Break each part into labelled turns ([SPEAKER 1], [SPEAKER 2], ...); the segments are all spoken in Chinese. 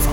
[SPEAKER 1] 方，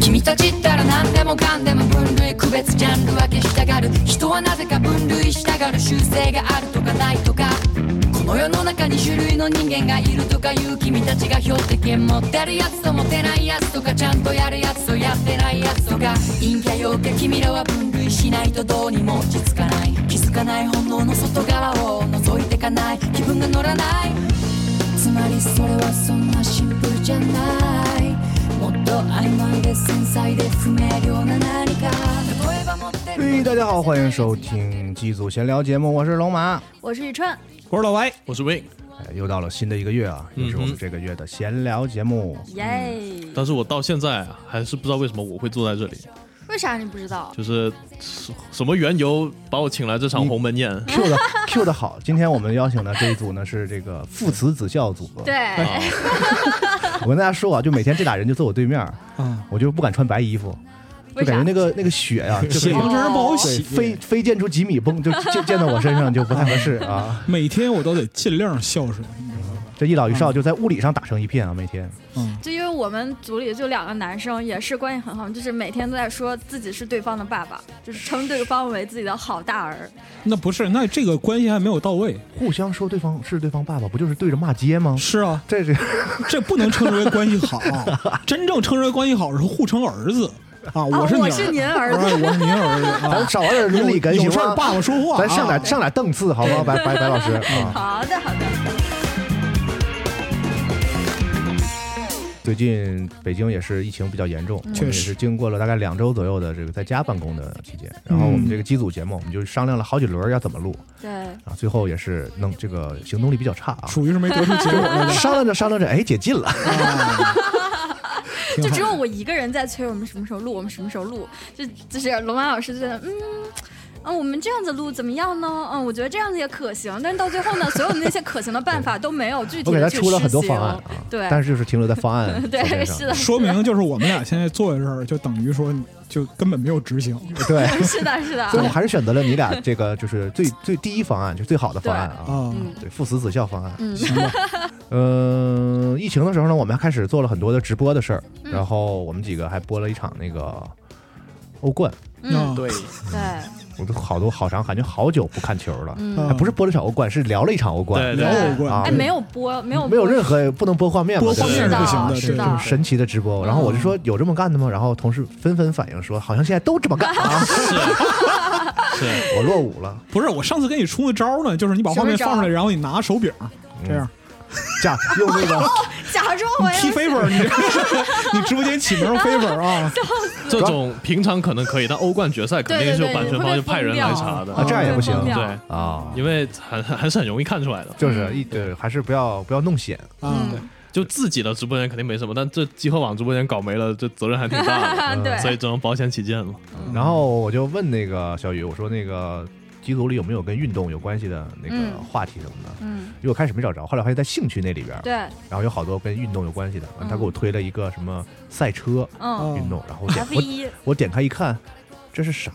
[SPEAKER 2] 君たちったら何でもかんでも分類区別ジャンル分けしたがる人はなぜか分類したがる習性があるとかないとかこの世の中に種類の人間がいるとかいう君たちが標的権持ってるやつと持てないやつとかちゃんとやるやつとやってないやつとか陰キャ陽キャ君らは分類しないとどうにも落ち着かない気づかない本能の外側を覗いてかない気分が乗らないつまりそれはそんなシンプルじゃないもっと曖昧で繊細で不明瞭な何か例えば持って
[SPEAKER 3] 嘿，
[SPEAKER 2] る
[SPEAKER 3] 大家好，欢迎收听机组闲聊节目，我是龙马。
[SPEAKER 4] 我是宇川，
[SPEAKER 3] 嗯
[SPEAKER 5] 我是老白，我是 Win，
[SPEAKER 3] 哎，又到了新的一个月啊，
[SPEAKER 6] 嗯
[SPEAKER 3] 也是我们这个月的闲聊节目。
[SPEAKER 4] 耶！
[SPEAKER 5] 但是我到现在啊还是不知道为什么我会坐在这里，
[SPEAKER 4] 为啥你不知道？
[SPEAKER 5] 就是什什么缘由把我请来这场鸿门宴？
[SPEAKER 3] Q 的 Q 的好， 今天我们邀请的这一组呢是这个父慈子孝组。
[SPEAKER 4] 对，
[SPEAKER 5] 啊，
[SPEAKER 3] 我跟大家说啊，就每天这俩人就坐我对面，
[SPEAKER 6] 嗯
[SPEAKER 3] 我就不敢穿白衣服，就
[SPEAKER 4] 为啥
[SPEAKER 3] 感觉那个那个血 呀、就是
[SPEAKER 6] 血
[SPEAKER 3] 对
[SPEAKER 6] 光成不好洗。
[SPEAKER 3] 飞飞溅出几米蹦，就溅溅到我身上就不太合适
[SPEAKER 6] 嗯
[SPEAKER 3] 啊。
[SPEAKER 6] 每天我都得尽量孝顺。
[SPEAKER 3] 这一老一少就在物理上打成一片啊，每天。
[SPEAKER 6] 嗯，
[SPEAKER 4] 就因为我们组里就两个男生，也是关系很好，就是每天都在说自己是对方的爸爸，就是称对方为自己的好大儿。
[SPEAKER 6] 那不是，那这个关系还没有到位。
[SPEAKER 3] 互相说对方是对方爸爸，不就是对着骂街吗？
[SPEAKER 6] 是啊，
[SPEAKER 3] 这是
[SPEAKER 6] 这不能称之为关系 好。真正称之为关系好是互称儿子啊，我是
[SPEAKER 4] 啊、
[SPEAKER 6] 你
[SPEAKER 4] 我
[SPEAKER 6] 儿
[SPEAKER 4] 是
[SPEAKER 6] 子，
[SPEAKER 4] 您儿
[SPEAKER 6] 哎
[SPEAKER 4] 子，
[SPEAKER 6] 我是您儿子啊
[SPEAKER 3] 咱。少玩点伦理根
[SPEAKER 6] 有
[SPEAKER 3] 行
[SPEAKER 6] 有事儿
[SPEAKER 3] 吗？
[SPEAKER 6] 爸爸说话啊，
[SPEAKER 3] 咱上点上点档次好吗？白白白 老师啊，
[SPEAKER 4] 好的好的，
[SPEAKER 3] 最近北京也是疫情比较严重，我们
[SPEAKER 6] 确
[SPEAKER 3] 也
[SPEAKER 6] 实
[SPEAKER 3] 是经过了大概两周左右的这个在家办公的期间，然后我们这个机组节目，我们就商量了好几轮要怎么录
[SPEAKER 4] 对，
[SPEAKER 3] 啊，最后也是弄这个行动力比较差 啊，
[SPEAKER 6] 属于是没得出结果来的。
[SPEAKER 3] 商量着商量着，哎，解禁了，
[SPEAKER 6] 啊
[SPEAKER 4] 就
[SPEAKER 6] 挺好
[SPEAKER 4] 只有我一个人在催我们什么时候录，我们什么时候录，就就是龙马老师就在那嗯。嗯，我们这样子录怎么样呢？嗯，我觉得这样子也可行，但是到最后呢，所有的那些可行的办法都没有具体
[SPEAKER 3] 我给他
[SPEAKER 4] 的去
[SPEAKER 3] 出了很多方案
[SPEAKER 4] 施行
[SPEAKER 3] 啊，
[SPEAKER 4] 对，
[SPEAKER 3] 但是就是停留在方案 草
[SPEAKER 4] 对，
[SPEAKER 3] 原上
[SPEAKER 4] 是的，
[SPEAKER 6] 说明就是我们俩现在坐在这儿，就等于说就根本没有执行
[SPEAKER 3] 对。
[SPEAKER 4] 是的，是的，
[SPEAKER 3] 最后还是选择了你俩这个就是最最第一方案，就最好的方案啊，
[SPEAKER 6] 啊。
[SPEAKER 4] 嗯
[SPEAKER 3] 对，父慈子孝方案。
[SPEAKER 4] 嗯，
[SPEAKER 6] 行吧，
[SPEAKER 3] 嗯，疫情的时候呢，我们还开始做了很多的直播的事儿，然后我们几个还播了一场那个欧冠，
[SPEAKER 4] 嗯，
[SPEAKER 6] 对，
[SPEAKER 4] 对，
[SPEAKER 3] 我都好多好长，感觉好久不看球了，
[SPEAKER 6] 啊
[SPEAKER 3] 还哎不是播了一场欧冠，是聊了一场欧冠，
[SPEAKER 5] 对
[SPEAKER 6] 聊
[SPEAKER 4] 对
[SPEAKER 6] 欧
[SPEAKER 3] 啊
[SPEAKER 6] 冠
[SPEAKER 4] 嗯哎，没有播，没有，
[SPEAKER 3] 没有任，何不能播画面嘛，
[SPEAKER 6] 播
[SPEAKER 3] 对
[SPEAKER 6] 画面
[SPEAKER 3] 对
[SPEAKER 6] 是不行的，
[SPEAKER 4] 是
[SPEAKER 6] 对
[SPEAKER 4] 的
[SPEAKER 3] 这种神奇的直播，然后我就说有这么干的吗？然后同事纷纷反映说，好像现在都这么干啊！
[SPEAKER 5] 是是，
[SPEAKER 3] 我落伍了，
[SPEAKER 6] 不是，我上次给你出个招呢，就是你把画面放出
[SPEAKER 4] 什么招
[SPEAKER 6] 来，然后你拿手柄 这样
[SPEAKER 3] 假嗯用那 个
[SPEAKER 4] 假装我
[SPEAKER 6] 踢
[SPEAKER 4] 要
[SPEAKER 6] favor，你这你 直播间起名 favor 啊，
[SPEAKER 5] 这种平常可能可以，但欧冠决赛肯定是有版权方就派人来查
[SPEAKER 3] 啊，
[SPEAKER 5] 的，
[SPEAKER 3] 这样也不行
[SPEAKER 4] 对
[SPEAKER 5] 对，
[SPEAKER 3] 啊，
[SPEAKER 5] 因为很还是很容易看出来的。
[SPEAKER 3] 就是一对，还是不要不要弄显，
[SPEAKER 4] 嗯
[SPEAKER 6] 啊，对
[SPEAKER 5] 就自己的直播间肯定没什么，但这集合网直播间搞没了，这责任还挺大
[SPEAKER 4] 对
[SPEAKER 5] 的，所以只能保险起见了。
[SPEAKER 4] 嗯
[SPEAKER 3] 然后我就问那个小雨，我说那个机组里有没有跟运动有关系的那个
[SPEAKER 4] 嗯
[SPEAKER 3] 话题什么的？
[SPEAKER 4] 嗯，
[SPEAKER 3] 因为我开始没找着，后来发现在兴趣那里边，
[SPEAKER 4] 对，
[SPEAKER 3] 然后有好多跟运动有关系的，
[SPEAKER 4] 嗯
[SPEAKER 3] 他给我推了一个什么赛车
[SPEAKER 4] 嗯啊
[SPEAKER 3] 运动，然后我点
[SPEAKER 4] ，F
[SPEAKER 3] 我
[SPEAKER 4] 一，
[SPEAKER 3] 我点开一看，这是啥？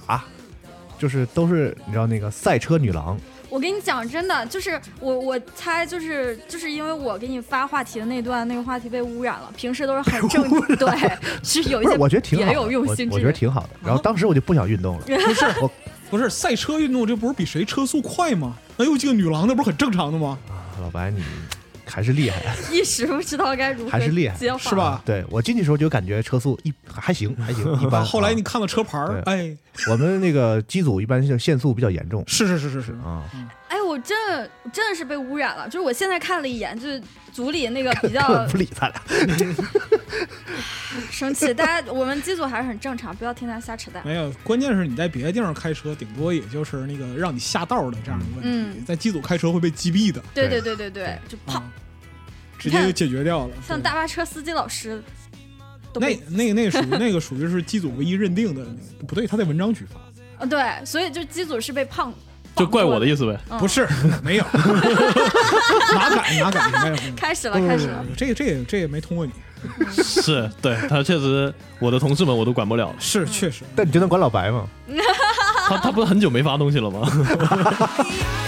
[SPEAKER 3] 就是都是你知道那个赛车女郎，
[SPEAKER 4] 我跟你讲，真的就是我，我猜就是就是因为我给你发话题的那段，那个话题被污染了。平时都是很正，对，是有一
[SPEAKER 3] 不
[SPEAKER 4] 些
[SPEAKER 3] 是？我觉得挺好的，
[SPEAKER 4] 别有用心
[SPEAKER 3] 我，
[SPEAKER 4] 之
[SPEAKER 3] 我觉得
[SPEAKER 4] 人。哦
[SPEAKER 3] 挺好的。然后当时我就不想运动 了，
[SPEAKER 6] 不是
[SPEAKER 3] 我
[SPEAKER 6] 不是赛车运动，这不是比谁车速快吗？那又几个女郎，那不是很正常的吗？
[SPEAKER 3] 啊老白你还是厉害，
[SPEAKER 4] 一时不知道该如何
[SPEAKER 3] 还是厉害
[SPEAKER 4] 接话
[SPEAKER 6] 是吧？
[SPEAKER 3] 对我进去的时候就感觉车速一还行还行一般。
[SPEAKER 6] 后来你
[SPEAKER 3] 啊
[SPEAKER 6] 看到车牌
[SPEAKER 3] 对
[SPEAKER 6] 儿，哎，
[SPEAKER 3] 我们那个机组一般是限速比较严重
[SPEAKER 6] 是是是是是，
[SPEAKER 3] 啊，
[SPEAKER 4] 哎，我真的真的是被污染了。就是我现在看了一眼，就是组里那个 比
[SPEAKER 3] 根本
[SPEAKER 4] 较
[SPEAKER 3] 不理咱俩。
[SPEAKER 4] 生气，大家我们机组还是很正常，不要听他瞎扯淡。
[SPEAKER 6] 没有，关键是你在别的地方开车，顶多也就是那个让你下道的这样的问题，
[SPEAKER 4] 嗯
[SPEAKER 6] 在机组开车会被击毙的，
[SPEAKER 4] 对
[SPEAKER 3] 对
[SPEAKER 4] 对对对对，就啪，
[SPEAKER 6] 啊，直接就解决掉了。
[SPEAKER 4] 像大巴车司机老师都
[SPEAKER 6] 那
[SPEAKER 4] 被
[SPEAKER 6] 那那属于那个属于是机组唯一认定的那个，不对，他在文章局发，
[SPEAKER 4] 呃对，所以就机组是被胖，
[SPEAKER 5] 就怪我的
[SPEAKER 4] 思。
[SPEAKER 5] 意思呗。
[SPEAKER 4] 嗯
[SPEAKER 6] 不是 没有，哪敢哪敢没有没有。
[SPEAKER 4] 开始了，
[SPEAKER 6] 不
[SPEAKER 4] 开
[SPEAKER 6] 不
[SPEAKER 4] 始了
[SPEAKER 6] 不，不，这个这个这也没通过你，
[SPEAKER 5] 是对他确实，我的同事们我都管不了了。
[SPEAKER 4] 嗯
[SPEAKER 6] 是确实，
[SPEAKER 3] 但你就能管老白吗？
[SPEAKER 5] 他他不是很久没发东西了吗？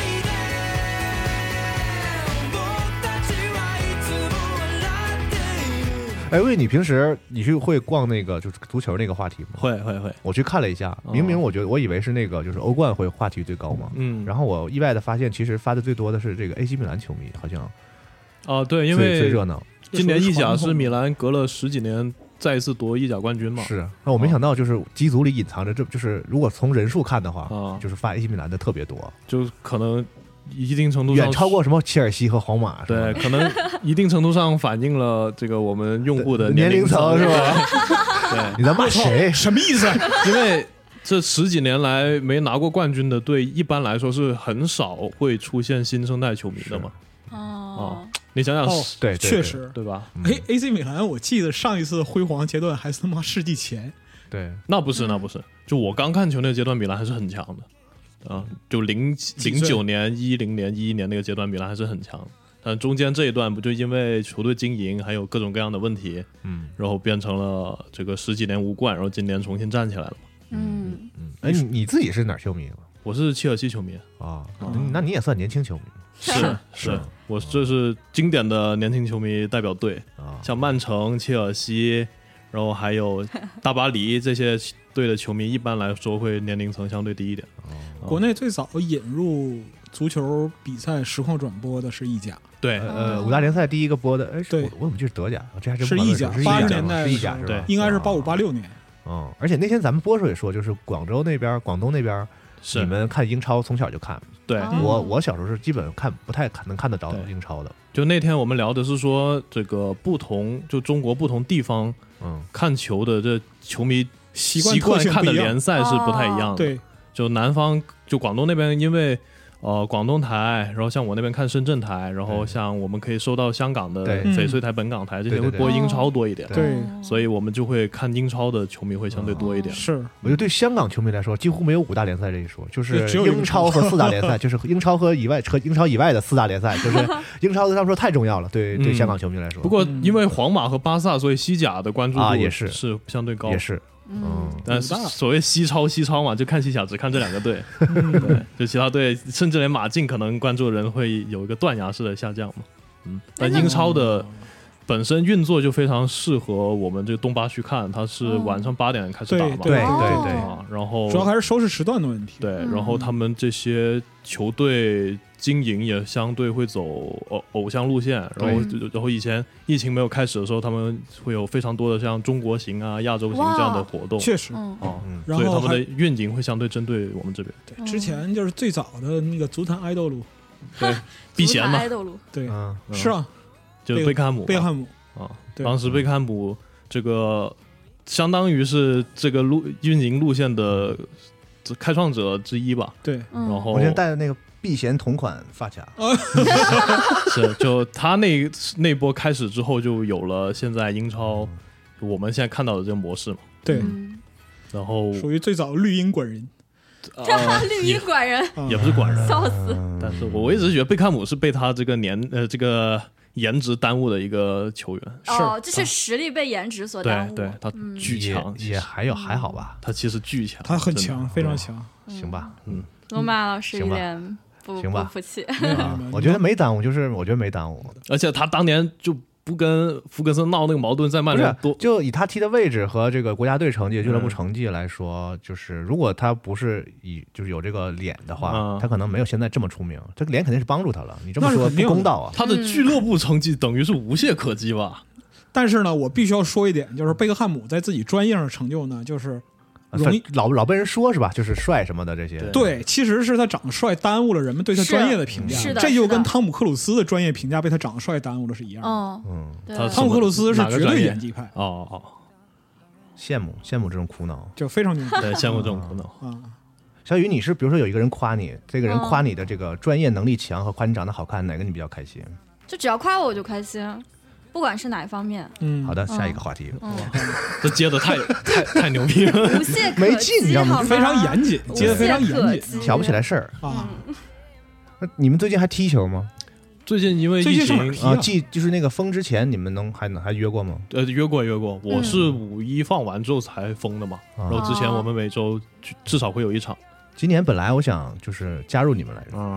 [SPEAKER 3] 哎，喂，你平时你去会逛那个就是足球那个话题吗？
[SPEAKER 5] 会会会，
[SPEAKER 3] 我去看了一下，
[SPEAKER 5] 哦
[SPEAKER 3] 明明我觉得我以为是那个就是欧冠会话题最高嘛，
[SPEAKER 5] 嗯，
[SPEAKER 3] 然
[SPEAKER 5] 后
[SPEAKER 3] 后我意外的发现，其实发的最多的是这个 AC 米兰球迷，好像
[SPEAKER 5] 哦对，因
[SPEAKER 3] 最最
[SPEAKER 5] 为
[SPEAKER 3] 热闹
[SPEAKER 5] 今年意甲
[SPEAKER 6] 这属于传
[SPEAKER 5] 是
[SPEAKER 6] 统
[SPEAKER 5] 米兰隔了十几年再一次夺意甲冠军嘛？
[SPEAKER 3] 是。那我没想到，就是机组里隐藏着这，就是如果从人数看的话，
[SPEAKER 5] 啊，
[SPEAKER 3] 就是发 AC 米兰的特别多，
[SPEAKER 5] 就可能一定程度上
[SPEAKER 3] 远超过什么切尔西和皇马什么
[SPEAKER 5] 对，
[SPEAKER 3] 的。
[SPEAKER 5] 可能一定程度上反映了这个我们用户的
[SPEAKER 3] 年
[SPEAKER 5] 龄
[SPEAKER 3] 龄层是吧？
[SPEAKER 5] 对，
[SPEAKER 3] 你在骂 谁？
[SPEAKER 6] 什么意思？啊
[SPEAKER 5] 因为这十几年来没拿过冠军的队，一般来说是很少会出现新生代球迷的嘛。
[SPEAKER 4] 哦，
[SPEAKER 5] 你想想，
[SPEAKER 6] 哦
[SPEAKER 3] 对，对
[SPEAKER 6] 确，实。
[SPEAKER 5] 对吧？
[SPEAKER 6] A A C 米兰，我记得上一次辉煌阶段还是他妈世纪前，
[SPEAKER 3] 对
[SPEAKER 5] 那不是，那不是，就我刚看球那个阶段，米兰还是很强的，啊，就零零
[SPEAKER 6] 岁
[SPEAKER 5] 九年、一零年、一一年那个阶段，米兰还是很强的。但中间这一段不就因为球队经营还有各种各样的问题，
[SPEAKER 3] 嗯
[SPEAKER 5] 然后变成了这个十几年无冠，然后今年重新站起来了嘛。
[SPEAKER 4] 嗯，
[SPEAKER 3] 嗯。哎，你你自己是哪儿球迷吗？
[SPEAKER 5] 我是切尔西球迷，
[SPEAKER 3] 啊，
[SPEAKER 6] 嗯
[SPEAKER 5] 哦
[SPEAKER 3] 那那你也算年轻球迷
[SPEAKER 5] 是
[SPEAKER 3] 是
[SPEAKER 5] 是，我这是经典的年轻球迷代表队，
[SPEAKER 3] 啊？
[SPEAKER 5] 像曼城、切尔西，然后还有大巴黎这些队的球迷，一般来说会年龄层相对低一点。哦
[SPEAKER 6] 国内最早引入足球比赛实况转播的是意甲，
[SPEAKER 5] 对
[SPEAKER 3] 呃呃，五大联赛第一个播的，哎，是
[SPEAKER 6] 对
[SPEAKER 3] 我我怎么记得是德甲？啊这还真
[SPEAKER 6] 是
[SPEAKER 3] 不好
[SPEAKER 6] 意
[SPEAKER 3] 问
[SPEAKER 6] 甲
[SPEAKER 3] 是意
[SPEAKER 6] 八
[SPEAKER 3] 甲
[SPEAKER 6] 十
[SPEAKER 3] 吗
[SPEAKER 6] 年代
[SPEAKER 3] 是
[SPEAKER 6] 的
[SPEAKER 3] 意
[SPEAKER 6] 时
[SPEAKER 3] 甲是
[SPEAKER 6] 候
[SPEAKER 3] 吧？
[SPEAKER 6] 应该是
[SPEAKER 5] 哦
[SPEAKER 3] 啊
[SPEAKER 6] 八五八。六年。
[SPEAKER 3] 嗯，而且那天咱们播的时候也说，就是广州那边、广东那边，你
[SPEAKER 5] 是，
[SPEAKER 3] 们看英超从小就看。
[SPEAKER 5] 对，
[SPEAKER 4] 哦
[SPEAKER 6] 嗯
[SPEAKER 3] 我我小时候是基本看不太看能看得着
[SPEAKER 5] 对
[SPEAKER 3] 英超的。
[SPEAKER 5] 就那天我们聊的是说，这个不同就中国不同地方
[SPEAKER 3] 嗯，
[SPEAKER 5] 看球的这球迷习
[SPEAKER 6] 惯特性
[SPEAKER 5] 看
[SPEAKER 6] 不
[SPEAKER 5] 的
[SPEAKER 6] 一样
[SPEAKER 5] 联赛是不太一样的。，
[SPEAKER 6] 对，
[SPEAKER 5] 就南方就广东那边，因为呃广东台，然后像我那边看深圳台，然后
[SPEAKER 3] 对
[SPEAKER 5] 像我们可以收到香港的
[SPEAKER 3] 对
[SPEAKER 5] 翡翠台、本港台这些
[SPEAKER 3] 对对
[SPEAKER 5] 会
[SPEAKER 3] 对
[SPEAKER 5] 播英超多一点，
[SPEAKER 3] 对
[SPEAKER 6] 对
[SPEAKER 4] 哦
[SPEAKER 5] 所以我们就会看英超的球迷会相对多一点。
[SPEAKER 6] 是
[SPEAKER 3] 我觉得对香港球迷来说，几乎没有五大联赛这一说，就是
[SPEAKER 6] 对只有
[SPEAKER 3] 英
[SPEAKER 6] 英
[SPEAKER 3] 超
[SPEAKER 6] 超
[SPEAKER 3] 和四大 联赛，就是英超和以外和英超以外的四大联赛，就是英超对他们说太重要了，对对
[SPEAKER 5] 嗯
[SPEAKER 3] 香港球迷来说。
[SPEAKER 5] 不过
[SPEAKER 6] 嗯
[SPEAKER 5] 因为皇马和巴萨，所以西甲的关注度
[SPEAKER 3] 啊也是
[SPEAKER 5] 是相对高
[SPEAKER 3] 也。是，
[SPEAKER 4] 嗯，
[SPEAKER 5] 但
[SPEAKER 6] 五大
[SPEAKER 5] 所谓西超西超嘛，就看西甲只看这两个队，
[SPEAKER 6] 嗯
[SPEAKER 5] 对， 就其他队甚至连马竞可能关注的人会有一个断崖式的下降嘛。嗯，
[SPEAKER 6] 哎
[SPEAKER 5] 但英超的本身运作就非常适合我们这个东八区看，它是晚上八点开始
[SPEAKER 6] 对
[SPEAKER 5] 打嘛，
[SPEAKER 6] 哦对
[SPEAKER 4] 哦
[SPEAKER 6] 对对，
[SPEAKER 5] 啊，然后
[SPEAKER 6] 主要还是嗯收视时段的问题。
[SPEAKER 5] 对，然后他们这些球队经营也相对会走偶偶像路线，然后
[SPEAKER 4] 对
[SPEAKER 5] 然后以前疫情没有开始的时候，他们会有非常多的像中国行啊、亚洲行这样的
[SPEAKER 4] 哇
[SPEAKER 5] 活动，
[SPEAKER 6] 确实，
[SPEAKER 4] 嗯，
[SPEAKER 5] 哦
[SPEAKER 3] 嗯，
[SPEAKER 6] 然
[SPEAKER 5] 所以
[SPEAKER 6] 后
[SPEAKER 5] 他
[SPEAKER 6] 还
[SPEAKER 5] 们的运营会相对针对我们这边，
[SPEAKER 4] 嗯
[SPEAKER 6] 对之前就是最早的那个足坛爱豆路，
[SPEAKER 5] 对，避嫌嘛
[SPEAKER 4] 爱，豆路，
[SPEAKER 6] 对，
[SPEAKER 3] 嗯，
[SPEAKER 5] 嗯
[SPEAKER 6] 是啊，
[SPEAKER 5] 就是贝克汉姆嘛，
[SPEAKER 6] 贝克汉姆，
[SPEAKER 5] 啊，
[SPEAKER 6] 对
[SPEAKER 5] 当时贝克汉姆这个相当于是这个路运营路线的这开创者之一吧，
[SPEAKER 6] 对，
[SPEAKER 4] 然
[SPEAKER 5] 然
[SPEAKER 7] 我
[SPEAKER 5] 后
[SPEAKER 7] 今天戴的那个避嫌同款发卡，
[SPEAKER 5] 是 就他那那波开始之后，就有了现在英超
[SPEAKER 3] 嗯
[SPEAKER 5] 我们现在看到的这个模式嘛，
[SPEAKER 6] 对，
[SPEAKER 4] 嗯
[SPEAKER 5] 然后
[SPEAKER 3] 嗯
[SPEAKER 6] 属于最早绿茵管人，
[SPEAKER 5] 呃
[SPEAKER 4] 绿
[SPEAKER 5] 也
[SPEAKER 4] 茵管人，
[SPEAKER 6] 啊
[SPEAKER 5] 也不是管人，
[SPEAKER 6] 嗯
[SPEAKER 4] 笑死，
[SPEAKER 5] 但是我我一直觉得贝克汉姆是被他这个年呃这个颜值耽误的一个球员。
[SPEAKER 4] 哦，这是实力被颜值所耽
[SPEAKER 5] 对
[SPEAKER 4] 误。
[SPEAKER 5] 对，他
[SPEAKER 4] 嗯
[SPEAKER 5] 巨强，
[SPEAKER 3] 也也还有还好吧，
[SPEAKER 5] 他其实巨
[SPEAKER 3] 啊
[SPEAKER 5] 强，
[SPEAKER 6] 他很
[SPEAKER 5] 真的
[SPEAKER 6] 强，。非常强。
[SPEAKER 7] 嗯
[SPEAKER 3] 行吧。
[SPEAKER 4] 罗
[SPEAKER 5] 嗯
[SPEAKER 4] 马老师有
[SPEAKER 3] 行吧
[SPEAKER 4] 点不
[SPEAKER 3] 行
[SPEAKER 4] 不
[SPEAKER 3] 吧
[SPEAKER 4] 服气。
[SPEAKER 6] 没有
[SPEAKER 3] 啊
[SPEAKER 6] 没有，
[SPEAKER 3] 我觉得没耽误，就是我觉得没耽误，
[SPEAKER 5] 而且他当年就不跟福格森闹那个矛盾，在曼
[SPEAKER 3] 不是
[SPEAKER 5] 联多，
[SPEAKER 3] 就以他踢的位置和这个国家队成绩、俱乐部成绩来说，就是如果他不是以就是有这个脸的话
[SPEAKER 5] 嗯，
[SPEAKER 3] 他可能没有现在这么出名。这个脸肯定是帮助他了，你这么
[SPEAKER 6] 那是
[SPEAKER 3] 说
[SPEAKER 6] 肯定
[SPEAKER 3] 不
[SPEAKER 6] 的
[SPEAKER 3] 公道啊！
[SPEAKER 5] 他
[SPEAKER 4] 嗯
[SPEAKER 5] 的俱乐部成绩等于是无懈可击吧？
[SPEAKER 6] 但是呢，我必须要说一点，就是贝克汉姆在自己专业上成就呢，就是容易
[SPEAKER 3] 他呃老老被人说是吧？就是帅什么的这些，
[SPEAKER 5] 对
[SPEAKER 6] 对，其实是他长得帅耽误了人们对他
[SPEAKER 4] 是
[SPEAKER 6] 专业的评价，
[SPEAKER 4] 是的
[SPEAKER 6] 这
[SPEAKER 4] 是
[SPEAKER 6] 就
[SPEAKER 4] 的
[SPEAKER 6] 跟汤姆克鲁斯的专业评价被他长得帅耽误了是一样的。
[SPEAKER 4] 嗯，
[SPEAKER 3] 嗯，
[SPEAKER 4] 对。
[SPEAKER 5] 他
[SPEAKER 6] 汤姆克鲁斯是
[SPEAKER 5] 哪个
[SPEAKER 6] 绝
[SPEAKER 5] 专
[SPEAKER 6] 对
[SPEAKER 5] 业
[SPEAKER 6] 演技派，
[SPEAKER 5] 哦哦，
[SPEAKER 3] 羡慕羡慕这种苦恼。
[SPEAKER 6] 就非常 牛逼
[SPEAKER 5] 哦对，羡慕这种苦恼。
[SPEAKER 6] 啊！
[SPEAKER 3] 小雨，你是比如说有一个人夸你，这个人
[SPEAKER 4] 嗯
[SPEAKER 3] 夸你的这个专业能力强和夸你长得好看，哪个你比较开心？
[SPEAKER 4] 就只要夸我我就开心，不管是哪一方面，
[SPEAKER 6] 嗯，
[SPEAKER 3] 好的，下一个话题，
[SPEAKER 4] 嗯，
[SPEAKER 5] 这接的太 太太牛逼了。
[SPEAKER 4] 无懈可
[SPEAKER 3] 没劲你知
[SPEAKER 4] 击，
[SPEAKER 3] 道吗
[SPEAKER 4] 好吗？
[SPEAKER 6] 非常严谨，
[SPEAKER 4] 无懈
[SPEAKER 6] 接的非常
[SPEAKER 4] 可
[SPEAKER 6] 严
[SPEAKER 4] 击
[SPEAKER 6] 谨
[SPEAKER 3] 挑不起来事儿。
[SPEAKER 4] 嗯
[SPEAKER 6] 啊！
[SPEAKER 3] 那你们最近还踢球吗？
[SPEAKER 5] 最近因为
[SPEAKER 6] 最
[SPEAKER 5] 疫
[SPEAKER 6] 近是
[SPEAKER 5] 情
[SPEAKER 6] 踢，啊
[SPEAKER 3] 啊，季就是那个封之前，你们能还能还约过吗？
[SPEAKER 5] 呃，约过约过，我是五一放完之后才封的嘛。
[SPEAKER 3] 啊
[SPEAKER 5] 然后之前我们每周至至少会有一场，
[SPEAKER 3] 今年本来我想就是加入你们来着，
[SPEAKER 5] 嗯，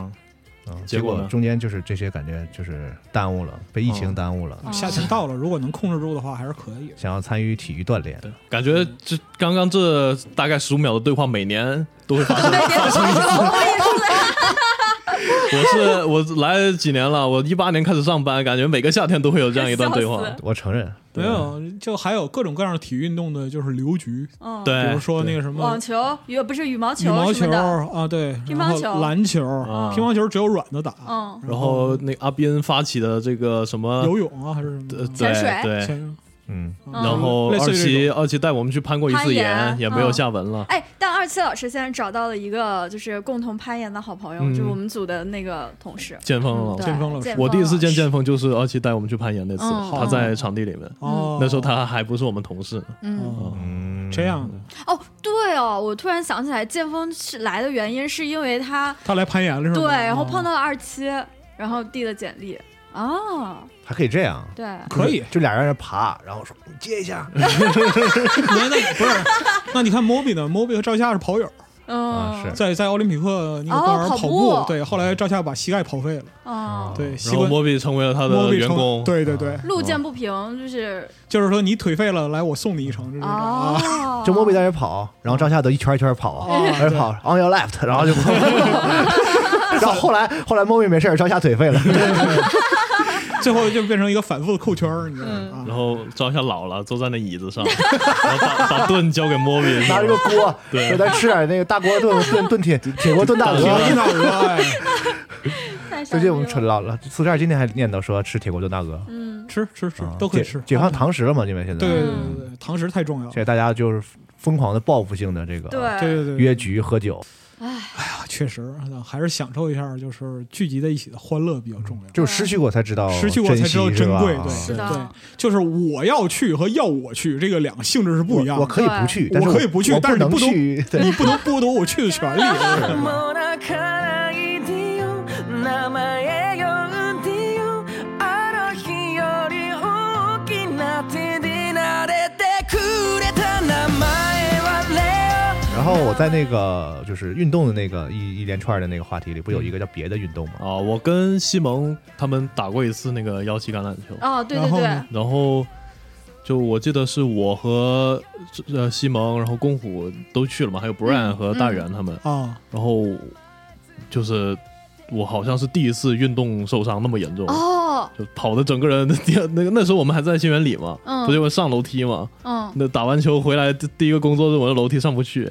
[SPEAKER 3] 啊，
[SPEAKER 5] 结
[SPEAKER 3] 结
[SPEAKER 5] 果呢
[SPEAKER 3] 中间就是这些感觉就是耽误了，被疫情
[SPEAKER 5] 哦
[SPEAKER 3] 耽误了，
[SPEAKER 4] 哦
[SPEAKER 6] 夏天到了，如果能控制住的话，还是可以。
[SPEAKER 3] 想要参与体育锻炼，
[SPEAKER 5] 对，感觉这刚刚这大概十五秒的对话，每年都会发生。 我是我来几年了，我一八年开始上班，感觉每个夏天都会有这样一段对话
[SPEAKER 4] 笑。死
[SPEAKER 3] 我承认，
[SPEAKER 6] 没有，就还有各种各样的体育运动的，就是流局，
[SPEAKER 4] 嗯，
[SPEAKER 5] 对，
[SPEAKER 3] 哎
[SPEAKER 6] 比如说那个什么
[SPEAKER 4] 网球、羽不是羽毛
[SPEAKER 6] 羽毛
[SPEAKER 4] 什
[SPEAKER 6] 球
[SPEAKER 4] 么的，
[SPEAKER 6] 啊，对，
[SPEAKER 4] 乒
[SPEAKER 6] 然
[SPEAKER 4] 乓
[SPEAKER 6] 后
[SPEAKER 4] 球
[SPEAKER 6] 篮球、
[SPEAKER 5] 啊
[SPEAKER 6] 乒乓球只有软的打，
[SPEAKER 4] 嗯，
[SPEAKER 5] 然后那个阿斌发起的这个什么
[SPEAKER 6] 游泳啊还是什
[SPEAKER 5] 呃
[SPEAKER 6] 么
[SPEAKER 5] 对
[SPEAKER 4] 潜水
[SPEAKER 5] 对，
[SPEAKER 6] 前
[SPEAKER 3] 嗯，
[SPEAKER 4] 嗯
[SPEAKER 5] 然后
[SPEAKER 6] 啊类
[SPEAKER 5] 二
[SPEAKER 6] 似于这
[SPEAKER 5] 期
[SPEAKER 6] 种
[SPEAKER 5] 二期带我们去攀过一次
[SPEAKER 4] 攀岩
[SPEAKER 5] 岩，也没有
[SPEAKER 4] 嗯
[SPEAKER 5] 下文了。
[SPEAKER 4] 哎，但二七老师现在找到了一个就是共同攀岩的好朋友，
[SPEAKER 5] 嗯
[SPEAKER 4] 就是我们组的那个同事，
[SPEAKER 5] 剑锋
[SPEAKER 4] 嗯
[SPEAKER 5] 了，
[SPEAKER 4] 对
[SPEAKER 6] 哦剑锋老师
[SPEAKER 5] 我第一次见
[SPEAKER 4] 剑锋
[SPEAKER 5] 剑锋就是二期带我们去攀岩那次，
[SPEAKER 4] 嗯
[SPEAKER 5] 他在场地里面，
[SPEAKER 6] 哦，
[SPEAKER 5] 那时候他还不是我们同事。
[SPEAKER 4] 嗯，
[SPEAKER 6] 哦
[SPEAKER 3] 嗯
[SPEAKER 6] 这样的，
[SPEAKER 4] 哦，对哦，我突然想起来，剑锋是来的原因是因为他
[SPEAKER 6] 他来攀岩了是吗？哦
[SPEAKER 4] 对，然后碰
[SPEAKER 6] 到
[SPEAKER 4] 到了二七，然后递了简历啊，
[SPEAKER 3] 还可以嗯这样，
[SPEAKER 4] 对，
[SPEAKER 6] 可 以，
[SPEAKER 3] 就俩人在那爬，然后说你接一下
[SPEAKER 6] 那那不是，那你看 Moby 呢？Moby 和赵夏是跑友，
[SPEAKER 4] 嗯，
[SPEAKER 3] 啊，是
[SPEAKER 6] 在在奥林匹克那个公园
[SPEAKER 4] 哦跑
[SPEAKER 6] 跑
[SPEAKER 4] 步
[SPEAKER 6] 对，后来赵夏把膝盖跑废了，
[SPEAKER 4] 哦，
[SPEAKER 6] 对，膝
[SPEAKER 5] 然后
[SPEAKER 6] 关
[SPEAKER 5] 莫比成为了他的
[SPEAKER 6] Moby
[SPEAKER 5] 员
[SPEAKER 6] 成
[SPEAKER 5] 工，啊
[SPEAKER 6] 对对对，
[SPEAKER 4] 路见不平就是
[SPEAKER 6] 就是说你腿废了，来我送你一程，就是这种啊，
[SPEAKER 4] 哦，
[SPEAKER 3] 就莫比在那跑，然后赵夏德一圈一圈跑，
[SPEAKER 6] 哦
[SPEAKER 3] 在那跑 on your left，然后就跑， 然后后来后来莫比没事儿，赵夏腿废了，
[SPEAKER 6] 最后就变成一个反复的扣圈儿，你知道
[SPEAKER 4] 嗯
[SPEAKER 6] 吗？
[SPEAKER 5] 然
[SPEAKER 6] 啊
[SPEAKER 5] 后赵夏老了，坐在那椅子上，然后 把把盾交给莫比，
[SPEAKER 3] 拿着个锅，
[SPEAKER 5] 对
[SPEAKER 3] 就在吃点那个大锅 炖炖炖铁铁锅炖大
[SPEAKER 5] 对
[SPEAKER 3] 鹅
[SPEAKER 5] 对。
[SPEAKER 6] 一 脑鹅，哎
[SPEAKER 4] 太傻
[SPEAKER 3] 最
[SPEAKER 4] 逼
[SPEAKER 3] 近我们
[SPEAKER 4] 了
[SPEAKER 3] 吃老了，四十二今天还念叨说吃铁锅炖大鹅，
[SPEAKER 4] 嗯，
[SPEAKER 6] 吃吃吃
[SPEAKER 3] 啊
[SPEAKER 6] 都可以
[SPEAKER 3] 解
[SPEAKER 6] 吃，
[SPEAKER 3] 解放堂食了嘛，因为现在
[SPEAKER 6] 对，对对对对，堂食太重要了
[SPEAKER 3] 现，在大家就是疯狂的报复性的这个
[SPEAKER 4] 对
[SPEAKER 6] 对对对，
[SPEAKER 3] 约局喝酒，
[SPEAKER 6] 啊确实啊还是享受一下就是聚集在一起的欢乐比较重要。
[SPEAKER 3] 嗯就是失去过才知道
[SPEAKER 6] 失去过才知道
[SPEAKER 3] 珍惜
[SPEAKER 6] 珍贵，
[SPEAKER 3] 是吧
[SPEAKER 6] 对
[SPEAKER 4] 是的
[SPEAKER 6] 对，就是我要去和要我去这个两个性质是不一样
[SPEAKER 3] 我我
[SPEAKER 6] 的。
[SPEAKER 3] 可以不去，但是
[SPEAKER 6] 我可以不去
[SPEAKER 3] 我
[SPEAKER 6] 但是
[SPEAKER 3] 能
[SPEAKER 6] 你不能
[SPEAKER 3] 去，对
[SPEAKER 6] 你不能剥夺我去的权利。
[SPEAKER 8] もう泣かないでよ名前呼んでよあの日より大きな手で撫でてくれた名前はレオ
[SPEAKER 3] 然后我在那个就是运动的那个一一连串的那个话题里，不有一个叫别的运动吗？
[SPEAKER 5] 啊，我跟西蒙他们打过一次那个幺七橄榄球，
[SPEAKER 4] 哦，对
[SPEAKER 6] 然
[SPEAKER 4] 对
[SPEAKER 6] 后
[SPEAKER 4] 对
[SPEAKER 6] 呢，
[SPEAKER 5] 然后就我记得是我和呃西蒙，然后公虎都去了嘛，还有 Brian 和大元他们，
[SPEAKER 6] 啊，
[SPEAKER 5] 然后就是我好像是第一次运动受伤那么严重，
[SPEAKER 4] 哦，
[SPEAKER 5] 就跑的整个人那个那时候我们还在新源里嘛，
[SPEAKER 4] 嗯
[SPEAKER 5] 不就会上楼梯嘛，
[SPEAKER 4] 嗯，
[SPEAKER 5] 那打完球回来第第一个工作日我的楼梯上 不去，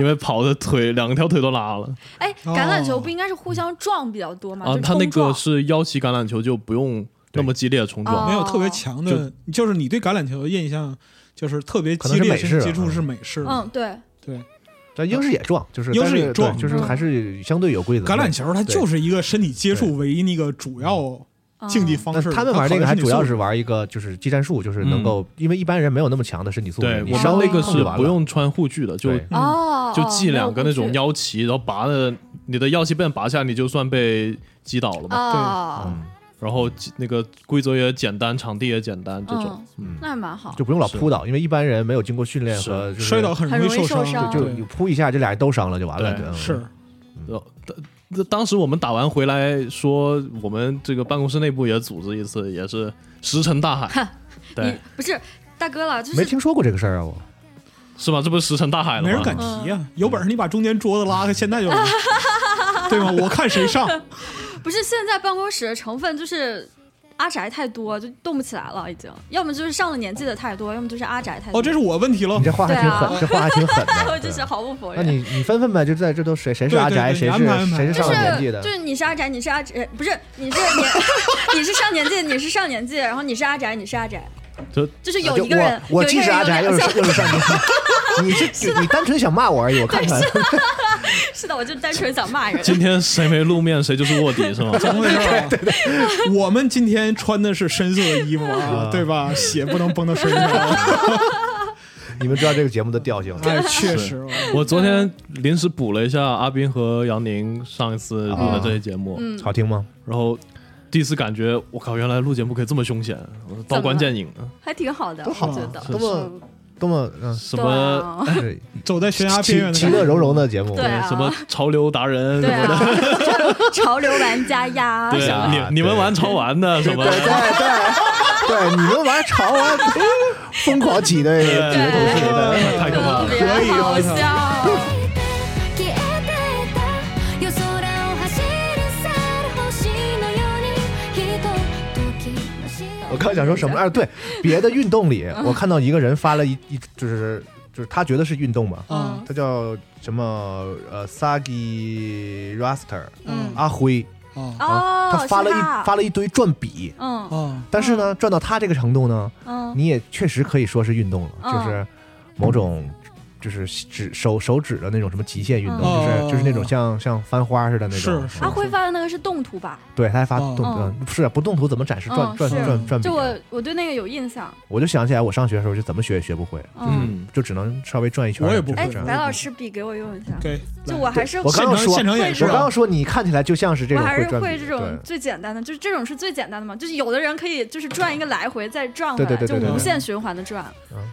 [SPEAKER 5] 因为跑的腿两条腿都拉了
[SPEAKER 4] 哎，橄榄球不应该是互相撞比较多吗？
[SPEAKER 5] 啊
[SPEAKER 4] 就，
[SPEAKER 5] 他那
[SPEAKER 4] 冲撞
[SPEAKER 5] 个是腰旗橄榄球就不用那么激烈的冲
[SPEAKER 4] 哦
[SPEAKER 5] 撞，
[SPEAKER 6] 没有特别强的，就是你对橄榄球的印象，就是特别激烈的身体接
[SPEAKER 3] 啊
[SPEAKER 6] 触是美式的。
[SPEAKER 4] 嗯，对，
[SPEAKER 6] 对，
[SPEAKER 3] 但英式也撞，就是
[SPEAKER 6] 英式也
[SPEAKER 3] 但是
[SPEAKER 6] 撞嗯
[SPEAKER 3] 对就是还是相对有规则的。
[SPEAKER 6] 橄榄球它就是一个身体接触为那个主要
[SPEAKER 4] 嗯
[SPEAKER 6] 竞技方
[SPEAKER 3] 但
[SPEAKER 6] 式。
[SPEAKER 3] 他们玩那个还主要是玩一个就是技战术，就是能
[SPEAKER 6] 嗯
[SPEAKER 3] 够，因为一般人没有那么强的身体素质
[SPEAKER 5] 对，，
[SPEAKER 3] 你
[SPEAKER 5] 我
[SPEAKER 3] 稍
[SPEAKER 5] 们
[SPEAKER 3] 微
[SPEAKER 5] 那个
[SPEAKER 3] 控制
[SPEAKER 5] 是
[SPEAKER 3] 完
[SPEAKER 5] 不
[SPEAKER 3] 了
[SPEAKER 5] 用穿护具的，就
[SPEAKER 3] 对
[SPEAKER 4] 哦，
[SPEAKER 5] 就
[SPEAKER 4] 哦
[SPEAKER 5] 系两个那种，
[SPEAKER 4] 没有
[SPEAKER 5] 腰旗，然后拔的你的腰旗被人拔下，你就算被击倒了
[SPEAKER 4] 过去
[SPEAKER 5] 嘛。
[SPEAKER 4] 哦，
[SPEAKER 3] 嗯，
[SPEAKER 5] 然后那个规则也简单，场地也简单，这种
[SPEAKER 4] 嗯，那还蛮好。
[SPEAKER 3] 啊就不用老
[SPEAKER 5] 是
[SPEAKER 3] 扑倒，因为一般人没有经过训练
[SPEAKER 5] 是
[SPEAKER 3] 和就是
[SPEAKER 6] 摔倒很
[SPEAKER 4] 很
[SPEAKER 6] 易
[SPEAKER 4] 容易受
[SPEAKER 6] 伤，
[SPEAKER 4] 伤
[SPEAKER 3] 就
[SPEAKER 6] 对
[SPEAKER 3] 你扑一下，这俩人都伤了就完了。
[SPEAKER 5] 对
[SPEAKER 3] 嗯
[SPEAKER 6] 是
[SPEAKER 5] 然后当当时我们打完回来说，我们这个办公室内部也组织一次，也是石沉大海，对
[SPEAKER 4] 你，不是大哥了，就
[SPEAKER 3] 没
[SPEAKER 4] 是
[SPEAKER 3] 听说过这个事儿啊，我
[SPEAKER 6] 哦
[SPEAKER 5] 是吧？这不是石沉大海了吗？
[SPEAKER 6] 没人敢
[SPEAKER 4] 嗯
[SPEAKER 6] 提呀。有本事你把中间桌子拉开，现在 就来，对吗？我看谁上。
[SPEAKER 4] 不是现在办公室的成分就是阿宅太多，就动不起来了，已经。要么就是上了年纪的太多，要么就是阿宅太多。
[SPEAKER 6] 哦，这是我问题了
[SPEAKER 3] 你。这话还挺狠，
[SPEAKER 4] 对啊
[SPEAKER 3] 这话还挺狠的。
[SPEAKER 4] 我就是毫不否
[SPEAKER 3] 那
[SPEAKER 4] 认。
[SPEAKER 3] 你你分分呗，就在这都谁谁是
[SPEAKER 6] 对对
[SPEAKER 3] 阿宅，
[SPEAKER 6] 对
[SPEAKER 3] 谁
[SPEAKER 6] 安排安
[SPEAKER 3] 是
[SPEAKER 6] 排
[SPEAKER 3] 谁是
[SPEAKER 4] 就
[SPEAKER 3] 上了年纪
[SPEAKER 4] 是
[SPEAKER 3] 的
[SPEAKER 4] 就，是你是阿宅，你是阿宅，不是你 是年，你是上年纪，你是上年纪，然后你是阿宅，你是阿宅，
[SPEAKER 5] 就
[SPEAKER 4] 就是
[SPEAKER 3] 啊
[SPEAKER 4] 有
[SPEAKER 3] 就
[SPEAKER 4] 一个人，
[SPEAKER 3] 我我
[SPEAKER 4] 有一
[SPEAKER 3] 既
[SPEAKER 4] 个
[SPEAKER 3] 是
[SPEAKER 4] 人
[SPEAKER 3] 阿
[SPEAKER 4] 有
[SPEAKER 3] 宅，又
[SPEAKER 4] 两项
[SPEAKER 3] 是，又是上年纪。 你是你单纯想骂我而已，我看出来了。
[SPEAKER 4] 是的，我就单纯想骂人。
[SPEAKER 5] 今天谁没露面，谁就是卧底，是吗？
[SPEAKER 6] 怎么回 事啊？ 我们今天穿的是深色的衣服啊， 对吧？血不能崩到身 上。 啊
[SPEAKER 3] 你们知道这个节目的调性了。
[SPEAKER 6] 哎，确实，
[SPEAKER 5] 我昨天临时补了一下阿斌和杨宁上一次录的这些节目，
[SPEAKER 4] 嗯
[SPEAKER 3] 好听吗？
[SPEAKER 5] 然后第一次感觉我靠，原来录节目可以这么凶险，刀光剑影，
[SPEAKER 4] 还挺好的，
[SPEAKER 6] 好
[SPEAKER 4] 我觉得。
[SPEAKER 3] 多么多么 嗯，
[SPEAKER 5] 什
[SPEAKER 4] 对
[SPEAKER 5] 么
[SPEAKER 4] 啊，
[SPEAKER 3] 是
[SPEAKER 6] 走在悬崖边
[SPEAKER 3] 其
[SPEAKER 6] 缘
[SPEAKER 3] 其
[SPEAKER 6] 的
[SPEAKER 3] 乐融融的节目
[SPEAKER 4] 对，啊
[SPEAKER 5] 什么潮流达人
[SPEAKER 4] 对
[SPEAKER 5] 什么的，
[SPEAKER 4] 啊， 潮流玩家呀，
[SPEAKER 5] 对
[SPEAKER 4] 什
[SPEAKER 5] 啊，
[SPEAKER 4] 么
[SPEAKER 3] 对
[SPEAKER 5] 你你们玩潮玩的什么的
[SPEAKER 3] 对对对，你们玩潮玩 疯狂挤兑绝
[SPEAKER 5] 对
[SPEAKER 3] 对是的。
[SPEAKER 5] 哎太可怕
[SPEAKER 4] 特
[SPEAKER 5] 了。
[SPEAKER 4] 别
[SPEAKER 3] 啊
[SPEAKER 4] 好笑。
[SPEAKER 2] 消えていた夜空を走る猿星のようにひとときの幸せ
[SPEAKER 3] 我刚想说什么来着？对，别的运动里，
[SPEAKER 4] 嗯
[SPEAKER 3] 我看到一个人发了一一，就是就是他觉得是运动嘛，
[SPEAKER 6] 啊，
[SPEAKER 3] 他叫什么呃，Sagi Raster
[SPEAKER 6] 嗯
[SPEAKER 3] 阿辉，
[SPEAKER 6] 啊
[SPEAKER 4] 哦，
[SPEAKER 3] 他发了一
[SPEAKER 4] 是他
[SPEAKER 3] 发了一堆转笔，
[SPEAKER 4] 嗯
[SPEAKER 6] 啊！
[SPEAKER 3] 但是呢，转到他这个程度呢，
[SPEAKER 4] 嗯
[SPEAKER 3] 你也确实可以说是运动了，
[SPEAKER 4] 嗯
[SPEAKER 3] 就是某种就是指手手指的那种什么极限运动，
[SPEAKER 6] 嗯
[SPEAKER 3] 就是就是那种像像翻花似的那种。
[SPEAKER 6] 是是
[SPEAKER 4] 阿辉发的那个是动图吧？
[SPEAKER 3] 对，他还发
[SPEAKER 6] 嗯
[SPEAKER 3] 动、嗯是啊不动图怎么展示转、
[SPEAKER 4] 嗯
[SPEAKER 3] 转
[SPEAKER 4] 是
[SPEAKER 3] 转转笔
[SPEAKER 4] 就
[SPEAKER 3] 啊？
[SPEAKER 4] 我我对那个有印象。
[SPEAKER 3] 我就想起来，我上学的时候就怎么学也学不会，
[SPEAKER 4] 嗯，
[SPEAKER 5] 嗯，
[SPEAKER 3] 就只能稍微转一圈。
[SPEAKER 6] 我也不会
[SPEAKER 3] 就
[SPEAKER 4] 哎
[SPEAKER 3] 是这，样
[SPEAKER 4] 白老师笔给我用一下。
[SPEAKER 6] 对，
[SPEAKER 4] 就我还是
[SPEAKER 3] 嗯我刚
[SPEAKER 6] 现
[SPEAKER 3] 刚
[SPEAKER 6] 场
[SPEAKER 3] 说
[SPEAKER 6] 现场演示
[SPEAKER 3] 我刚
[SPEAKER 6] 啊
[SPEAKER 3] 刚，说你看起来就像是这
[SPEAKER 4] 我
[SPEAKER 3] 种
[SPEAKER 4] 还
[SPEAKER 3] 会
[SPEAKER 4] 是
[SPEAKER 3] 转笔，
[SPEAKER 4] 会这种最简单的，就是这种是最简单的嘛。就是有的人可以就是转一个来回再转回
[SPEAKER 3] 对
[SPEAKER 4] 来，
[SPEAKER 3] 对对对
[SPEAKER 6] 对
[SPEAKER 4] 就无
[SPEAKER 6] 对
[SPEAKER 4] 限循环的转。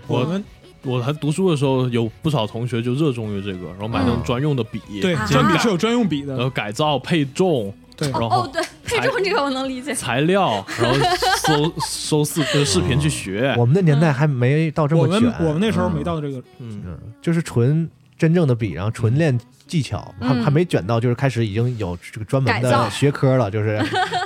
[SPEAKER 6] 我们
[SPEAKER 5] 我还读书的时候有不少同学就热衷于这个，然后买那种专用的笔，
[SPEAKER 6] 对
[SPEAKER 4] 啊
[SPEAKER 5] 然后
[SPEAKER 6] 转笔
[SPEAKER 5] 改
[SPEAKER 6] 是有专用笔
[SPEAKER 5] 然
[SPEAKER 3] 呃
[SPEAKER 6] 的，
[SPEAKER 5] 后改造配重，
[SPEAKER 6] 对
[SPEAKER 5] 然
[SPEAKER 4] 哦
[SPEAKER 5] 后，
[SPEAKER 4] 对，配重这个我能理解。
[SPEAKER 5] 材料，然后搜搜视呃视频去学
[SPEAKER 3] 对。我们那年代还没到这
[SPEAKER 6] 我
[SPEAKER 3] 么
[SPEAKER 6] 们
[SPEAKER 3] 卷，
[SPEAKER 6] 我们那时候
[SPEAKER 3] 嗯
[SPEAKER 6] 没到这个，
[SPEAKER 5] 嗯，
[SPEAKER 3] 嗯，就是纯真正的笔，然后纯练技巧，还、
[SPEAKER 4] 嗯
[SPEAKER 3] 还没卷到，就是开始已经有这个专门
[SPEAKER 4] 改造
[SPEAKER 3] 的学科了，就是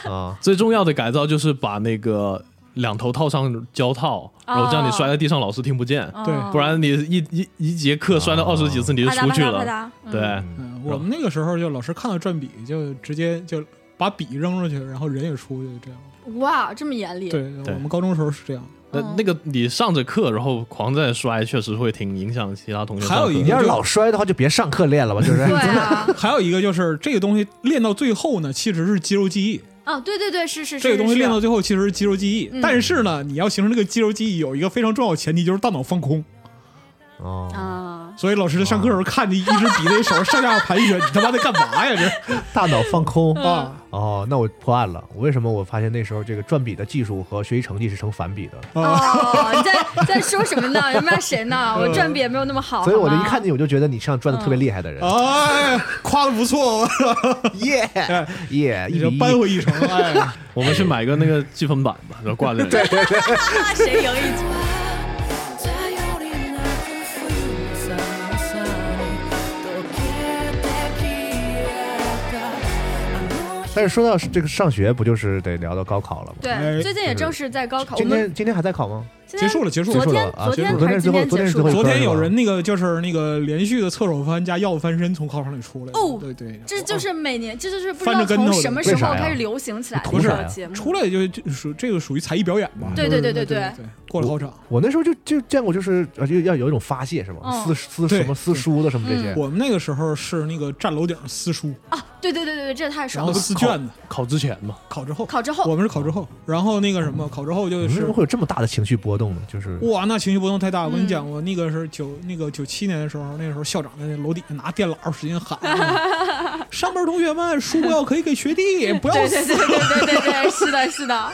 [SPEAKER 3] 啊，
[SPEAKER 5] 最重要的改造就是把那个两头套上胶套，然后这样你摔在地上老师听不见，
[SPEAKER 4] 哦
[SPEAKER 6] 对
[SPEAKER 5] 不然你一一一节课摔了二十几次你就
[SPEAKER 4] 啪嗒
[SPEAKER 5] 出
[SPEAKER 4] 啪
[SPEAKER 5] 去
[SPEAKER 4] 嗒啪
[SPEAKER 5] 了。
[SPEAKER 4] 嗒。嗯
[SPEAKER 5] 对，，
[SPEAKER 6] 嗯，我们那个时候就老师看到转笔就直接就把笔扔出去，然后人也出去，这样。
[SPEAKER 4] 哇，这么严厉。
[SPEAKER 6] 对，
[SPEAKER 5] 对
[SPEAKER 6] 我们高中时候是这样。
[SPEAKER 5] 那
[SPEAKER 4] 嗯
[SPEAKER 5] 那个你上着课然后狂在摔，确实会挺影响其他同学上课。
[SPEAKER 6] 还有 一
[SPEAKER 3] 你要是老摔的话，就别上课练了吧，就是
[SPEAKER 4] 对啊，
[SPEAKER 6] 还有一个就是这个东西练到最后呢，其实是肌肉记忆。
[SPEAKER 4] 啊，对对对，是是是。
[SPEAKER 6] 这个东西
[SPEAKER 4] 是
[SPEAKER 6] 练到最后其实是肌肉记忆，
[SPEAKER 4] 嗯
[SPEAKER 6] 但是呢，你要形成这个肌肉记忆，有一个非常重要的前提就是大脑放空。
[SPEAKER 3] 哦，
[SPEAKER 4] 啊，
[SPEAKER 6] 所以老师在上课的时候看着一支笔在手上下盘旋，你他妈在干嘛呀？
[SPEAKER 3] 大脑放空
[SPEAKER 6] 这
[SPEAKER 4] 嗯
[SPEAKER 6] 啊
[SPEAKER 3] 哦，那我破案了。为什么我发现那时候这个转笔的技术和学习成绩是成反比的？
[SPEAKER 6] 啊！
[SPEAKER 4] 哦，你在在说什么呢？人骂谁呢？
[SPEAKER 6] 嗯
[SPEAKER 4] 我转笔也没有那么好。
[SPEAKER 3] 所以我就
[SPEAKER 4] 好
[SPEAKER 3] 一
[SPEAKER 4] 吗
[SPEAKER 3] 看见我就觉得你像转的特别厉害的 人，
[SPEAKER 6] 哎，夸的不错，我
[SPEAKER 3] 耶 耶，一比
[SPEAKER 6] 你这
[SPEAKER 3] 一，
[SPEAKER 6] 扳回一城，哎，
[SPEAKER 5] 我们去买个那个积分板吧，然后挂在那里。
[SPEAKER 4] 那谁赢一局？
[SPEAKER 2] 頼りなくふささに溶けて消えた
[SPEAKER 3] 但是说到这个上学，不就是得聊到高考了吗？
[SPEAKER 6] 哎
[SPEAKER 4] 对，最近也正是在高考，我
[SPEAKER 3] 今
[SPEAKER 4] 们
[SPEAKER 3] 天今天还在考吗？
[SPEAKER 4] 今
[SPEAKER 6] 结
[SPEAKER 4] 天
[SPEAKER 6] 束了，结束
[SPEAKER 4] 昨
[SPEAKER 6] 了。
[SPEAKER 4] 天
[SPEAKER 3] 啊
[SPEAKER 4] 昨
[SPEAKER 3] 结束
[SPEAKER 4] 天
[SPEAKER 3] 了
[SPEAKER 4] 还是今天
[SPEAKER 3] 昨天
[SPEAKER 4] 结
[SPEAKER 3] 是最
[SPEAKER 4] 束
[SPEAKER 3] 后一
[SPEAKER 6] 昨
[SPEAKER 3] 天
[SPEAKER 6] 天有人那个就是那个连续的侧手翻加药翻身从考场里出来，
[SPEAKER 4] 哦
[SPEAKER 6] 对对，
[SPEAKER 4] 这就是每年，这就是不知
[SPEAKER 6] 嗯翻着
[SPEAKER 4] 道
[SPEAKER 6] 跟头
[SPEAKER 4] 从
[SPEAKER 6] 的
[SPEAKER 4] 什么时
[SPEAKER 3] 为啥
[SPEAKER 4] 候
[SPEAKER 3] 呀
[SPEAKER 4] 开始流行起来的
[SPEAKER 3] 不
[SPEAKER 4] 这
[SPEAKER 3] 是啊
[SPEAKER 4] 个节目。
[SPEAKER 6] 出来就就属这个属于才艺表演吧？
[SPEAKER 4] 对
[SPEAKER 6] 就是
[SPEAKER 4] 对对
[SPEAKER 6] 对
[SPEAKER 4] 对
[SPEAKER 6] 对，过了考场。
[SPEAKER 3] 我那时候就就见过，就是呃就要有一种发泄是吗？
[SPEAKER 4] 嗯
[SPEAKER 3] 撕撕
[SPEAKER 6] 对
[SPEAKER 3] 什么撕书的什么这些，
[SPEAKER 6] 我们那个时候是那个站楼顶撕书，
[SPEAKER 4] 啊，对对对对对，这太
[SPEAKER 6] 然
[SPEAKER 4] 爽
[SPEAKER 6] 后
[SPEAKER 4] 了！
[SPEAKER 6] 撕卷子，
[SPEAKER 5] 考之前嘛，
[SPEAKER 6] 考之后，
[SPEAKER 4] 考之后
[SPEAKER 6] 我们是考之后，然后那个什么，考之后就
[SPEAKER 3] 为什
[SPEAKER 6] 是
[SPEAKER 3] 么会有这么大的情绪波动呢？就是
[SPEAKER 6] 哇，那情绪波动太大。我跟你
[SPEAKER 4] 嗯
[SPEAKER 6] 讲，我 那个是九那个九七年的时候，那个时候校长在那楼底下拿电缆使劲喊，上班同学们，书不要可以给学弟，不要
[SPEAKER 4] 对对对对对对对，是的，是的，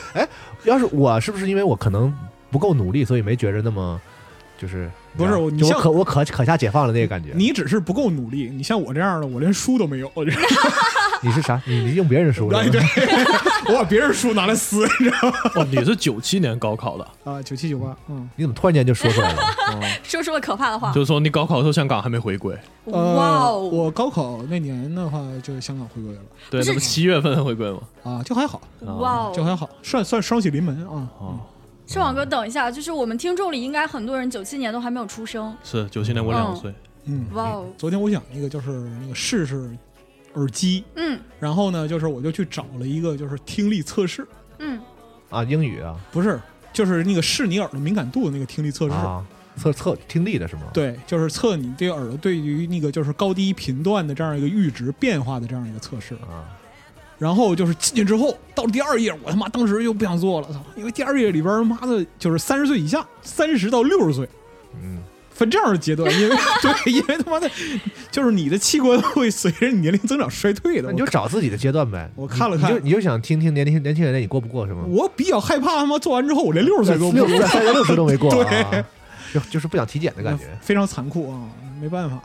[SPEAKER 3] 要是我是不是因为我可能不够努力，所以没觉着那么就是
[SPEAKER 6] 不是
[SPEAKER 3] 我
[SPEAKER 6] 我你
[SPEAKER 3] 就我
[SPEAKER 6] 像
[SPEAKER 3] 可我可可下解放了那个感觉。
[SPEAKER 6] 你只是不够努力。你像我这样的，我连书都没有，我这
[SPEAKER 3] 你是啥？你你用别人说的
[SPEAKER 6] 哎 对，我把别人书拿来撕，你知道吗？
[SPEAKER 5] 哦，你是九七年高考的，
[SPEAKER 6] 啊，九七九八，嗯，
[SPEAKER 3] 你怎么突然间就说出来 了？
[SPEAKER 4] 说出了可怕的话
[SPEAKER 5] 就。是说你高考的时候香港还没回归，
[SPEAKER 4] 哇
[SPEAKER 6] 呃，
[SPEAKER 4] 哦，
[SPEAKER 6] 我高考那年的话，就香港回归了
[SPEAKER 5] 对，
[SPEAKER 4] 不是
[SPEAKER 5] 那不七月份回归吗？
[SPEAKER 6] 啊，就还好，
[SPEAKER 4] 哇哦，
[SPEAKER 6] 就还好，算算双喜临门啊。
[SPEAKER 5] 哦，
[SPEAKER 4] 盛网哥，等一下，就是我们听众里应该很多人九七年都还没有出生。
[SPEAKER 5] 是九七年我
[SPEAKER 4] 嗯
[SPEAKER 5] 两岁，
[SPEAKER 6] 嗯，
[SPEAKER 4] 哇哦，
[SPEAKER 6] 昨天我想那个就是那个试试耳机，
[SPEAKER 4] 嗯
[SPEAKER 6] 然后呢，就是我就去找了一个就是听力测试，
[SPEAKER 4] 嗯，
[SPEAKER 3] 啊，英语啊
[SPEAKER 6] 不是，就是那个试你耳朵敏感度的那个听力测试。
[SPEAKER 3] 啊，测测听力的是吗？，
[SPEAKER 6] 对，就是测你对耳朵对于那个就是高低频段的这样一个阈值变化的这样一个测试
[SPEAKER 3] 啊。
[SPEAKER 6] 然后就是进去之后，到了第二页，我他妈当时就不想做了，操！因为第二页里边儿妈的就是三十岁以下，三十到六十岁
[SPEAKER 3] 嗯，
[SPEAKER 6] 分这样的阶段，因为 对，因为他妈的，就是你的器官会随着你年龄增长衰退的。
[SPEAKER 3] 那你就
[SPEAKER 6] 我
[SPEAKER 3] 找自己的阶段呗。
[SPEAKER 6] 我
[SPEAKER 3] 你
[SPEAKER 6] 看了看
[SPEAKER 3] 你就你就想听听年轻年轻人你过不过是吗？
[SPEAKER 6] 我比较害怕他妈做完之后我连六十岁都 不
[SPEAKER 3] 六十三十六岁都没过、啊，
[SPEAKER 6] 对，
[SPEAKER 3] 就就是不想体检的感觉。
[SPEAKER 6] 非常残酷啊，没办法了。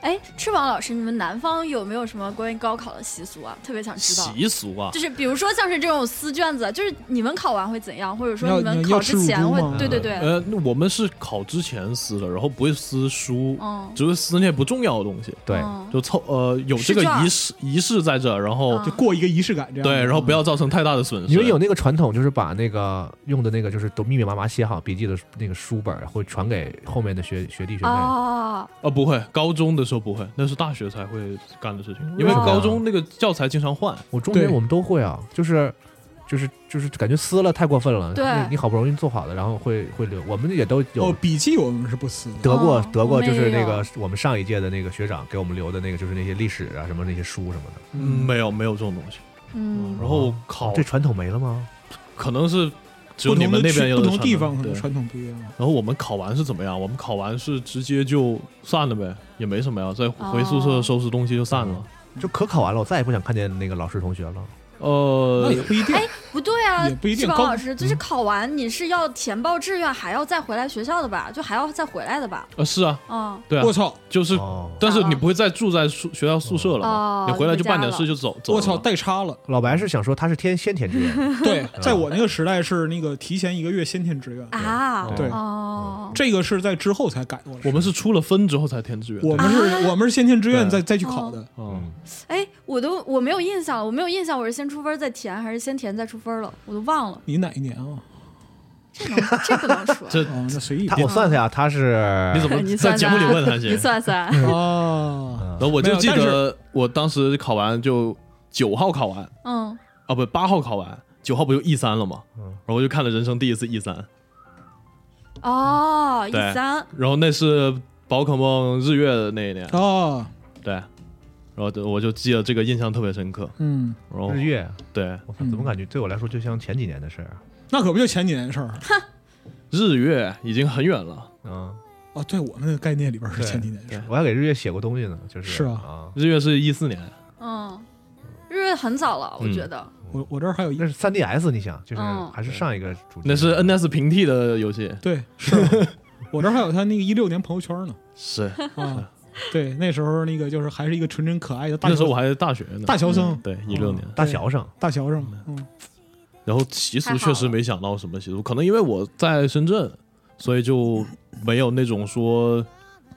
[SPEAKER 4] 哎，翅膀老师，你们南方有没有什么关于高考的习俗啊？特别想知道。
[SPEAKER 5] 习俗啊
[SPEAKER 4] 就，是比如说像是这种撕卷子，就是你们考完会怎样，或者说
[SPEAKER 6] 要
[SPEAKER 4] 你们
[SPEAKER 6] 要
[SPEAKER 4] 考
[SPEAKER 6] 要
[SPEAKER 4] 之
[SPEAKER 6] 吃
[SPEAKER 4] 前
[SPEAKER 6] 乳猪
[SPEAKER 4] 会
[SPEAKER 6] 吗，
[SPEAKER 4] 对对对，
[SPEAKER 5] 呃，那我们是考之前撕的，然后不会撕书，
[SPEAKER 4] 嗯，
[SPEAKER 5] 只会撕那些不重要的东西，
[SPEAKER 3] 对，
[SPEAKER 4] 嗯
[SPEAKER 5] 呃就凑呃有这
[SPEAKER 4] 试
[SPEAKER 5] 个
[SPEAKER 4] 卷儿
[SPEAKER 5] 仪式仪式在这儿，然后
[SPEAKER 4] 嗯
[SPEAKER 3] 啊
[SPEAKER 6] 就过一个仪式感这样。
[SPEAKER 5] 对，然后不要造成太大的损失。
[SPEAKER 3] 你们有那个传统，就是把那个用的那个就是都密密麻麻写好笔记的那个书本儿，会传给后面的学学弟学妹。
[SPEAKER 4] 哦，
[SPEAKER 5] 啊，不会，高中的时候不会，那是大学才会干的事情，
[SPEAKER 3] 为
[SPEAKER 5] 因为
[SPEAKER 3] 什么呀
[SPEAKER 5] 高中那个教材经常换。
[SPEAKER 3] 我中学
[SPEAKER 6] 对
[SPEAKER 3] 我们都会啊，就是就是就是感觉撕了太过分了。
[SPEAKER 4] 对
[SPEAKER 3] 你你好不容易做好的，然后会会留，我们也都有。
[SPEAKER 6] 哦，笔记我们是不撕的。
[SPEAKER 3] 得过
[SPEAKER 4] 哦
[SPEAKER 3] 得过，就是那
[SPEAKER 4] 我
[SPEAKER 3] 个我们上一届的那个学长给我们留的那个，就是那些历史啊什么那些书什么的。
[SPEAKER 5] 嗯，没有没有这种东西。
[SPEAKER 4] 嗯，
[SPEAKER 5] 然后考
[SPEAKER 3] 这传统没了吗？
[SPEAKER 5] 可能是只有
[SPEAKER 6] 不
[SPEAKER 5] 你
[SPEAKER 6] 同
[SPEAKER 5] 们
[SPEAKER 6] 的
[SPEAKER 5] 那
[SPEAKER 6] 区
[SPEAKER 5] 边有
[SPEAKER 6] 不
[SPEAKER 5] 的
[SPEAKER 6] 同
[SPEAKER 5] 传
[SPEAKER 6] 地
[SPEAKER 5] 统
[SPEAKER 6] 方可
[SPEAKER 5] 对
[SPEAKER 6] 能传统不一样。
[SPEAKER 5] 然后我们考完是怎么样？我们考完是直接就散了呗，也没什么呀，再回宿舍收拾东西就散了。
[SPEAKER 4] 嗯
[SPEAKER 3] 就可考啊完了，我再也不想看见那个老师同学了。
[SPEAKER 6] 那
[SPEAKER 5] 呃
[SPEAKER 6] 也，不一定
[SPEAKER 4] 哎，不对啊
[SPEAKER 6] 也不一，定
[SPEAKER 4] 翅膀
[SPEAKER 6] 高嗯
[SPEAKER 4] 老师，就是考完你是要填报志愿，还要再回来学校的吧？就还要再回来的吧？
[SPEAKER 5] 呃是啊，
[SPEAKER 4] 嗯，
[SPEAKER 5] 对啊
[SPEAKER 6] 我，操，
[SPEAKER 5] 就是，
[SPEAKER 3] 哦，
[SPEAKER 5] 但是你不会再住在宿学校宿舍了嘛
[SPEAKER 4] 哦？
[SPEAKER 5] 你回来就
[SPEAKER 4] 回家
[SPEAKER 5] 办点
[SPEAKER 4] 了
[SPEAKER 5] 事就走走了嘛。
[SPEAKER 6] 我操，带叉 了。
[SPEAKER 3] 老白是想说他是天先天之 人，
[SPEAKER 6] 对，
[SPEAKER 5] 嗯
[SPEAKER 6] 在我那个时代是那个提前一个月先填志愿，
[SPEAKER 4] 啊，
[SPEAKER 6] 对
[SPEAKER 5] 嗯
[SPEAKER 4] 哦，
[SPEAKER 6] 这个是在之后才改过来的。
[SPEAKER 5] 我们是出了分之后才填志愿。
[SPEAKER 6] 我们是我们是先填志愿
[SPEAKER 5] 对
[SPEAKER 6] 再再去考的，
[SPEAKER 5] 嗯，。
[SPEAKER 4] 哎，我都我没有印象了，我没有印象，我是先出分再填，还是先填再出分了？我都忘了，
[SPEAKER 6] 你哪一年啊？
[SPEAKER 4] 这能这不能说
[SPEAKER 5] 这
[SPEAKER 6] 啊，那随意
[SPEAKER 3] 他我算算啊，他是
[SPEAKER 5] 你怎么
[SPEAKER 4] 你算
[SPEAKER 5] 在节目里
[SPEAKER 4] 算
[SPEAKER 5] 问还 行
[SPEAKER 4] 你？算算，
[SPEAKER 6] 啊，
[SPEAKER 5] 然后我
[SPEAKER 6] 没
[SPEAKER 5] 就
[SPEAKER 6] 有
[SPEAKER 5] 记
[SPEAKER 6] 但
[SPEAKER 5] 得我当时考完就九号考完
[SPEAKER 4] 嗯，
[SPEAKER 5] 啊，不八号考完，九号不就 E 三了吗？然后我就看了人生第一次 E 三，
[SPEAKER 4] 哦，一
[SPEAKER 5] 对
[SPEAKER 4] 三，
[SPEAKER 5] 然后那是宝可梦日月的那一年，
[SPEAKER 6] 啊，
[SPEAKER 5] 对，然后就我就记得这个印象特别深刻。
[SPEAKER 6] 嗯，
[SPEAKER 5] 然后
[SPEAKER 3] 日月，
[SPEAKER 5] 对
[SPEAKER 3] 我靠，怎么感觉对我来说就像前几年的事儿啊？
[SPEAKER 6] 那可不就前几年的事儿
[SPEAKER 5] 日月已经很远了，
[SPEAKER 3] 嗯，
[SPEAKER 6] 啊？对我们的概念里边是
[SPEAKER 3] 对
[SPEAKER 6] 前几年的事儿。
[SPEAKER 3] 我还给日月写过东西呢，就是
[SPEAKER 6] 是啊
[SPEAKER 3] 啊，
[SPEAKER 5] 日月嗯是一四年，
[SPEAKER 4] 嗯，日月很早了，我
[SPEAKER 5] 嗯
[SPEAKER 4] 觉得。
[SPEAKER 6] 我我这儿还有一
[SPEAKER 3] 那是 3DS，你想，就是
[SPEAKER 4] 嗯
[SPEAKER 3] 还是上一个主机，
[SPEAKER 5] 那是 NS 平替的游戏，
[SPEAKER 6] 对是，啊我这儿还有他那个一六年朋友圈 呢
[SPEAKER 5] 是
[SPEAKER 6] 啊，对，那时候那个就是还是一个纯真可爱的大
[SPEAKER 5] 那时候
[SPEAKER 6] 学
[SPEAKER 5] 我还在大学呢，
[SPEAKER 6] 大学生，
[SPEAKER 5] 对一六年。
[SPEAKER 3] 大小生，
[SPEAKER 6] 大学生，嗯，
[SPEAKER 5] 然后习俗
[SPEAKER 4] 太好
[SPEAKER 5] 确实
[SPEAKER 4] 了
[SPEAKER 5] 没想到什么习俗，可能因为我在深圳，所以就没有那种说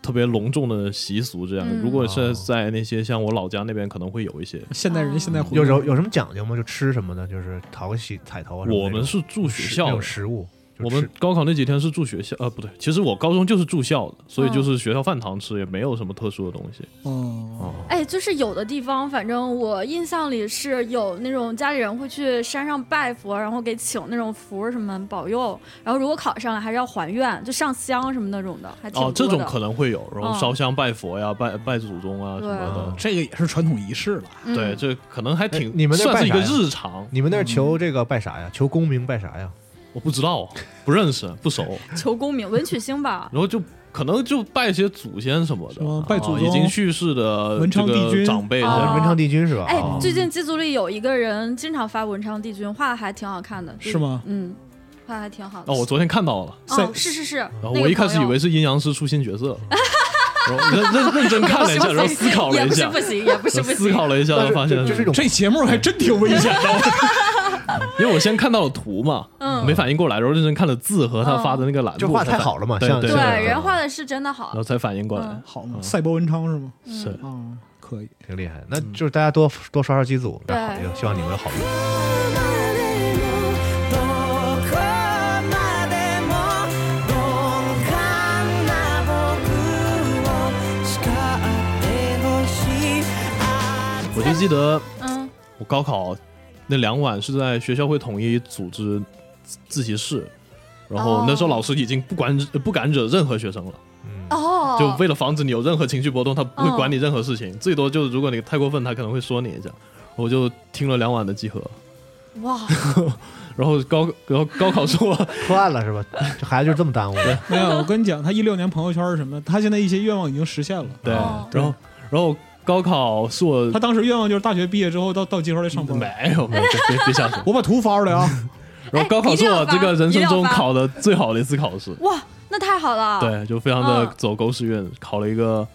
[SPEAKER 5] 特别隆重的习俗。这样，
[SPEAKER 4] 嗯
[SPEAKER 5] 如果
[SPEAKER 3] 哦
[SPEAKER 5] 是在那些像我老家那边，可能会有一些。
[SPEAKER 6] 现代人现在
[SPEAKER 3] 嗯有
[SPEAKER 5] 嗯
[SPEAKER 3] 有有什么讲究吗？就吃什么的，就是讨个喜彩头啊什么的。
[SPEAKER 5] 我们是住学
[SPEAKER 3] 那
[SPEAKER 5] 校
[SPEAKER 3] 种
[SPEAKER 5] 的，
[SPEAKER 3] 食物，就
[SPEAKER 5] 我
[SPEAKER 3] 吃
[SPEAKER 5] 们高考那几天是住学校，呃，不对，其实我高中就是住校的，所以
[SPEAKER 4] 嗯
[SPEAKER 5] 就是学校饭堂吃，也没有什么特殊的东西。
[SPEAKER 6] 哦，
[SPEAKER 4] 哎，就是有的地方，反正我印象里是有那种家里人会去山上拜佛，然后给请那种符什么保佑，然后如果考上了还是要还愿，就上香什么那种的，还挺多
[SPEAKER 5] 哦，
[SPEAKER 4] 的。
[SPEAKER 5] 这种可能会有，然
[SPEAKER 4] 嗯
[SPEAKER 5] 后烧香拜佛呀、拜拜祖宗啊什么
[SPEAKER 6] 这个也是传统仪式了。
[SPEAKER 5] 的。
[SPEAKER 4] 嗯
[SPEAKER 5] 对，这可能还
[SPEAKER 3] 哎
[SPEAKER 5] 挺
[SPEAKER 3] 你们那
[SPEAKER 5] 算是一
[SPEAKER 3] 拜
[SPEAKER 5] 个
[SPEAKER 3] 啥呀
[SPEAKER 5] 日常。
[SPEAKER 3] 你们那儿求这个拜啥呀？求功名拜啥呀？
[SPEAKER 5] 我不知道，不认识，不熟，
[SPEAKER 4] 求功名，文曲星 吧。
[SPEAKER 5] 然后就可能就拜一些祖先什么的，
[SPEAKER 6] 什么拜祖
[SPEAKER 5] 啊
[SPEAKER 6] 宗
[SPEAKER 5] 已经去世的
[SPEAKER 6] 文昌
[SPEAKER 5] 这个
[SPEAKER 6] 帝君
[SPEAKER 5] 长辈
[SPEAKER 4] 哦
[SPEAKER 5] 啊
[SPEAKER 9] 文昌帝君是吧？
[SPEAKER 4] 哎
[SPEAKER 3] 啊
[SPEAKER 9] 哦，
[SPEAKER 4] 最近机组里有一个人经常发文昌帝君，画的还挺好看的。
[SPEAKER 6] 是吗？
[SPEAKER 4] 嗯，画的还挺好的。
[SPEAKER 5] 哦，我昨天看到了，
[SPEAKER 6] 在
[SPEAKER 4] 哦，是是是。
[SPEAKER 5] 然后
[SPEAKER 4] 那
[SPEAKER 5] 我
[SPEAKER 4] 个
[SPEAKER 5] 一开始
[SPEAKER 4] 朋
[SPEAKER 5] 以
[SPEAKER 4] 友
[SPEAKER 5] 为是阴阳师出新角色 了，然后认认认真看了 一下，然后思考了一下
[SPEAKER 4] 也不，是不行，也不是不
[SPEAKER 5] 思
[SPEAKER 4] 行。
[SPEAKER 5] 考了一下，然后发现
[SPEAKER 9] 这是一种
[SPEAKER 6] 这节目还真挺危险的，
[SPEAKER 5] 因为我先看到了图嘛，
[SPEAKER 4] 嗯
[SPEAKER 5] 没反应过来，然后认真看了字和他发的那个栏目，
[SPEAKER 9] 就画太好
[SPEAKER 5] 了，
[SPEAKER 9] 了嘛，
[SPEAKER 5] 对
[SPEAKER 9] 像
[SPEAKER 5] 对
[SPEAKER 4] 对，
[SPEAKER 5] 是
[SPEAKER 4] 人画的是真的
[SPEAKER 5] 然
[SPEAKER 4] 好
[SPEAKER 5] 后。才反应过来
[SPEAKER 4] 嗯，
[SPEAKER 6] 好嘛？ 赛博文昌是吗？
[SPEAKER 5] 是
[SPEAKER 6] 啊，可以。
[SPEAKER 9] 挺厉害。那
[SPEAKER 5] 嗯
[SPEAKER 9] 就是大家多多刷刷机组，
[SPEAKER 4] 对
[SPEAKER 9] 然后也希望你们有好运。
[SPEAKER 8] どこまでも鈍感な僕を叱ってほしい
[SPEAKER 5] 我就记得
[SPEAKER 4] 嗯
[SPEAKER 5] 我高考那两晚是在学校会统一组织自自习室，然
[SPEAKER 4] 哦
[SPEAKER 5] 后那时候老师已经不管不敢惹任何学生了，
[SPEAKER 4] 哦，嗯
[SPEAKER 5] 就为了防止你有任何情绪波动，他不会管你任何事情，最多就是如果你太过分，他可能会说你一下。我就听了两晚的集合，
[SPEAKER 4] 哇，
[SPEAKER 5] 然后高然后高考是 我。
[SPEAKER 9] 破案了是吧？这孩子就这么耽误的。
[SPEAKER 6] 没有，我跟你讲，他一六年朋友圈是什么？他现在一些愿望已经实现了
[SPEAKER 5] 对，
[SPEAKER 4] 哦
[SPEAKER 5] 然后然后高考是我
[SPEAKER 6] 他当时愿望就是大学毕业之后到到集合来上班。
[SPEAKER 5] 没有没有，别别别瞎说。
[SPEAKER 6] 我把图发出来啊！
[SPEAKER 5] 然后高考是我这个人生中考的最好的一次考试，
[SPEAKER 4] 哇，那太好了。，
[SPEAKER 5] 对，就非常的走狗屎运，考了一个，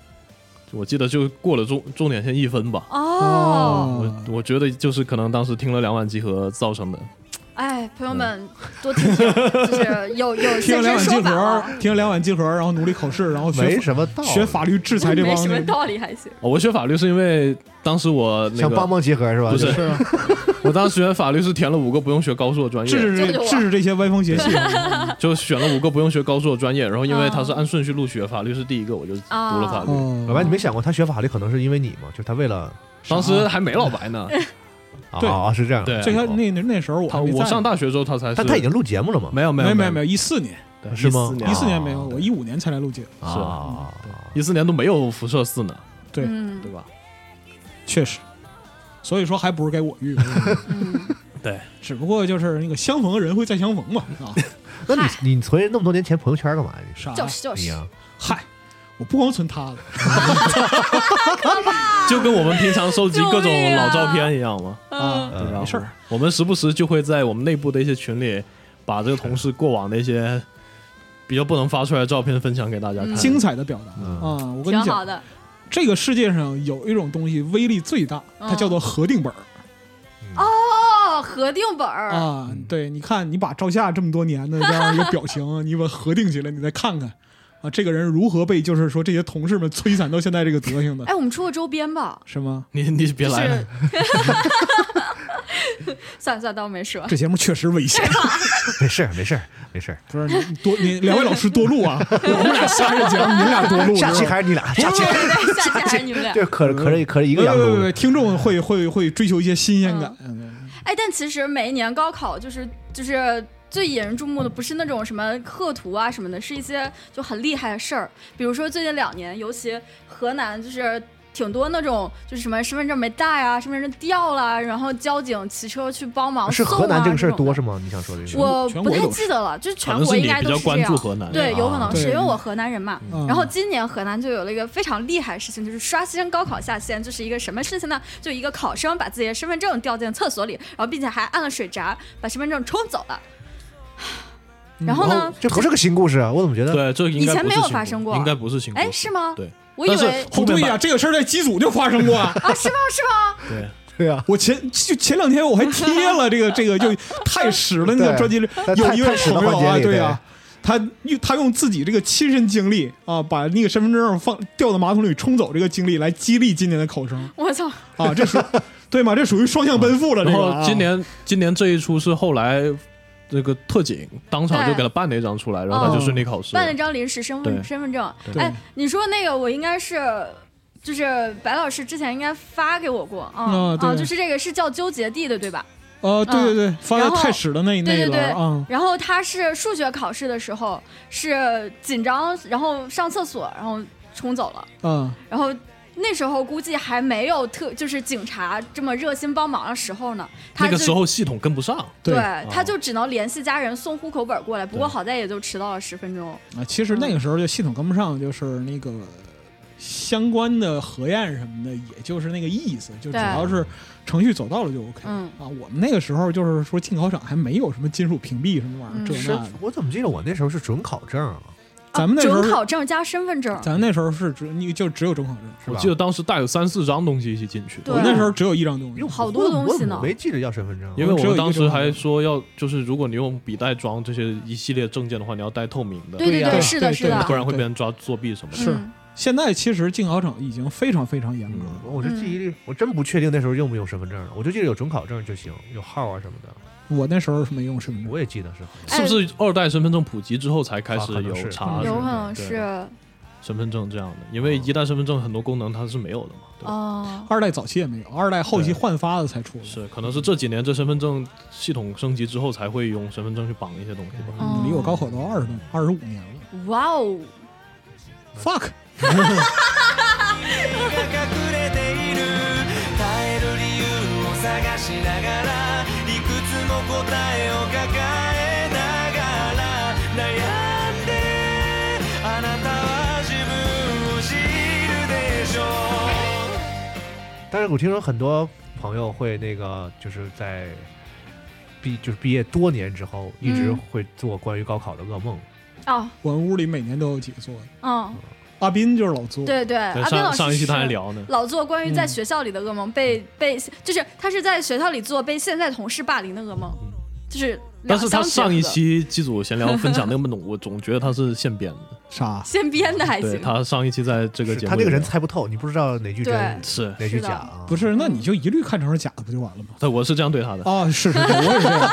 [SPEAKER 5] 我记得就过了重重点线一分吧。
[SPEAKER 4] 哦，
[SPEAKER 6] 嗯
[SPEAKER 5] 我我觉得就是可能当时听了两晚集合造成的，
[SPEAKER 4] 哎，朋友们多听听，就是有有
[SPEAKER 6] 嗯 听
[SPEAKER 4] 现
[SPEAKER 6] 了
[SPEAKER 4] 身
[SPEAKER 6] 两晚集
[SPEAKER 4] 说法啊
[SPEAKER 6] 合
[SPEAKER 4] 了，，
[SPEAKER 6] 听了两晚集合，然后努力考试，然后学
[SPEAKER 9] 没什么道理，
[SPEAKER 6] 学法律制裁这
[SPEAKER 4] 没
[SPEAKER 6] 帮
[SPEAKER 4] 什么
[SPEAKER 6] 人。
[SPEAKER 4] 道理还行。
[SPEAKER 5] 哦我学法律是因为当时我那
[SPEAKER 9] 像帮
[SPEAKER 5] 个
[SPEAKER 9] 帮集合是啊吧？
[SPEAKER 5] 不是
[SPEAKER 9] 就，
[SPEAKER 5] 我当时学法律是填了五个不用学高数的专
[SPEAKER 6] 制
[SPEAKER 5] 业，
[SPEAKER 6] 止
[SPEAKER 4] 救救
[SPEAKER 6] 这
[SPEAKER 4] 我
[SPEAKER 6] 制止这些歪风邪 气，
[SPEAKER 5] 就选了五个不用学高数的专业，然后因为
[SPEAKER 4] 哦
[SPEAKER 5] 它是按顺序入学，法律是第一个，我就读了法
[SPEAKER 6] 哦
[SPEAKER 5] 律。
[SPEAKER 9] 老白，你没想过他学法律可能是因为你吗？就是他为了
[SPEAKER 5] 当时还没老白呢，
[SPEAKER 9] 啊
[SPEAKER 6] 对
[SPEAKER 9] 啊是这样，
[SPEAKER 5] 对
[SPEAKER 6] 这他那那那时候我
[SPEAKER 5] 他
[SPEAKER 6] 还没
[SPEAKER 5] 我
[SPEAKER 6] 在
[SPEAKER 5] 上大学之后他才是，
[SPEAKER 9] 但他已经录节目了嘛？
[SPEAKER 5] 没有没
[SPEAKER 6] 没
[SPEAKER 5] 有
[SPEAKER 6] 没有没
[SPEAKER 5] 有
[SPEAKER 6] 有一四年
[SPEAKER 5] 对
[SPEAKER 9] 是吗
[SPEAKER 5] 14年
[SPEAKER 6] 一四年没有，
[SPEAKER 9] 啊
[SPEAKER 6] 我一五年才来录节目。
[SPEAKER 5] 是嗯
[SPEAKER 9] 啊，
[SPEAKER 5] 一四年都没有辐射四呢，
[SPEAKER 6] 对
[SPEAKER 4] 嗯
[SPEAKER 5] 对吧？
[SPEAKER 6] 确实，所以说还不是该我遇，
[SPEAKER 4] 嗯，
[SPEAKER 6] 只不过就是那个相逢的人会再相逢嘛
[SPEAKER 4] 嗯
[SPEAKER 6] 啊，
[SPEAKER 9] 那你你存那么多年前朋友圈干嘛呀？你
[SPEAKER 6] 啥
[SPEAKER 4] 就是就
[SPEAKER 9] 你
[SPEAKER 6] 哎
[SPEAKER 4] 是，
[SPEAKER 9] 呀，
[SPEAKER 6] 嗨，我不光存他了，
[SPEAKER 5] 就跟我们平常收集各
[SPEAKER 4] 救
[SPEAKER 5] 种
[SPEAKER 4] 命啊
[SPEAKER 5] 老照片一样嘛，
[SPEAKER 4] 嗯，
[SPEAKER 5] 对吧？
[SPEAKER 6] 没事儿，
[SPEAKER 5] 我们时不时就会在我们内部的一些群里，把这个同事过往的一些比较不能发出来的照片分享给大家看。
[SPEAKER 4] 嗯
[SPEAKER 6] 精彩的表达
[SPEAKER 9] 嗯
[SPEAKER 6] 啊！我跟
[SPEAKER 4] 挺
[SPEAKER 6] 你
[SPEAKER 4] 好
[SPEAKER 6] 讲，
[SPEAKER 4] 的。
[SPEAKER 6] 这个世界上有一种东西威力最大，它
[SPEAKER 4] 嗯
[SPEAKER 6] 叫做核定本儿
[SPEAKER 4] 哦，核定本儿，
[SPEAKER 6] 啊。对，你看你把赵夏这么多年的这样一个表情，你把核定起来，你再看看啊，这个人如何被就是说这些同事们摧残到现在这个德行的，
[SPEAKER 4] 哎，我们出过周边吧？
[SPEAKER 6] 是吗？
[SPEAKER 5] 你你别
[SPEAKER 4] 就
[SPEAKER 5] 来
[SPEAKER 4] 是
[SPEAKER 5] 了，，
[SPEAKER 4] 算了算了，当我没 说。
[SPEAKER 6] 这节目确实危险，
[SPEAKER 9] 没事儿没事儿没事儿，
[SPEAKER 6] 不是你多你两位老师多录啊， 我们俩下这节目你们俩多录，
[SPEAKER 9] 下期
[SPEAKER 6] 是吧
[SPEAKER 9] 还是你俩，下期
[SPEAKER 4] 对，下期还是你们俩
[SPEAKER 9] 就。是可可以可以一个
[SPEAKER 6] 别
[SPEAKER 9] 羊
[SPEAKER 6] 别别
[SPEAKER 9] 犊子，
[SPEAKER 6] 别听众会 会会追求一些新鲜感。
[SPEAKER 4] 哎，但其实每一年高考就是就是。最引人注目的不是那种什么课图啊什么的，是一些就很厉害的事儿。比如说最近两年，尤其河南就是挺多那种就是什么身份证没带啊，身份证掉了啊，然后交警骑车去帮忙、
[SPEAKER 9] 是
[SPEAKER 4] 送啊。
[SPEAKER 9] 河南这个事儿多
[SPEAKER 4] 种
[SPEAKER 9] 是吗？你想说这个？
[SPEAKER 4] 我
[SPEAKER 6] 全
[SPEAKER 4] 不
[SPEAKER 6] 国
[SPEAKER 4] 太
[SPEAKER 6] 都是
[SPEAKER 4] 记得了，就是
[SPEAKER 5] 可
[SPEAKER 4] 全
[SPEAKER 5] 能
[SPEAKER 4] 国
[SPEAKER 5] 是
[SPEAKER 4] 应
[SPEAKER 5] 你
[SPEAKER 4] 该
[SPEAKER 5] 比
[SPEAKER 4] 都
[SPEAKER 5] 较
[SPEAKER 4] 是这
[SPEAKER 5] 关注
[SPEAKER 4] 样。
[SPEAKER 5] 河南，啊
[SPEAKER 4] 对，有可能
[SPEAKER 6] 对
[SPEAKER 4] 是因为我河南人嘛。
[SPEAKER 6] 嗯
[SPEAKER 4] 然后今年河南就有了一个非常厉害的事情，就是刷新高考下线，就是一个什么事情呢？就一个考生把自己的身份证掉进厕所里，然后并且还按了水闸把身份证冲走了。然后
[SPEAKER 3] 哦
[SPEAKER 4] 呢？
[SPEAKER 9] 这不是个新故事啊，我怎么觉得？
[SPEAKER 5] 对，这应该
[SPEAKER 4] 以前
[SPEAKER 5] 不是
[SPEAKER 4] 没有
[SPEAKER 5] 新
[SPEAKER 4] 发
[SPEAKER 5] 故
[SPEAKER 4] 生过
[SPEAKER 5] 应该不是新故
[SPEAKER 4] 哎，
[SPEAKER 5] 事
[SPEAKER 4] 是吗？
[SPEAKER 5] 对，
[SPEAKER 4] 我以
[SPEAKER 5] 但是
[SPEAKER 4] 为
[SPEAKER 5] 后
[SPEAKER 6] 哦，
[SPEAKER 5] 面
[SPEAKER 6] 对
[SPEAKER 5] 吧
[SPEAKER 6] 呀，这个事儿在机组就发生过啊。
[SPEAKER 4] 啊，是吗？是吗？
[SPEAKER 5] 对，
[SPEAKER 9] 对啊，
[SPEAKER 6] 我前就前两天我还贴了这个 这个，就太实了。那个
[SPEAKER 9] 对
[SPEAKER 6] 专辑里
[SPEAKER 9] 太
[SPEAKER 6] 有一位
[SPEAKER 9] 太实了
[SPEAKER 6] 朋友
[SPEAKER 9] 环节
[SPEAKER 6] 啊，
[SPEAKER 9] 里
[SPEAKER 6] 对啊，他用他用自己这个亲身经历啊，把那个身份证放掉到马桶里冲走这个经历来激励今年的考生
[SPEAKER 4] 我操！
[SPEAKER 6] 啊，这属对吗？这属于双向奔赴了。这
[SPEAKER 5] 然
[SPEAKER 6] 个
[SPEAKER 5] 后
[SPEAKER 6] 啊
[SPEAKER 5] 今年今年这一出是后来那个特警当场就给他办了一张出来，然后他就顺利考试了
[SPEAKER 4] 办了。张临时身份
[SPEAKER 5] 对
[SPEAKER 4] 身份证。
[SPEAKER 5] 对
[SPEAKER 4] 哎，你说那个我应该是，就是白老师之前应该发给我过啊、
[SPEAKER 6] 啊对
[SPEAKER 4] 啊，就是这个是叫纠结地的对吧？
[SPEAKER 6] 呃，对对对，发在
[SPEAKER 4] 然后
[SPEAKER 6] 太史的那那
[SPEAKER 4] 对
[SPEAKER 6] 一
[SPEAKER 4] 对对
[SPEAKER 6] 段啊，
[SPEAKER 4] 然后他是数学考试的时候是紧张，然后上厕所，然后冲走了，
[SPEAKER 6] 啊，
[SPEAKER 4] 然后那时候估计还没有特就是警察这么热心帮忙的时候呢，他
[SPEAKER 5] 那
[SPEAKER 4] 就
[SPEAKER 5] 个时候系统跟不上，
[SPEAKER 4] 对，
[SPEAKER 6] 啊，
[SPEAKER 4] 他就只能联系家人送户口本过来。不过好在也就迟到了十分钟。哦
[SPEAKER 6] 其实那个时候就系统跟不上，就是那个相关的核验什么的，也就是那个意思，就只
[SPEAKER 4] 对
[SPEAKER 6] 要是程序走到了就 OK。
[SPEAKER 4] 嗯
[SPEAKER 6] 啊，我们那个时候就是说进考场还没有什么金属屏蔽什么玩意儿
[SPEAKER 4] 嗯
[SPEAKER 6] 这
[SPEAKER 3] 是
[SPEAKER 6] 那的，
[SPEAKER 3] 我怎么记得我那时候是准考证啊？
[SPEAKER 6] 咱们那时候
[SPEAKER 4] 准考证加身份证，
[SPEAKER 6] 咱们那时候是只你就只有准考证，
[SPEAKER 3] 是
[SPEAKER 5] 我
[SPEAKER 3] 吧
[SPEAKER 5] 记得当时带有三四张东西一起进去，
[SPEAKER 4] 对
[SPEAKER 6] 我那时候只有一张东西
[SPEAKER 3] 哟。
[SPEAKER 4] 好多东西呢
[SPEAKER 3] 我没记着要身份证啊，
[SPEAKER 5] 因为我
[SPEAKER 6] 只有
[SPEAKER 5] 们
[SPEAKER 6] 一个
[SPEAKER 5] 当时
[SPEAKER 6] 正版
[SPEAKER 5] 还说要，就是如果你用笔袋装这些一系列证件的话，你要带透明的，
[SPEAKER 4] 对啊
[SPEAKER 6] 对呀
[SPEAKER 4] 对，是的，
[SPEAKER 6] 对
[SPEAKER 4] 是的
[SPEAKER 6] 对，
[SPEAKER 5] 不然会被人抓作弊什么的。
[SPEAKER 6] 是
[SPEAKER 4] 嗯
[SPEAKER 6] 现在其实进考场已经非常非常严格了。
[SPEAKER 3] 嗯我这记忆力，我真不确定那时候用不用身份证了，我就记得有准考证就行，有号啊什么的，
[SPEAKER 6] 我那时候是没用身份证，
[SPEAKER 3] 我也记得是好像
[SPEAKER 5] 是不是二代身份证普及之后才开始
[SPEAKER 3] 啊可能
[SPEAKER 5] 有
[SPEAKER 3] 是
[SPEAKER 5] 查
[SPEAKER 3] 嗯
[SPEAKER 4] 哎有可能
[SPEAKER 5] 对
[SPEAKER 4] 是
[SPEAKER 5] 身份证这样的？因为一代身份证很多功能它是没有的嘛，对吧？
[SPEAKER 4] 哦，
[SPEAKER 6] 二代早期也没有，二代后期换发的才出来。
[SPEAKER 5] 是，可能是这几年这身份证系统升级之后才会用身份证去绑一些东西吧。
[SPEAKER 4] 哦
[SPEAKER 6] 离我高考都二十二十五年了
[SPEAKER 4] 哇哦，
[SPEAKER 6] ，fuck。
[SPEAKER 10] が隠れている耐える理由を探しながらいくつも答えを抱えながら悩んであなたは自分を知るでしょう
[SPEAKER 3] 但是我听说很多朋友会那个就是在毕就是毕业多年之后，一直
[SPEAKER 4] 嗯
[SPEAKER 3] 会做关于高考的噩梦。
[SPEAKER 4] 哦，
[SPEAKER 6] 我们屋里每年都有几个做的，
[SPEAKER 4] 嗯，
[SPEAKER 6] 阿斌就是老做。
[SPEAKER 4] 对对，
[SPEAKER 5] 对
[SPEAKER 4] 哎阿斌老
[SPEAKER 5] 上
[SPEAKER 4] 师
[SPEAKER 5] 上一期他还
[SPEAKER 4] 是
[SPEAKER 5] 聊嗯呢，
[SPEAKER 4] 老做关于在学校里的噩梦，被被就是他是在学校里做被现在同事霸凌的噩梦，就是两
[SPEAKER 5] 但是他
[SPEAKER 4] 相结合
[SPEAKER 5] 上一期机组闲聊分享那个梦，我总觉得他是现编的。
[SPEAKER 6] 啥？
[SPEAKER 4] 先编的 还
[SPEAKER 5] 对
[SPEAKER 4] 行，
[SPEAKER 5] 他上一期在这个
[SPEAKER 3] 是
[SPEAKER 5] 节目
[SPEAKER 3] 他
[SPEAKER 5] 里面，
[SPEAKER 3] 这个人猜不透，你不知道哪句真
[SPEAKER 4] 对
[SPEAKER 5] 是
[SPEAKER 3] 哪句
[SPEAKER 4] 是的
[SPEAKER 3] 假啊？
[SPEAKER 6] 不是，那你就一律看成是假的不就完了吗？
[SPEAKER 5] 对，我是这样对他的。
[SPEAKER 6] 嗯啊，是是是，我也 是这样。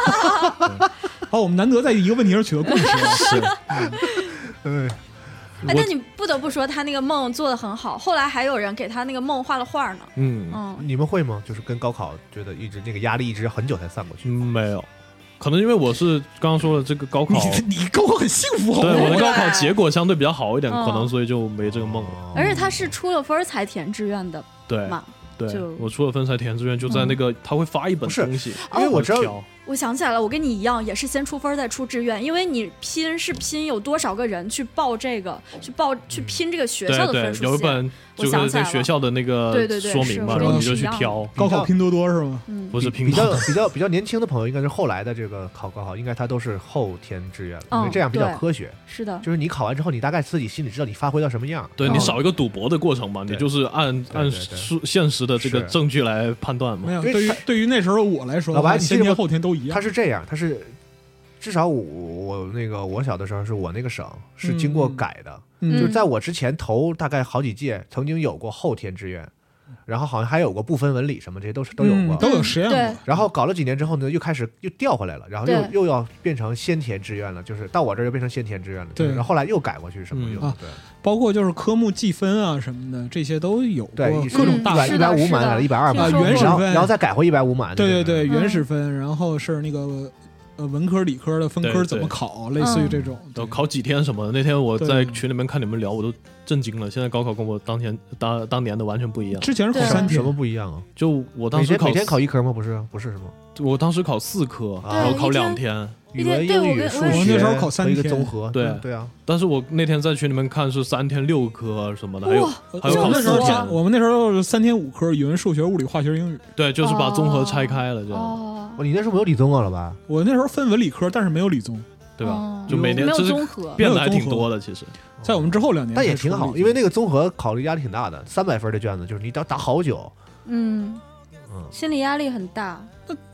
[SPEAKER 6] 哦，我们难得在一个问题上取得共识。
[SPEAKER 5] 是，
[SPEAKER 4] 哎，但你不得不说他那个梦做的很好，后来还有人给他那个梦画了画呢，
[SPEAKER 5] 嗯，
[SPEAKER 4] 嗯，
[SPEAKER 3] 你们会吗？就是跟高考觉得一直那个压力一直很久才散过去。
[SPEAKER 5] 嗯没有，可能因为我是刚刚说了这 个高考，
[SPEAKER 6] 你你哦高考很幸福好
[SPEAKER 5] 对
[SPEAKER 6] 吗？
[SPEAKER 5] 我的
[SPEAKER 4] 对
[SPEAKER 5] 高考结果相对比较好一点，
[SPEAKER 4] 嗯
[SPEAKER 5] 可能所以就没这个梦了。
[SPEAKER 4] 而且他是出了分儿才填志愿的
[SPEAKER 5] 对
[SPEAKER 4] 嘛，
[SPEAKER 5] 对
[SPEAKER 4] 就，嗯
[SPEAKER 5] 我出了分才填志愿，就在那个他会发一本
[SPEAKER 3] 不是
[SPEAKER 5] 东西，
[SPEAKER 3] 因为我知道
[SPEAKER 5] 挑
[SPEAKER 4] 啊我想起来了，我跟你一样，也是先出分儿再出志愿，因为你拼是拼有多少个人去报这个，去报去拼这个学校的
[SPEAKER 5] 对对
[SPEAKER 4] 分，数
[SPEAKER 5] 有一
[SPEAKER 4] 线。
[SPEAKER 5] 本
[SPEAKER 4] 我
[SPEAKER 5] 就
[SPEAKER 4] 想
[SPEAKER 5] 是
[SPEAKER 4] 起来
[SPEAKER 5] 那
[SPEAKER 4] 了
[SPEAKER 5] 学校的那个
[SPEAKER 4] 对对对
[SPEAKER 5] 说明嘛，
[SPEAKER 4] 是
[SPEAKER 5] 然后
[SPEAKER 6] 我
[SPEAKER 5] 你就
[SPEAKER 4] 跟你
[SPEAKER 5] 去
[SPEAKER 4] 一样
[SPEAKER 5] 挑，
[SPEAKER 6] 高考拼多多是吗？
[SPEAKER 4] 嗯
[SPEAKER 5] 不是拼
[SPEAKER 3] 比较
[SPEAKER 5] 多。
[SPEAKER 3] 比较比较年轻的朋友，应该是后来的这个考高考，应该他都是后填志愿了，因为
[SPEAKER 4] 嗯
[SPEAKER 3] 这样比较
[SPEAKER 4] 对
[SPEAKER 3] 科学。
[SPEAKER 4] 是的，
[SPEAKER 3] 就是你考完之后，你大概自己心里知道你发挥到什么样。
[SPEAKER 5] 对
[SPEAKER 3] 然
[SPEAKER 5] 你
[SPEAKER 3] 后
[SPEAKER 5] 少一个赌博的过程嘛，你
[SPEAKER 3] 嗯对
[SPEAKER 5] 就是按
[SPEAKER 3] 对
[SPEAKER 5] 按
[SPEAKER 3] 对对
[SPEAKER 5] 数现实的这个
[SPEAKER 3] 是
[SPEAKER 5] 证据来判断嘛
[SPEAKER 6] 没。有，
[SPEAKER 3] 因为
[SPEAKER 6] 对于
[SPEAKER 3] 他
[SPEAKER 6] 对于那时候我来说，
[SPEAKER 3] 老白你记
[SPEAKER 6] 先
[SPEAKER 3] 得
[SPEAKER 6] 天
[SPEAKER 3] 吗
[SPEAKER 6] 后天都一样
[SPEAKER 3] 他。是这样，他是至少我我那个我小的时候是我那个省是经过改的，
[SPEAKER 6] 嗯
[SPEAKER 3] 就是在我之前头大概好几届曾经有过后填志愿，然后好像还有过不分文理什么这些都是都有过。
[SPEAKER 6] 嗯都有实验
[SPEAKER 4] 对
[SPEAKER 6] 过。
[SPEAKER 3] 然后搞了几年之后呢，又开始又调回来了，然后又
[SPEAKER 4] 对
[SPEAKER 3] 又要变成先填志愿了，就是到我这儿又变成先填志愿了，
[SPEAKER 6] 对
[SPEAKER 3] 就是然后后来又改过去什么
[SPEAKER 5] 嗯
[SPEAKER 3] 又
[SPEAKER 6] 啊
[SPEAKER 3] 对
[SPEAKER 6] 包括就是科目计分啊什么的，这些都有过
[SPEAKER 3] 对一
[SPEAKER 6] 各种大
[SPEAKER 3] 一
[SPEAKER 4] 嗯
[SPEAKER 3] 百
[SPEAKER 4] 是
[SPEAKER 3] 一
[SPEAKER 4] 的
[SPEAKER 3] 百五满
[SPEAKER 4] 是的
[SPEAKER 3] 了，一百二
[SPEAKER 4] 听
[SPEAKER 3] 满
[SPEAKER 4] 说
[SPEAKER 3] 了，
[SPEAKER 4] 过
[SPEAKER 3] 然
[SPEAKER 6] 原始
[SPEAKER 3] 后
[SPEAKER 6] 分
[SPEAKER 3] 然后再改回一百五满，
[SPEAKER 6] 对对
[SPEAKER 3] 对，
[SPEAKER 4] 嗯
[SPEAKER 6] 对，原始分，然后是那个呃文科、理科的分
[SPEAKER 5] 对
[SPEAKER 6] 科怎么
[SPEAKER 5] 对
[SPEAKER 6] 考，类似于这
[SPEAKER 4] 嗯
[SPEAKER 6] 种。
[SPEAKER 5] 都
[SPEAKER 6] 对
[SPEAKER 5] 考几天什么的？那天我
[SPEAKER 6] 对
[SPEAKER 3] 啊
[SPEAKER 5] 在群里面看你们聊，我都震惊了。现在高考跟我当天当当年的完全不一样。
[SPEAKER 6] 之前是考
[SPEAKER 4] 对
[SPEAKER 6] 三
[SPEAKER 3] 什
[SPEAKER 6] 天，
[SPEAKER 3] 么不一样啊？
[SPEAKER 5] 就我当
[SPEAKER 3] 每
[SPEAKER 5] 时
[SPEAKER 3] 天
[SPEAKER 5] 考
[SPEAKER 3] 每天
[SPEAKER 5] 四
[SPEAKER 3] 考一啊科吗？不是啊不是什么？
[SPEAKER 5] 我当时考四科，
[SPEAKER 3] 对
[SPEAKER 5] 然后
[SPEAKER 4] 一
[SPEAKER 5] 考两
[SPEAKER 4] 天
[SPEAKER 5] 天。
[SPEAKER 3] 语
[SPEAKER 4] 对
[SPEAKER 3] 文、
[SPEAKER 4] 对
[SPEAKER 3] 英
[SPEAKER 4] 我
[SPEAKER 3] 语、
[SPEAKER 4] 跟
[SPEAKER 3] 数
[SPEAKER 4] 我也
[SPEAKER 3] 学，
[SPEAKER 6] 是我那时候考三
[SPEAKER 3] 一个
[SPEAKER 6] 天
[SPEAKER 3] 综合，
[SPEAKER 5] 对
[SPEAKER 3] 嗯对啊，
[SPEAKER 5] 但是我那天在群里面看是三天六科啊什么的，还有
[SPEAKER 4] 哇
[SPEAKER 5] 还有
[SPEAKER 6] 我
[SPEAKER 5] 考
[SPEAKER 6] 们那时
[SPEAKER 5] 四
[SPEAKER 6] 候
[SPEAKER 4] 就
[SPEAKER 6] 三，
[SPEAKER 5] 天，
[SPEAKER 6] 我们那时候是三天五科，语文、数学、物理、化学、英语。
[SPEAKER 5] 对，就是把综合拆开了这样，
[SPEAKER 4] 哦，
[SPEAKER 3] 哦你那时候没有理综啊，老白？
[SPEAKER 6] 我那时候分文理科，但是没有理综，
[SPEAKER 5] 对吧
[SPEAKER 4] 哦？
[SPEAKER 5] 就每
[SPEAKER 4] 没
[SPEAKER 5] 年
[SPEAKER 4] 有
[SPEAKER 5] 就
[SPEAKER 4] 综
[SPEAKER 5] 是
[SPEAKER 4] 合，
[SPEAKER 5] 变得还
[SPEAKER 6] 没有综
[SPEAKER 5] 挺
[SPEAKER 6] 合
[SPEAKER 5] 多的，其实
[SPEAKER 6] 在我们之后两年才
[SPEAKER 3] 但
[SPEAKER 6] 出
[SPEAKER 3] 也
[SPEAKER 6] 理综，
[SPEAKER 3] 挺好，因为那个综合考虑压力挺大的，三百分的卷子就是你要打好久。
[SPEAKER 4] 嗯，
[SPEAKER 3] 嗯，
[SPEAKER 4] 心理压力很大，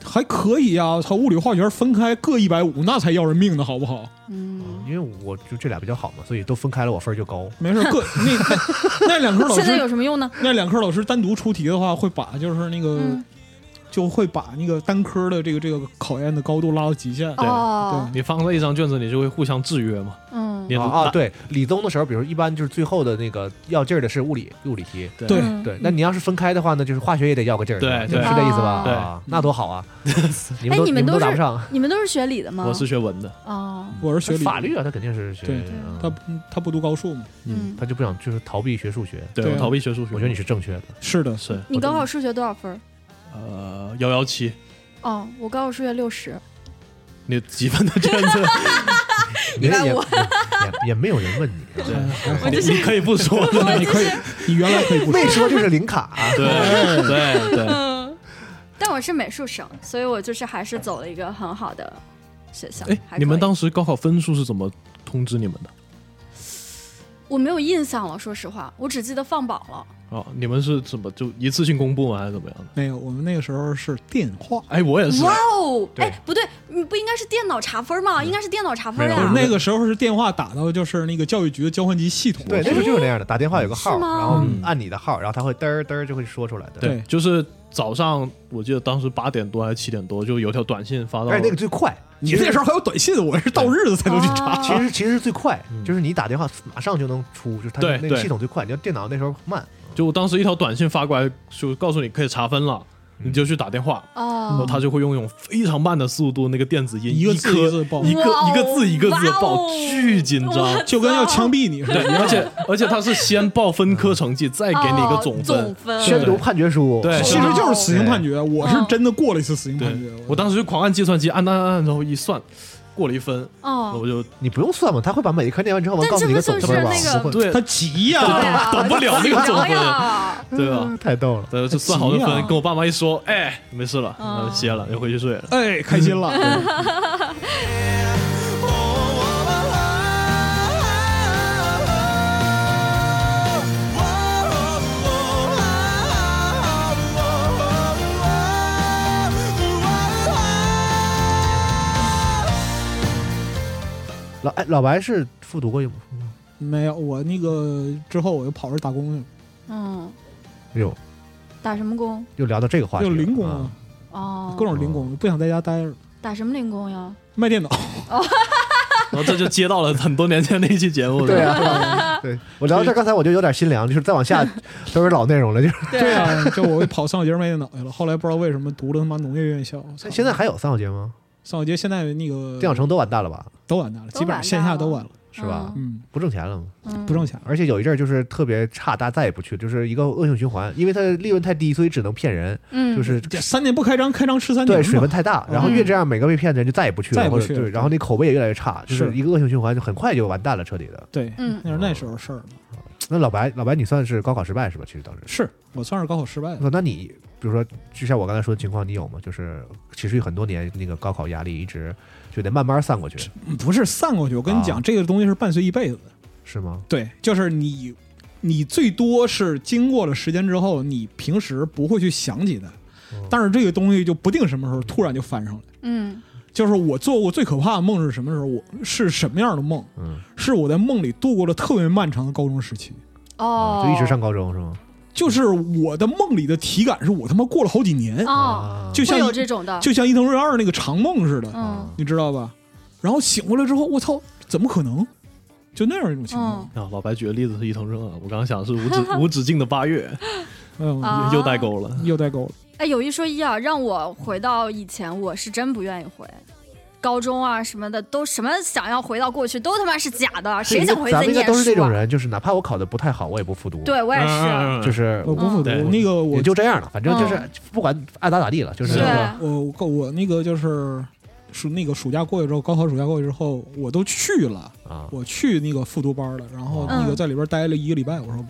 [SPEAKER 6] 还可以啊。操，物理、化学分开各一百五，那才要人命呢，好不好？
[SPEAKER 4] 嗯，
[SPEAKER 3] 因为我就这俩比较好嘛，所以都分开了，我分儿就高。
[SPEAKER 6] 没事，各 那那那两科老
[SPEAKER 4] 现在有
[SPEAKER 6] 师，
[SPEAKER 4] 什么用呢？
[SPEAKER 6] 那两科老师单独出题的话，会把就是那个、
[SPEAKER 4] 嗯，
[SPEAKER 6] 就会把那个单科的这个这个考验的高度拉到极限。
[SPEAKER 5] 对
[SPEAKER 4] 哦，
[SPEAKER 5] 你放在一张卷子，你就会互相制约嘛。
[SPEAKER 4] 嗯嗯
[SPEAKER 5] 你
[SPEAKER 3] 啊
[SPEAKER 5] 拿
[SPEAKER 3] 啊，对，理综的时候，比如一般就是最后的那个要劲儿的是物理物理题，
[SPEAKER 5] 对
[SPEAKER 6] 对
[SPEAKER 4] 嗯
[SPEAKER 3] 对，那你要是分开的话呢，就是化学也得要个劲儿，
[SPEAKER 5] 对
[SPEAKER 3] 是
[SPEAKER 5] 对
[SPEAKER 3] 这意思吧？
[SPEAKER 5] 对
[SPEAKER 3] 啊，那多好 啊！你们
[SPEAKER 4] 哦哎
[SPEAKER 3] 都
[SPEAKER 4] 你们
[SPEAKER 3] 们都
[SPEAKER 4] 都是
[SPEAKER 3] 答不上，
[SPEAKER 4] 你们都是学理的吗？
[SPEAKER 5] 我是学文的，
[SPEAKER 4] 哦，
[SPEAKER 6] 我是学理，
[SPEAKER 3] 法律啊，他肯定是学
[SPEAKER 6] 对，
[SPEAKER 3] 嗯
[SPEAKER 6] 他他不读高数嘛？
[SPEAKER 4] 嗯，
[SPEAKER 3] 他就不想就是逃避学数学。
[SPEAKER 5] 对
[SPEAKER 6] 对
[SPEAKER 5] 我逃避学数学，
[SPEAKER 3] 我觉得你是正确的，
[SPEAKER 6] 是的，
[SPEAKER 5] 是
[SPEAKER 4] 你高考数学多少分儿？
[SPEAKER 5] 呃幺幺七，
[SPEAKER 4] 哦，我高考数学六十。
[SPEAKER 5] 你几分的卷子？
[SPEAKER 3] 也也
[SPEAKER 4] 般
[SPEAKER 3] 也
[SPEAKER 4] 我
[SPEAKER 3] 也没有人问你，啊
[SPEAKER 5] 对
[SPEAKER 6] 还好
[SPEAKER 5] 你你可以不说的，
[SPEAKER 6] 你可 以，你原来可以不
[SPEAKER 3] 没
[SPEAKER 6] 说，
[SPEAKER 3] 说就是零卡， 啊
[SPEAKER 5] 对对对，
[SPEAKER 4] 嗯，但我是美术生，所以我就是还是走了一个很好的学校。还
[SPEAKER 5] 哎，你
[SPEAKER 4] 可
[SPEAKER 5] 们
[SPEAKER 4] 以
[SPEAKER 5] 当时高考分数是怎么通知你们的？
[SPEAKER 4] 我没有印象了，说实话，我只记得放榜了。
[SPEAKER 5] 哦，你们是怎么就一次性公布吗？还是怎么样的？
[SPEAKER 6] 没有，我们那个时候是电话。
[SPEAKER 5] 哎，我也是，
[SPEAKER 4] 哇哦，
[SPEAKER 5] 对嗯
[SPEAKER 4] 哎，不对，你不应该是电脑查分吗？应该是电脑查分
[SPEAKER 5] 没有
[SPEAKER 4] 呀。
[SPEAKER 6] 那个时候是电话打到就是那个教育局的交换机系统，
[SPEAKER 3] 对，那时候就是那样的，打电话有个号，
[SPEAKER 4] 是吗
[SPEAKER 3] 然后按你的号，然后他会嘚儿嘚儿就会说出来的。
[SPEAKER 5] 对
[SPEAKER 6] 对，
[SPEAKER 5] 就是早上，我记得当时八点多还是七点多，就有条短信发到
[SPEAKER 3] 而且那个最快，
[SPEAKER 6] 嗯你那时候还有短信，我是到日子才能去查。
[SPEAKER 3] 其实其实最快
[SPEAKER 5] 嗯
[SPEAKER 3] 就是你打电话马上就能出，就是它
[SPEAKER 5] 对
[SPEAKER 3] 那个
[SPEAKER 5] 对
[SPEAKER 3] 系统最快。你要电脑那时候慢，
[SPEAKER 5] 就我当时一条短信发过来，就告诉你可以查分了，
[SPEAKER 3] 嗯
[SPEAKER 5] 你就去打电话，然后
[SPEAKER 4] 哦，
[SPEAKER 5] 他就会用一种非常慢的速度，那个电子音
[SPEAKER 6] 一个字一
[SPEAKER 5] 颗
[SPEAKER 6] 个字报
[SPEAKER 5] 一个
[SPEAKER 4] 哇哦
[SPEAKER 5] 一个字一个字报
[SPEAKER 4] 哇，哦
[SPEAKER 5] 巨紧张。
[SPEAKER 6] 就跟要枪毙你似
[SPEAKER 5] 对，
[SPEAKER 6] 的，
[SPEAKER 5] 而且而且他是先报分科 成绩，再给你一个
[SPEAKER 4] 哦
[SPEAKER 5] 总分
[SPEAKER 4] 总。分
[SPEAKER 5] 对
[SPEAKER 3] 宣读判决书，
[SPEAKER 5] 对
[SPEAKER 6] 其实就是死刑判决。我是
[SPEAKER 4] 嗯
[SPEAKER 6] 真的过了一次死刑判决
[SPEAKER 5] 对，，我当时就狂按计算机，按按按按，然后一算，过了一分，
[SPEAKER 4] 哦，
[SPEAKER 5] 我就
[SPEAKER 3] 你不用算嘛，他会把每一科念完之后
[SPEAKER 4] 但
[SPEAKER 3] 告诉你一个
[SPEAKER 4] 这
[SPEAKER 3] 总
[SPEAKER 4] 不
[SPEAKER 3] 分吧？
[SPEAKER 4] 就是那个
[SPEAKER 3] 不会
[SPEAKER 5] 对
[SPEAKER 6] 他急呀、
[SPEAKER 4] 对啊
[SPEAKER 5] 懂不了那个总
[SPEAKER 4] 呀。
[SPEAKER 5] 分对啊吧？
[SPEAKER 3] 嗯太逗了。
[SPEAKER 5] 对，就算好的
[SPEAKER 6] 急啊
[SPEAKER 5] 分，跟我爸妈一说，哎，没事了，
[SPEAKER 4] 哦
[SPEAKER 5] 然后歇了，就回去睡了。
[SPEAKER 6] 哎，开心了。
[SPEAKER 3] 老哎，老白是复读过一吗？
[SPEAKER 6] 没有，我那个之后我就跑着打工去
[SPEAKER 4] 嗯，
[SPEAKER 3] 哎呦，打
[SPEAKER 4] 什么工？
[SPEAKER 3] 又聊到这个话
[SPEAKER 6] 了，
[SPEAKER 3] 题
[SPEAKER 6] 就
[SPEAKER 3] 了，
[SPEAKER 6] 零工
[SPEAKER 3] 啊
[SPEAKER 6] 啊，，
[SPEAKER 4] 哦，
[SPEAKER 6] 各种零工，不想在家待着，
[SPEAKER 4] 打什么零工呀？
[SPEAKER 6] 卖电脑。
[SPEAKER 5] 然后这就接到了很多年前的一期节目，
[SPEAKER 3] 对啊，对我聊到这儿刚才我就有点心凉，就是再往下都是老内容了， 就是
[SPEAKER 6] 对啊，就我跑三好街卖电脑去了。后来不知道为什么读了他妈农业院校。我操
[SPEAKER 3] 现在还有三好街吗？
[SPEAKER 6] 三好街现在那个
[SPEAKER 3] 电脑城都完蛋了吧？
[SPEAKER 6] 都完蛋了，基本上线下都完了。
[SPEAKER 3] 是吧？
[SPEAKER 6] 嗯，
[SPEAKER 3] 不挣钱了吗？
[SPEAKER 4] 嗯，
[SPEAKER 6] 不挣钱了。
[SPEAKER 3] 而且有一阵儿就是特别差，大家再也不去，就是一个恶性循环，因为它利润太低，所以只能骗人，
[SPEAKER 4] 嗯，
[SPEAKER 3] 就是
[SPEAKER 6] 这三年不开张，开张吃三年
[SPEAKER 3] 对
[SPEAKER 6] 嘛。
[SPEAKER 3] 水分太大，然后越这样，每个被骗的人就再也不去
[SPEAKER 6] 再
[SPEAKER 3] 了，
[SPEAKER 6] 也不
[SPEAKER 3] 或者
[SPEAKER 6] 去了
[SPEAKER 3] 对，然后那口碑也越来越差，就是
[SPEAKER 6] 是
[SPEAKER 3] 一个恶性循环，就很快就完蛋了，彻底的。
[SPEAKER 6] 对，
[SPEAKER 4] 嗯
[SPEAKER 6] 那是那时候事儿了。
[SPEAKER 3] 那老白，老白，你算是高考失败是吧？其实当时，
[SPEAKER 6] 是我算是高考失败了。
[SPEAKER 3] 那那你比如说，就像我刚才说的情况，你有吗？就是其实有很多年那个高考压力一直就得慢慢散过去，
[SPEAKER 6] 不是散过去，我跟你
[SPEAKER 3] 啊
[SPEAKER 6] 讲，这个东西是伴随一辈子的。
[SPEAKER 3] 是吗？
[SPEAKER 6] 对，就是你，你最多是经过了时间之后，你平时不会去想起它，
[SPEAKER 3] 嗯
[SPEAKER 6] 但是这个东西就不定什么时候突然就翻上来。
[SPEAKER 4] 嗯
[SPEAKER 6] 就是我做过最可怕的梦是什么时候？我是什么样的梦？
[SPEAKER 3] 嗯，
[SPEAKER 6] 是我在梦里度过了特别漫长的高中时期。
[SPEAKER 4] 哦，
[SPEAKER 5] 啊
[SPEAKER 3] 就一直上高中是吗？
[SPEAKER 6] 就是我的梦里的体感是我他妈过了好几年，
[SPEAKER 4] 哦，
[SPEAKER 3] 啊，
[SPEAKER 6] 就
[SPEAKER 4] 会
[SPEAKER 6] 像
[SPEAKER 4] 有这种的，
[SPEAKER 6] 就像伊藤润二那个长梦似的，
[SPEAKER 4] 嗯
[SPEAKER 6] 你知道吧？然后醒过来之后，我操，怎么可能？就那样一种情况
[SPEAKER 4] 嗯。
[SPEAKER 5] 啊，老白举的例子是伊藤润二，啊我刚刚想的是无止无止境的八 月，
[SPEAKER 6] 哎呦，
[SPEAKER 4] 啊
[SPEAKER 5] 又代沟了。
[SPEAKER 6] 又代沟了。
[SPEAKER 4] 哎，有一说一啊，让我回到以前，我是真不愿意回。高中啊什么的，都什么想要回到过去，都他妈是假的，谁想回去
[SPEAKER 3] 咱们应该
[SPEAKER 4] 念
[SPEAKER 3] 都是那
[SPEAKER 4] 书
[SPEAKER 3] 种
[SPEAKER 4] 啊？
[SPEAKER 3] 人，就是哪怕我考的不太好，我也不复读，，
[SPEAKER 4] 对我也是，
[SPEAKER 5] 嗯
[SPEAKER 3] 就是
[SPEAKER 6] 我不复读
[SPEAKER 5] 嗯
[SPEAKER 6] 那个我
[SPEAKER 3] 也就这样了，反正就是
[SPEAKER 4] 嗯啊
[SPEAKER 3] 不管爱咋咋地了，就是
[SPEAKER 5] 是
[SPEAKER 4] 对
[SPEAKER 6] 我我高我那个就是暑那个暑假过去之后，高考暑假过去之后，我都去了，
[SPEAKER 3] 啊，
[SPEAKER 6] 我去那个复读班了，然后那个
[SPEAKER 4] 嗯
[SPEAKER 6] 在里边待了一个礼拜，我说不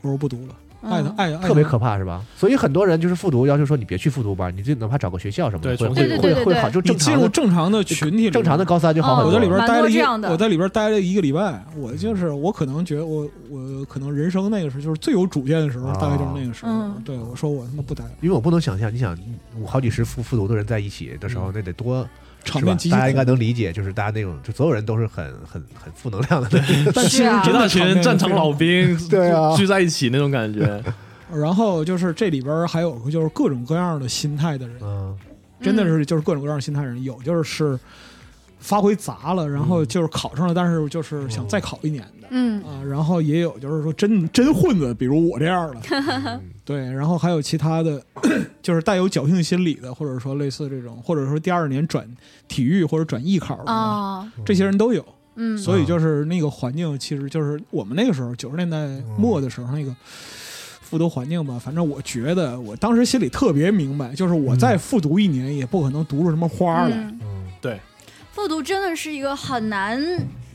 [SPEAKER 6] 我说不读了，爱他
[SPEAKER 4] 嗯，
[SPEAKER 6] 爱爱
[SPEAKER 3] 特别
[SPEAKER 6] 他
[SPEAKER 3] 可怕是吧？所以很多人就是复读，要求说你别去复读班，你就哪怕找个学校什么的，
[SPEAKER 5] 对
[SPEAKER 3] 会
[SPEAKER 5] 重新
[SPEAKER 3] 会
[SPEAKER 5] 对
[SPEAKER 4] 对
[SPEAKER 3] 会
[SPEAKER 4] 对
[SPEAKER 3] 会
[SPEAKER 4] 对
[SPEAKER 3] 好，就
[SPEAKER 6] 你
[SPEAKER 3] 正
[SPEAKER 6] 进
[SPEAKER 3] 常
[SPEAKER 6] 入
[SPEAKER 3] 的
[SPEAKER 6] 正常的群体里，
[SPEAKER 3] 正常的。高三就好很
[SPEAKER 4] 嗯
[SPEAKER 3] 多。
[SPEAKER 6] 我在里边待了
[SPEAKER 4] 蛮多
[SPEAKER 6] 一
[SPEAKER 4] 这样，的
[SPEAKER 6] 我在里边待了一个礼拜，我就是我可能觉得我我可能人生那个时候就是最有主见的时候，
[SPEAKER 3] 啊
[SPEAKER 6] 大概就是那个时候
[SPEAKER 4] 嗯。
[SPEAKER 6] 对，我说我他妈不待了，
[SPEAKER 3] 因为我不能想象，你想五好几十复复读的人在一起的时候，那得多
[SPEAKER 6] 场
[SPEAKER 3] 是吧
[SPEAKER 6] 面极其
[SPEAKER 3] 大家应该
[SPEAKER 6] 恐
[SPEAKER 3] 能理解，就是大家那种，就所有人都是很很很负能量的那种。
[SPEAKER 6] 怖，但其实
[SPEAKER 4] 是啊
[SPEAKER 5] 一
[SPEAKER 6] 真
[SPEAKER 5] 大
[SPEAKER 6] 的场
[SPEAKER 5] 群
[SPEAKER 6] 面
[SPEAKER 5] 战场
[SPEAKER 6] 非常
[SPEAKER 5] 老兵
[SPEAKER 3] 对啊
[SPEAKER 5] 聚在一起那种感觉，
[SPEAKER 6] 然后就是这里边儿还有个就是各种各样的心态的人，
[SPEAKER 3] 嗯，
[SPEAKER 6] 真的是就是各种各样的心态的人，有就是是发挥砸了，然
[SPEAKER 3] 嗯
[SPEAKER 6] 后就是考上了，但是就是想
[SPEAKER 3] 哦
[SPEAKER 6] 再考一年的。
[SPEAKER 4] 嗯，
[SPEAKER 6] 啊，然后也有就是说真真混子，比如我这样 的，
[SPEAKER 3] 嗯
[SPEAKER 6] 对，然后还有其他的， 就是带有侥幸心理的，或者说类似这种，或者说第二年转体育或者转艺考的，
[SPEAKER 4] 哦，
[SPEAKER 6] 这些人都有。
[SPEAKER 4] 嗯，
[SPEAKER 6] 所以就是那个环境，其实就是我们那个时候九十年代
[SPEAKER 3] 嗯
[SPEAKER 6] 末的时候那个复读环境吧。反正我觉得，我当时心里特别明白，就是我
[SPEAKER 3] 嗯
[SPEAKER 6] 再复读一年，也不可能读出什么花来。
[SPEAKER 4] 嗯
[SPEAKER 5] 对，
[SPEAKER 4] 复读真的是一个很 难，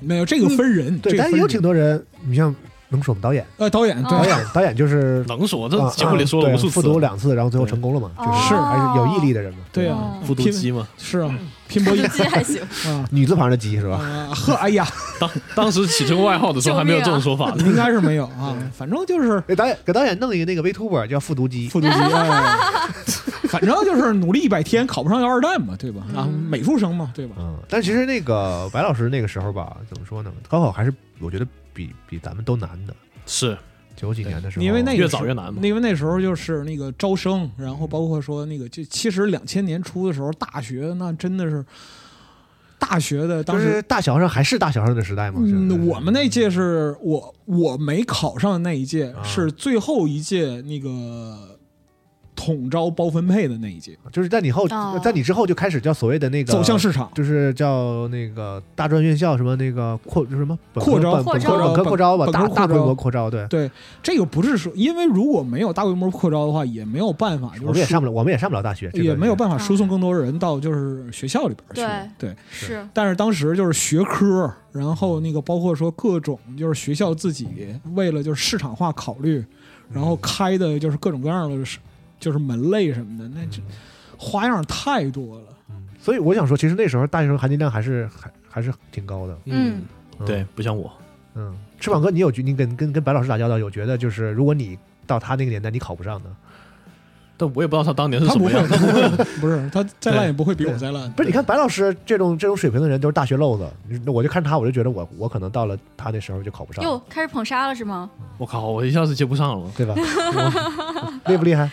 [SPEAKER 6] 没有这个分人，
[SPEAKER 3] 对，
[SPEAKER 6] 这个
[SPEAKER 3] 但是
[SPEAKER 6] 分人
[SPEAKER 3] 有挺多人，你像能说我们导演，
[SPEAKER 6] 呃导演
[SPEAKER 4] 哦
[SPEAKER 6] 对
[SPEAKER 3] 导演导演就是
[SPEAKER 5] 能说这
[SPEAKER 3] 啊
[SPEAKER 5] 节目里说了
[SPEAKER 3] 对
[SPEAKER 5] 无数
[SPEAKER 3] 复
[SPEAKER 5] 次了，
[SPEAKER 3] 读两次，然后最后成功了嘛，就是
[SPEAKER 4] 哦
[SPEAKER 3] 还是有毅力的人嘛。
[SPEAKER 6] 对
[SPEAKER 4] 哦
[SPEAKER 6] 啊，
[SPEAKER 5] 复读
[SPEAKER 6] 拼
[SPEAKER 5] 机 嘛。
[SPEAKER 6] 是啊，
[SPEAKER 3] 嗯
[SPEAKER 6] 拼搏一
[SPEAKER 4] 这还行，
[SPEAKER 6] 啊
[SPEAKER 3] 女字旁的鸡是
[SPEAKER 5] 嗯
[SPEAKER 3] 吧？
[SPEAKER 6] 啊呵， 哎呀，
[SPEAKER 5] 当当时起这个外号的时候还没
[SPEAKER 4] 啊
[SPEAKER 5] 有这种说法 呢。
[SPEAKER 6] 应该是没有啊，反正就是
[SPEAKER 3] 给导演给导演弄一个那个 Vtuber 叫复读鸡，
[SPEAKER 6] 复读机，哎 反正就是努力一百天，考不上要二蛋嘛，对吧？啊，美术生嘛，对吧？
[SPEAKER 3] 嗯，但其实那个白老师那个时候吧，怎么说呢？高考还是我觉得比比咱们都难的。
[SPEAKER 5] 是
[SPEAKER 3] 九几年的时候，
[SPEAKER 6] 因为那个
[SPEAKER 5] 越
[SPEAKER 6] 时
[SPEAKER 5] 早
[SPEAKER 6] 候
[SPEAKER 5] 越难嘛。
[SPEAKER 6] 因为那时候就是那个招生，然后包括说那个，就其实两千年初的时候，大学那真的是大学的当
[SPEAKER 3] 就
[SPEAKER 6] 时
[SPEAKER 3] 是。大小上还是大小上的时代嘛。就是
[SPEAKER 6] 嗯，我们那届是我我没考上的那一届，
[SPEAKER 3] 啊
[SPEAKER 6] 是最后一届那个统招包分配的那一届，
[SPEAKER 3] 就是在你后
[SPEAKER 4] 哦，
[SPEAKER 3] 在你之后就开始叫所谓的那个
[SPEAKER 6] 走向，市场。
[SPEAKER 3] 就是叫那个大专院校什么那个扩就是什么本科
[SPEAKER 6] 扩招
[SPEAKER 3] 本
[SPEAKER 4] 扩
[SPEAKER 3] 本
[SPEAKER 4] 招
[SPEAKER 3] 科本科扩招吧，
[SPEAKER 6] 本科
[SPEAKER 3] 大
[SPEAKER 6] 扩
[SPEAKER 3] 大规
[SPEAKER 6] 招
[SPEAKER 3] 模扩招，对，
[SPEAKER 6] 对，这个不是说，因为如果没有大规模扩招的话，也没有办法，
[SPEAKER 3] 我
[SPEAKER 6] 就
[SPEAKER 3] 们
[SPEAKER 6] 是
[SPEAKER 3] 也
[SPEAKER 6] 输
[SPEAKER 3] 上不了，我们也上不了大学，这个
[SPEAKER 6] 也没有办法
[SPEAKER 4] 啊
[SPEAKER 6] 输送更多人到就是学校里边去。对，
[SPEAKER 4] 是
[SPEAKER 6] 但是当时就是学科，然后那个包括说各种就是学校自己为了就是市场化考虑，然后开的就是各种各样的是就是门类什么的，那
[SPEAKER 3] 嗯
[SPEAKER 6] 这花样太 多了。
[SPEAKER 3] 所以我想说，其实那时候大学生含金量还是还还是挺高的。
[SPEAKER 4] 嗯，
[SPEAKER 3] 嗯
[SPEAKER 5] 对，，不像我，
[SPEAKER 3] 嗯，翅膀哥，你有觉你跟跟跟白老师打交道，有觉得就是如果你到他那个年代，你考不上的，
[SPEAKER 5] 但我也不知道他当年是
[SPEAKER 6] 他
[SPEAKER 5] 什
[SPEAKER 6] 不
[SPEAKER 5] 么
[SPEAKER 6] 会，
[SPEAKER 5] 样。
[SPEAKER 6] 他不会，不是他再烂
[SPEAKER 5] 对
[SPEAKER 6] 也不会比我再烂。
[SPEAKER 3] 不是？你看白老师这种这种水平的人都是大学漏子，你我就看他，我就觉得我我可能到了他那时候就考不上，
[SPEAKER 4] 又开始捧杀了是吗？
[SPEAKER 5] 我靠，我一下子接 不上了。
[SPEAKER 3] 对吧？厉不厉害？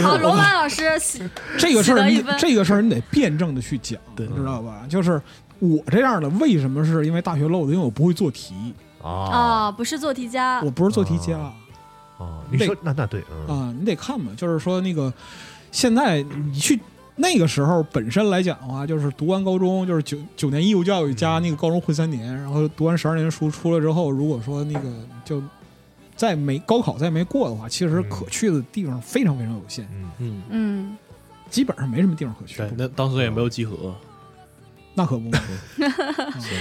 [SPEAKER 4] 好，啊罗曼老师，
[SPEAKER 6] 这个事儿
[SPEAKER 4] 喜
[SPEAKER 6] 你
[SPEAKER 4] 得一分
[SPEAKER 6] 这个事儿你得辩证的去讲，
[SPEAKER 5] 对
[SPEAKER 6] 你知道吧？就是我这样的，为什么是因为大学漏的？因为我不会做题，
[SPEAKER 4] 啊，不是做题家
[SPEAKER 6] 我，不是做题家。
[SPEAKER 5] 啊
[SPEAKER 3] 哦，你说那那对，嗯，
[SPEAKER 6] 啊，你得看嘛，就是说那个现在你去那个时候本身来讲的话，就是读完高中就是九九年义务教育
[SPEAKER 5] 嗯
[SPEAKER 6] 加那个高中混三年，然后读完十二年书出来之后，如果说那个就再没高考再没过的话，其实可去的地方非常非常有限，
[SPEAKER 5] 嗯，
[SPEAKER 4] 嗯，
[SPEAKER 6] 基本上没什么地方可去
[SPEAKER 5] 对。，那当时也没有集合，
[SPEAKER 6] 那可 不嘛，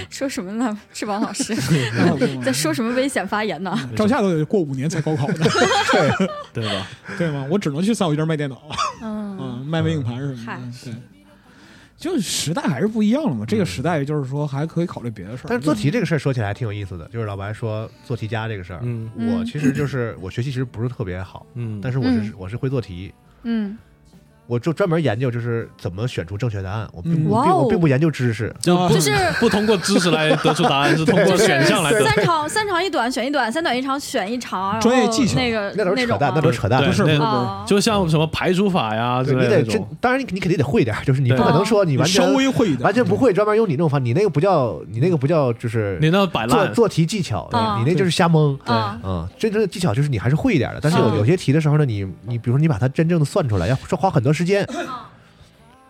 [SPEAKER 4] 说什么呢？翅膀老师
[SPEAKER 6] 那可不嘛
[SPEAKER 4] 在说什么危险发言呢？
[SPEAKER 6] 赵夏都得过五年才高考呢，
[SPEAKER 5] 对吧？
[SPEAKER 6] 对吗？我只能去三五家卖电脑。
[SPEAKER 4] 嗯，
[SPEAKER 6] 嗯，卖卖硬盘什么
[SPEAKER 4] 嗨
[SPEAKER 6] 的，对，就是时代还是不一样了嘛。这个时代就是说还可以考虑别的事儿，
[SPEAKER 3] 但是做题这个事儿说起来还挺有意思的，就是老白说做题家这个事儿，
[SPEAKER 5] 嗯
[SPEAKER 3] 我其实就是我学习其实不是特别好，
[SPEAKER 5] 嗯，
[SPEAKER 3] 但
[SPEAKER 5] 是
[SPEAKER 3] 是我是我是会做题，
[SPEAKER 4] 嗯，
[SPEAKER 3] 我就专门研究就是怎么选出正确答案，我并
[SPEAKER 6] 嗯
[SPEAKER 3] 我
[SPEAKER 4] 哇
[SPEAKER 3] 并
[SPEAKER 4] 哦
[SPEAKER 3] 我并不研究知识，
[SPEAKER 5] 就不
[SPEAKER 4] 就是
[SPEAKER 5] 不通过知识来得出答案，是通过
[SPEAKER 4] 就是
[SPEAKER 5] 选项来得出。
[SPEAKER 4] 三长三长一短选一短，三短一长选一长，然后
[SPEAKER 6] 专业技巧
[SPEAKER 4] 那个
[SPEAKER 3] 那都是扯
[SPEAKER 4] 种
[SPEAKER 3] 淡，那
[SPEAKER 4] 吗
[SPEAKER 3] 都是扯淡，
[SPEAKER 5] 对
[SPEAKER 6] 不是不是
[SPEAKER 5] 那
[SPEAKER 4] 哦
[SPEAKER 5] 就像什么排除法呀之
[SPEAKER 3] 对
[SPEAKER 5] 类
[SPEAKER 3] 你
[SPEAKER 5] 的
[SPEAKER 3] 得
[SPEAKER 5] 那
[SPEAKER 3] 真
[SPEAKER 5] 种，，
[SPEAKER 3] 当然你你肯定得会点儿，就是你不可能说你
[SPEAKER 6] 你
[SPEAKER 3] 完全
[SPEAKER 6] 稍微会一点，
[SPEAKER 3] 完全不会，专门用你那种方，你那个不叫你那个不叫就是
[SPEAKER 5] 你那摆
[SPEAKER 3] 做
[SPEAKER 5] 烂，
[SPEAKER 3] 做题技巧，
[SPEAKER 4] 对
[SPEAKER 3] 你那就是瞎蒙。
[SPEAKER 4] 啊，
[SPEAKER 3] 嗯，真正的技巧就是你还是会一点的，但是有
[SPEAKER 4] 嗯
[SPEAKER 3] 有些题的时候呢，你你比如说你把它真正的算出来，要花很多时间。
[SPEAKER 4] 嗯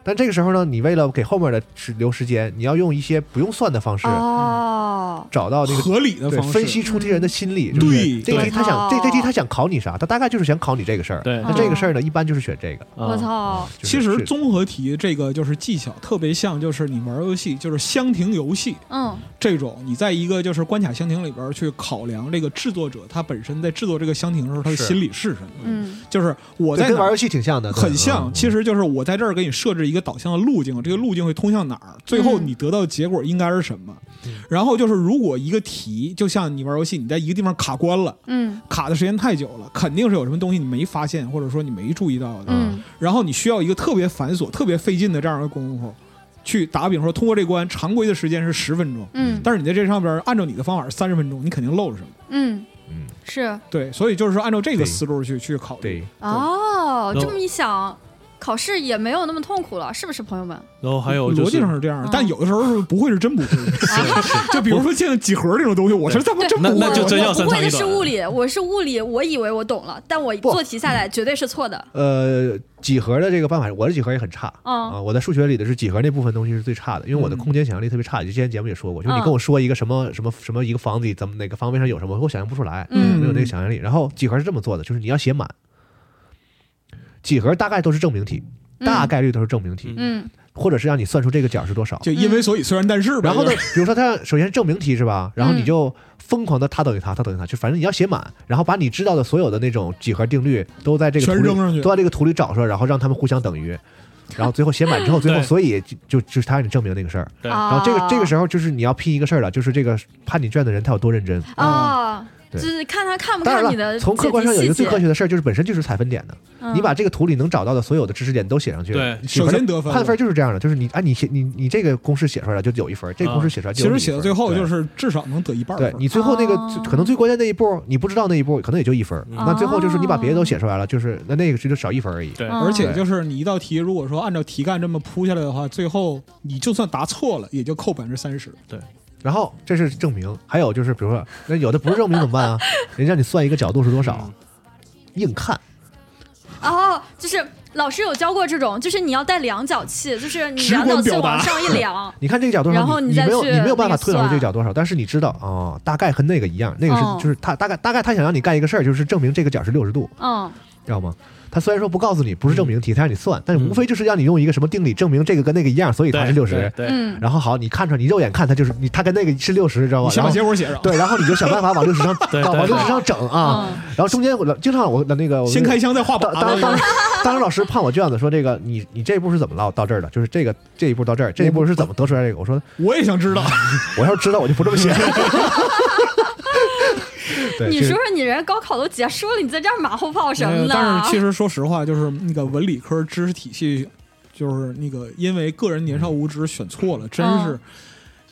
[SPEAKER 3] 但这个时候呢，你为了给后面的时留时间，你要用一些不用算的方式
[SPEAKER 4] 哦，
[SPEAKER 3] 找到那个
[SPEAKER 6] 合理的
[SPEAKER 3] 对
[SPEAKER 6] 方式嗯
[SPEAKER 3] 分析出题人的心理。就是
[SPEAKER 6] 对
[SPEAKER 3] 这题
[SPEAKER 4] 对
[SPEAKER 3] 他想这这题
[SPEAKER 4] 哦嗯
[SPEAKER 3] 他想考你啥？他大概就是想考你这个事儿。
[SPEAKER 5] 对
[SPEAKER 3] 那这个事儿呢，一般就是选这个。
[SPEAKER 4] 啊我
[SPEAKER 5] 啊
[SPEAKER 4] 操，
[SPEAKER 3] 就是
[SPEAKER 6] 其实
[SPEAKER 3] 是
[SPEAKER 6] 综合题这个就是技巧，特别像就是你玩游戏，就是箱庭游戏
[SPEAKER 4] 嗯
[SPEAKER 6] 这种，你在一个就是关卡箱庭里边去考量这个制作者他本身在制作这个箱庭的时候他的
[SPEAKER 3] 是
[SPEAKER 6] 心理是什么，
[SPEAKER 4] 嗯
[SPEAKER 6] 就是我
[SPEAKER 3] 对
[SPEAKER 6] 在
[SPEAKER 3] 跟
[SPEAKER 6] 哪
[SPEAKER 3] 玩
[SPEAKER 6] 儿
[SPEAKER 3] 游戏挺像的，对
[SPEAKER 6] 很像，
[SPEAKER 3] 嗯
[SPEAKER 6] 其实就是我在这儿给你设置一个导向的路径，这个路径会通向哪儿，最后
[SPEAKER 4] 嗯
[SPEAKER 6] 你得到的结果应该是什么。
[SPEAKER 3] 嗯
[SPEAKER 6] 然后就是，如果一个题，就像你玩游戏，你在一个地方卡关了，
[SPEAKER 4] 嗯
[SPEAKER 6] 卡的时间太久了，肯定是有什么东西你没发现，或者说你没注意到的。
[SPEAKER 4] 嗯
[SPEAKER 6] 然后你需要一个特别繁琐、特别费劲的这样的功夫，去打个比方说，通过这关常规的时间是十分钟，
[SPEAKER 4] 嗯
[SPEAKER 6] 但是你在这上边按照你的方法是三十分钟，你肯定漏了什么。
[SPEAKER 4] 嗯
[SPEAKER 3] 嗯，
[SPEAKER 4] 是
[SPEAKER 6] 对，所以就是说按照这个
[SPEAKER 3] 对
[SPEAKER 6] 思路去去考虑。
[SPEAKER 3] 对。
[SPEAKER 4] 哦，
[SPEAKER 5] 对
[SPEAKER 4] 这么一想，考试也没有那么痛苦了，是不是朋友们？
[SPEAKER 5] 然后还有就
[SPEAKER 6] 逻辑
[SPEAKER 5] 是
[SPEAKER 6] 上是这样的
[SPEAKER 4] 嗯，
[SPEAKER 6] 但有的时候是不会是真不会。就比如说现在几何这种东西，我是他妈真不
[SPEAKER 5] 那那
[SPEAKER 4] 我
[SPEAKER 5] 就
[SPEAKER 4] 我
[SPEAKER 5] 真要三
[SPEAKER 4] 不
[SPEAKER 5] 长
[SPEAKER 4] 会的
[SPEAKER 5] 一短
[SPEAKER 4] 是物理，我是物理，我以为我懂了，但我
[SPEAKER 3] 不
[SPEAKER 4] 做题下来绝对是错的。
[SPEAKER 3] 呃，几何的这个办法，我的几何也很差、
[SPEAKER 4] 嗯
[SPEAKER 3] 啊。我在数学里的是几何那部分东西是最差的，因为我的
[SPEAKER 6] 嗯
[SPEAKER 3] 空间想象力特别差。就之前节目也说过，就是你
[SPEAKER 4] 嗯
[SPEAKER 3] 跟我说一个什么什么什么一个房子里怎么哪个方位上有什么，我想象不出来，
[SPEAKER 4] 嗯
[SPEAKER 3] 没有那个想象力。然后几何是这么做的，就是你要写满，几何大概都是证明题，大概率都是证明题，
[SPEAKER 4] 嗯
[SPEAKER 3] 或者是让你算出这个角是多少。
[SPEAKER 6] 就因为所以虽然但是呗。
[SPEAKER 3] 然后呢
[SPEAKER 6] 就是，
[SPEAKER 3] 比如说它首先证明题是吧？然后你
[SPEAKER 4] 嗯
[SPEAKER 3] 就疯狂的它等于它，它等于它，就反正你要写满，然后把你知道的所有的那种几何定律都在这个
[SPEAKER 6] 全
[SPEAKER 3] 图里
[SPEAKER 6] 扔上去
[SPEAKER 3] 都在这个图里找出来，然后让他们互相等于，然后最后写满之后，最后
[SPEAKER 5] 对
[SPEAKER 3] 所以就就就是他让你证明那个事儿。
[SPEAKER 5] 对
[SPEAKER 4] 啊，
[SPEAKER 3] 然后这
[SPEAKER 6] 哦
[SPEAKER 3] 个这个时候就是你要拼一个事儿了，就是这个判你卷的人他有多认
[SPEAKER 6] 哦
[SPEAKER 3] 真。
[SPEAKER 4] 啊，
[SPEAKER 3] 对
[SPEAKER 4] 就是看他看不
[SPEAKER 3] 嗯当然
[SPEAKER 4] 看你
[SPEAKER 3] 了，
[SPEAKER 4] 的嗯
[SPEAKER 3] 从客观上有一个最科
[SPEAKER 4] 学，
[SPEAKER 3] 学的事儿，就是本身就是踩分点的。
[SPEAKER 6] 嗯
[SPEAKER 3] 你把
[SPEAKER 4] 这
[SPEAKER 3] 这个图里能找到的所有的知识点都写上去，
[SPEAKER 5] 对
[SPEAKER 3] 几何
[SPEAKER 6] 首先得分了
[SPEAKER 3] 判分就是这样的，就是你按你写你你这个公式写出来了就有一分，这个公式写出来
[SPEAKER 6] 啊其
[SPEAKER 3] 就有一分
[SPEAKER 6] 实写到最后
[SPEAKER 3] 对
[SPEAKER 6] 就是至少能得一半儿分
[SPEAKER 3] 对
[SPEAKER 6] 儿。
[SPEAKER 3] 你最后那个
[SPEAKER 4] 哦
[SPEAKER 3] 最可能最关键那一步，你不知道那一步，可能也就一分儿。
[SPEAKER 5] 嗯
[SPEAKER 3] 那最后就是你把别的都写出来了，就是那那个是就少一分而已。
[SPEAKER 5] 对
[SPEAKER 6] 而且就是你一道题，如果说按照题干这么铺下来的话，最后你就算答错了，也就扣百分之三十。
[SPEAKER 3] 然后这是证明，还有就是比如说，那有的不是证明怎么办啊？人家让你算一个角度是多
[SPEAKER 5] 嗯
[SPEAKER 3] 少，硬看。，
[SPEAKER 4] 哦，就是老师有教过这种，就是你要带量角器，就是你
[SPEAKER 6] 直
[SPEAKER 4] 量
[SPEAKER 6] 观
[SPEAKER 4] 角器
[SPEAKER 6] 表达
[SPEAKER 4] 往上一量
[SPEAKER 3] 你看这个角度
[SPEAKER 4] 然后
[SPEAKER 3] 上，你
[SPEAKER 4] 你再
[SPEAKER 3] 没有
[SPEAKER 4] 去
[SPEAKER 3] 你没有办法
[SPEAKER 4] 那个
[SPEAKER 3] 推导出
[SPEAKER 4] 算
[SPEAKER 3] 这个角度多少，但是你知道哦，大概和那个一样，那个是
[SPEAKER 4] 哦
[SPEAKER 3] 就是他大概大概他想让你干一个事儿，就是证明这个角是六十度，
[SPEAKER 4] 嗯，
[SPEAKER 3] 知道吗？他虽然说不告诉你不是
[SPEAKER 5] 嗯
[SPEAKER 3] 证明题，他让你算，但是无非就是让你用一个什么定理证明这个跟那个一样，所以它是六十。
[SPEAKER 5] 对，
[SPEAKER 4] 嗯，
[SPEAKER 3] 然后好，你看出来，你肉眼看它就是你，它跟那个是六十，知道吧
[SPEAKER 6] 你？
[SPEAKER 3] 哦
[SPEAKER 6] 先
[SPEAKER 3] 然
[SPEAKER 6] 把
[SPEAKER 3] 后
[SPEAKER 6] 结果写上，
[SPEAKER 3] 对，然后你就想办法往六十上
[SPEAKER 5] 对
[SPEAKER 3] 搞，
[SPEAKER 5] 对
[SPEAKER 3] 往六十上整啊。
[SPEAKER 4] 嗯
[SPEAKER 3] 然后中间我经常我的那个我们
[SPEAKER 6] 先开枪再画靶
[SPEAKER 3] 当当当当时老师判我卷子说这个你你这一步是怎么到到这儿的？就是这个这一步到这儿，这一步是怎么得出来这个？我说
[SPEAKER 6] 我也想知道，
[SPEAKER 3] 我要是知道我就不这么写。 对，
[SPEAKER 4] 你
[SPEAKER 3] 哎这是
[SPEAKER 4] 说说你人家高考都结束了，你在这儿马后炮什么呢？
[SPEAKER 6] 但是其实说实话，就是那个文理科知识体系，就是那个因为个人年少无知选错了，真是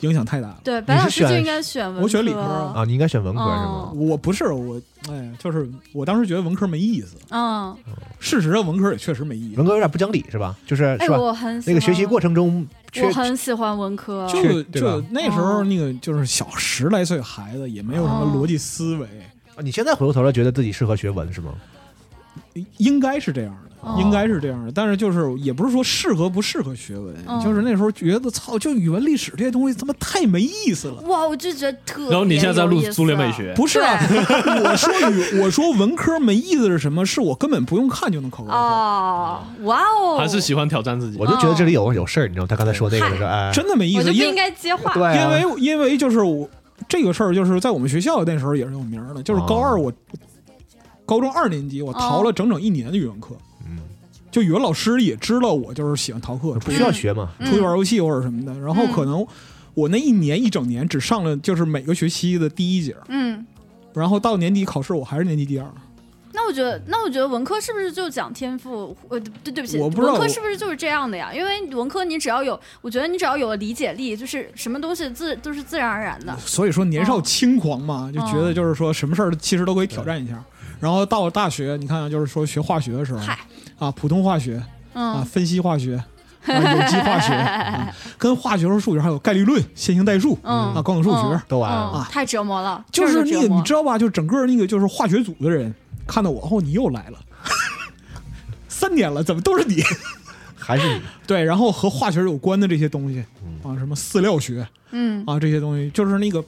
[SPEAKER 6] 影响太大了。
[SPEAKER 4] 对，白老师
[SPEAKER 3] 选
[SPEAKER 4] 就应该选文科，
[SPEAKER 6] 我选理科啊
[SPEAKER 3] 啊，你应该选文科是吗？
[SPEAKER 4] 哦
[SPEAKER 6] 我不是我，哎，就是我当时觉得文科没意思。
[SPEAKER 4] 嗯，
[SPEAKER 6] 事实上，文科也确实没意思
[SPEAKER 3] 文。科有点不讲理是吧？就是
[SPEAKER 4] 哎，
[SPEAKER 3] 是吧？
[SPEAKER 4] 我很喜
[SPEAKER 3] 那个学习
[SPEAKER 4] 欢
[SPEAKER 3] 过程中缺
[SPEAKER 4] 我很喜欢文科，
[SPEAKER 6] 就
[SPEAKER 3] 对吧
[SPEAKER 6] 就那时候那个就是小十来岁的孩子，也没有什么逻辑思维，
[SPEAKER 3] 啊你现在回过头来觉得自己适合学文是吗？
[SPEAKER 6] 应该是这样
[SPEAKER 4] 哦
[SPEAKER 6] 的，应该是这样的。但是就是也不是说适合不适合学文，
[SPEAKER 4] 嗯
[SPEAKER 6] 就是那时候觉得操，就语文历史这些东西他妈太没意思了。
[SPEAKER 4] 哇，我就觉得特别有意思。
[SPEAKER 5] 然后你现在在录苏联美学，
[SPEAKER 6] 不是啊， 我说语我说文科没意思是什么？是我根本不用看就能考高分，
[SPEAKER 4] 哦，哇哦，
[SPEAKER 5] 还是喜欢挑战自己
[SPEAKER 3] 我。就觉得这里有有事儿，你知道？他刚才说那个的时候，哎，
[SPEAKER 6] 真的没意
[SPEAKER 4] 我
[SPEAKER 6] 思。
[SPEAKER 4] 就不
[SPEAKER 6] 因
[SPEAKER 4] 应
[SPEAKER 6] 为
[SPEAKER 4] 该接 话。
[SPEAKER 3] 对啊，
[SPEAKER 6] 因为因为就是我这个事儿，就是在我们学校那时候也是有名儿的，就是高
[SPEAKER 3] 哦
[SPEAKER 6] 二我、高中二年级
[SPEAKER 4] 哦
[SPEAKER 6] 我逃了整整一年的语文课，
[SPEAKER 3] 嗯，
[SPEAKER 6] 就语文老师也知道我就是喜欢逃课，
[SPEAKER 3] 不
[SPEAKER 6] 出
[SPEAKER 3] 需要学嘛，
[SPEAKER 4] 嗯
[SPEAKER 6] 出去玩游戏或者什么的，然后
[SPEAKER 4] 嗯
[SPEAKER 6] 可能。我那一年一整年只上了就是每个学期的第一节，
[SPEAKER 4] 嗯，
[SPEAKER 6] 然后到年底考试我还是年级第二。
[SPEAKER 4] 那我觉得，那我觉得文科是不是就讲天赋？呃，对对不起，
[SPEAKER 6] 我不知道
[SPEAKER 4] 文科
[SPEAKER 6] 我
[SPEAKER 4] 是不是就是这样的呀？因为文科你只要有，我觉得你只要有了理解力，就是什么东西自都是自然而然的。
[SPEAKER 6] 所以说年
[SPEAKER 4] 嗯
[SPEAKER 6] 少轻狂嘛，就觉得就是说什么事儿其实都可以挑战一下。然后到了大学，你看啊就是说学化学的时候
[SPEAKER 4] 嗨，
[SPEAKER 6] 啊，普通化学啊，
[SPEAKER 4] 嗯，
[SPEAKER 6] 分析化学。啊，有机化 学、啊，跟化学和数学还有概率论、线性代数、
[SPEAKER 4] 嗯
[SPEAKER 6] 啊，高等数学，
[SPEAKER 4] 嗯
[SPEAKER 3] 都完了。
[SPEAKER 4] 嗯，太折磨了，
[SPEAKER 6] 啊就是
[SPEAKER 4] 这折
[SPEAKER 6] 那个
[SPEAKER 4] 磨
[SPEAKER 6] 你知道吧？就整个那个就是化学组的人看到我哦，你又来了， 三年了，怎么都是你？
[SPEAKER 3] 还是你
[SPEAKER 6] 对，然后和化学有关的这些东西啊，什么饲料学
[SPEAKER 4] 嗯，
[SPEAKER 6] 啊，这些东西，就是那个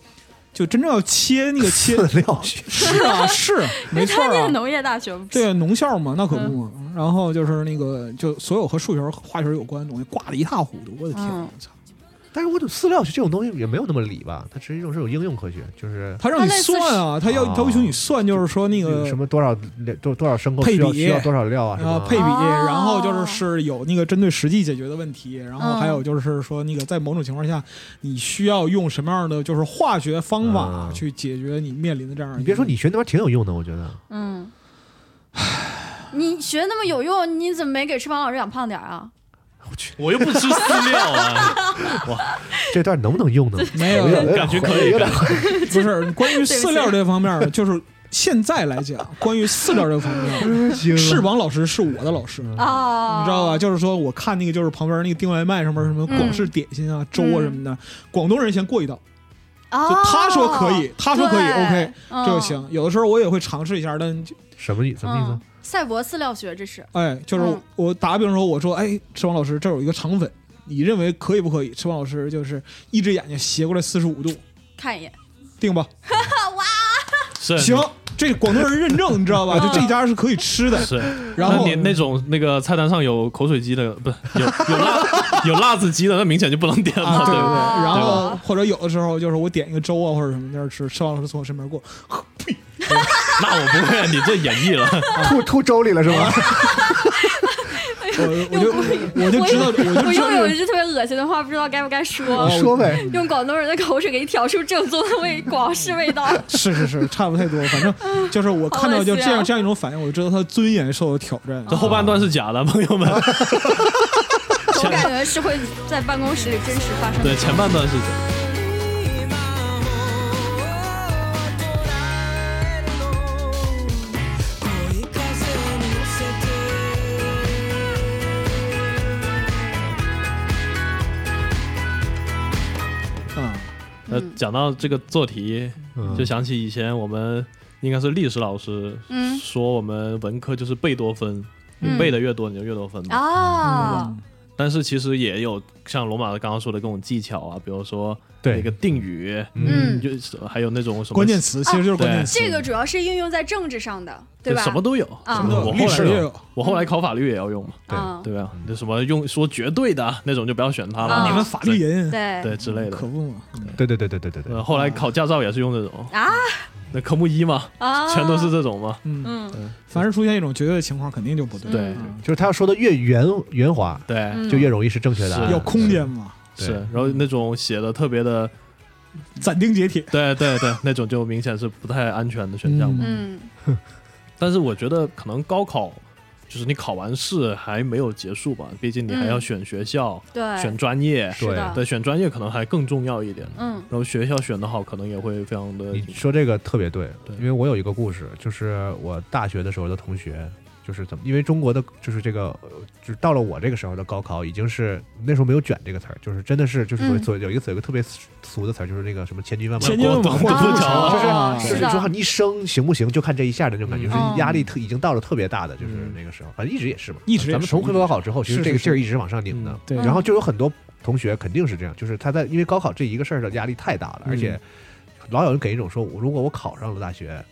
[SPEAKER 6] 就真正要切那个切
[SPEAKER 3] 饲料学，
[SPEAKER 6] 是 啊，是没错
[SPEAKER 4] 他念
[SPEAKER 6] 啊。
[SPEAKER 4] 农业嗯大学，不是
[SPEAKER 6] 对农校嘛，那可不嘛。然后就是那个，就所有和数学、和化学有关的东西挂的一塌糊涂，我的天啊！
[SPEAKER 4] 嗯
[SPEAKER 6] 我操、
[SPEAKER 3] 但是我怎么饲料学这种东西也没有那么理吧？它实际上是有应用科学，就是
[SPEAKER 6] 他让你算啊，他要
[SPEAKER 3] 哦
[SPEAKER 6] 他要求你算，就是说那
[SPEAKER 3] 有
[SPEAKER 6] 个
[SPEAKER 3] 什么多少多多少牲口
[SPEAKER 6] 配
[SPEAKER 3] 需要
[SPEAKER 6] 比
[SPEAKER 3] 需要多少料啊什
[SPEAKER 6] 啊
[SPEAKER 3] 么
[SPEAKER 6] 配比，
[SPEAKER 4] 哦
[SPEAKER 6] 然后就是是有那个针对实际解决的问题，然后还有就是说那个在某种情况下，你需要用什么样的就是化学方法
[SPEAKER 3] 嗯
[SPEAKER 6] 去解决你面临的这样一个。
[SPEAKER 3] 你别说你学那玩意儿挺有用的，我觉 得
[SPEAKER 4] 嗯，你学那么有用，你怎么没给翅膀老师养胖点儿啊？
[SPEAKER 5] 我又不吃饲 料啊，
[SPEAKER 3] 这段能不能用呢？
[SPEAKER 6] 没有
[SPEAKER 3] 哎我有点
[SPEAKER 5] 感觉可以
[SPEAKER 3] 有点
[SPEAKER 6] 不是关于饲料这方面，就是现在来讲， 关于饲料这个方面，世王老师是我的老师，你
[SPEAKER 4] 啊，
[SPEAKER 6] 知道吧？？就是说，我看那个就是旁边那个订外卖上面什么广式点心啊、粥啊什么的，广东人先过一道，
[SPEAKER 4] 嗯哦，
[SPEAKER 6] 就他说可以，他说可以，OK，
[SPEAKER 4] 嗯
[SPEAKER 6] 这就行。有的时候我也会尝试一下，但就
[SPEAKER 3] 什么意什么意 思
[SPEAKER 4] 嗯？赛博饲料学，这是
[SPEAKER 6] 哎，就是
[SPEAKER 4] 嗯
[SPEAKER 6] 我打个比方说，我说，哎，赤王老师，这儿有一个肠粉，你认为可以不可以？赤王老师就是一只眼睛斜过来四十五度，
[SPEAKER 4] 看一 眼，
[SPEAKER 6] 定吧，
[SPEAKER 5] 是
[SPEAKER 6] 行，这广东人认证，你知 道吧？就这家是可以吃的。
[SPEAKER 5] 是。
[SPEAKER 6] 然后
[SPEAKER 5] 那你那种那个菜单上有口水鸡的，不 是有有辣有辣子鸡的，那明显就不能点了，
[SPEAKER 6] 啊，
[SPEAKER 5] 对
[SPEAKER 6] 对对
[SPEAKER 5] 不
[SPEAKER 6] 对，
[SPEAKER 5] 对？
[SPEAKER 6] 然后或者有的时候就是我点一个粥啊或者什么在那儿吃，赤王老师从我身 边过，
[SPEAKER 5] 那我不会，你这演 绎了，
[SPEAKER 3] 吐吐粥里了是 吗？
[SPEAKER 6] 我我就我就知道，我就
[SPEAKER 4] 我
[SPEAKER 6] 知道
[SPEAKER 4] 又有
[SPEAKER 6] 这
[SPEAKER 4] 一
[SPEAKER 6] 个
[SPEAKER 4] 句特别恶心的话，不知道该不该 说。
[SPEAKER 6] 哦
[SPEAKER 3] 说呗，
[SPEAKER 4] 用广东人的口水给你挑出正宗的味，广式味 道。
[SPEAKER 6] 是是是，差不太多，反正 就是我看到就这
[SPEAKER 4] 好恶心啊
[SPEAKER 6] 样这样一种反应，我就知道他的尊严受到挑战。
[SPEAKER 5] 这后半段是假的，朋 友们。
[SPEAKER 4] 我感觉是会在办公室里真实发生的
[SPEAKER 5] 对，。前半段是假的。
[SPEAKER 6] 啊，
[SPEAKER 5] 呃，
[SPEAKER 4] 嗯
[SPEAKER 5] 讲到这个做题，
[SPEAKER 3] 嗯
[SPEAKER 5] 就想起以前我们应该是历史老师
[SPEAKER 4] 嗯
[SPEAKER 5] 说我们文科就是贝多芬，
[SPEAKER 4] 嗯
[SPEAKER 5] 你背的越多你就越多分嘛。
[SPEAKER 4] 啊，
[SPEAKER 5] 嗯但是其实也有像罗马刚刚说的各种技巧啊，比如说
[SPEAKER 3] 对
[SPEAKER 5] 那个定语，
[SPEAKER 4] 嗯
[SPEAKER 5] 就是还有那种什么
[SPEAKER 6] 关键词其实就是关键词，
[SPEAKER 4] 这个主要是应用在政治上的，对
[SPEAKER 5] 对
[SPEAKER 4] 吧？
[SPEAKER 5] 什么都有。
[SPEAKER 4] 啊
[SPEAKER 5] 我后
[SPEAKER 6] 历史
[SPEAKER 5] 来
[SPEAKER 6] 也有。
[SPEAKER 5] 我后来考法律也要用嘛，
[SPEAKER 4] 啊，
[SPEAKER 5] 对吧？那什么用说绝对的啊那种就不要选它了，
[SPEAKER 4] 啊
[SPEAKER 6] 你们法律人
[SPEAKER 4] 对
[SPEAKER 5] 对之类的
[SPEAKER 6] 可。不嘛，
[SPEAKER 3] 对对对对对对对
[SPEAKER 5] 呃，后来考驾照也是用这种，
[SPEAKER 4] 啊
[SPEAKER 5] 那科目一嘛，
[SPEAKER 4] 啊，
[SPEAKER 5] 全都是这种嘛。
[SPEAKER 6] 嗯，
[SPEAKER 4] 嗯
[SPEAKER 6] 凡是出现一种绝对的情况，肯定就不对。
[SPEAKER 5] 对
[SPEAKER 6] 嗯
[SPEAKER 3] 就是他要说的越圆圆滑，
[SPEAKER 5] 对，
[SPEAKER 4] 嗯
[SPEAKER 3] 就越容易是正确啊答案。
[SPEAKER 5] 是
[SPEAKER 6] 有空间嘛，
[SPEAKER 3] 对
[SPEAKER 5] 是。然后那种写的特别的，嗯
[SPEAKER 6] 斩钉截铁。
[SPEAKER 5] 对对对，那种就明显是不太安全的选项嘛。
[SPEAKER 4] 嗯
[SPEAKER 5] 但是我觉得可能高考就是你考完试还没有结束吧，毕竟你还要选学校、
[SPEAKER 4] 嗯对
[SPEAKER 5] 选专业，
[SPEAKER 4] 是啊的
[SPEAKER 5] 对，选专业可能还更重要一点。
[SPEAKER 4] 嗯
[SPEAKER 5] 然后学校选的好，可能也会非常的
[SPEAKER 3] 你说这个特别对，
[SPEAKER 5] 对
[SPEAKER 3] 因为我有一个故事，就是我大学的时候的同学，就是怎么，因为中国的就是这个，呃就是到了我这个时候的高考，已经是那时候没有“卷”这个词儿，就是真的是就是所
[SPEAKER 4] 嗯
[SPEAKER 3] 所有一个词有一个特别俗的词儿，就是那个什么千军万马
[SPEAKER 6] 千
[SPEAKER 3] 过。
[SPEAKER 6] 军万马
[SPEAKER 5] 过独木桥
[SPEAKER 6] 啊
[SPEAKER 4] 是
[SPEAKER 3] 就是
[SPEAKER 4] 的
[SPEAKER 3] 你
[SPEAKER 5] 哦
[SPEAKER 3] 说你一生行不行，就看这一下的那种感觉，
[SPEAKER 5] 嗯
[SPEAKER 3] 就是压力特已经到了特别大的，就是
[SPEAKER 5] 嗯
[SPEAKER 3] 那个时候，反正一直也是嘛，
[SPEAKER 6] 一直也是
[SPEAKER 3] 咱们从科考之后，其实
[SPEAKER 6] 是
[SPEAKER 3] 这个
[SPEAKER 6] 是
[SPEAKER 3] 劲儿一直往上拧的
[SPEAKER 5] 嗯，
[SPEAKER 6] 对
[SPEAKER 3] 然后就有很多同学肯定是这样，就是他在因为高考这一个事儿的压力太大了，
[SPEAKER 6] 嗯
[SPEAKER 3] 而且老有人给一种说，我如果我考上了大学，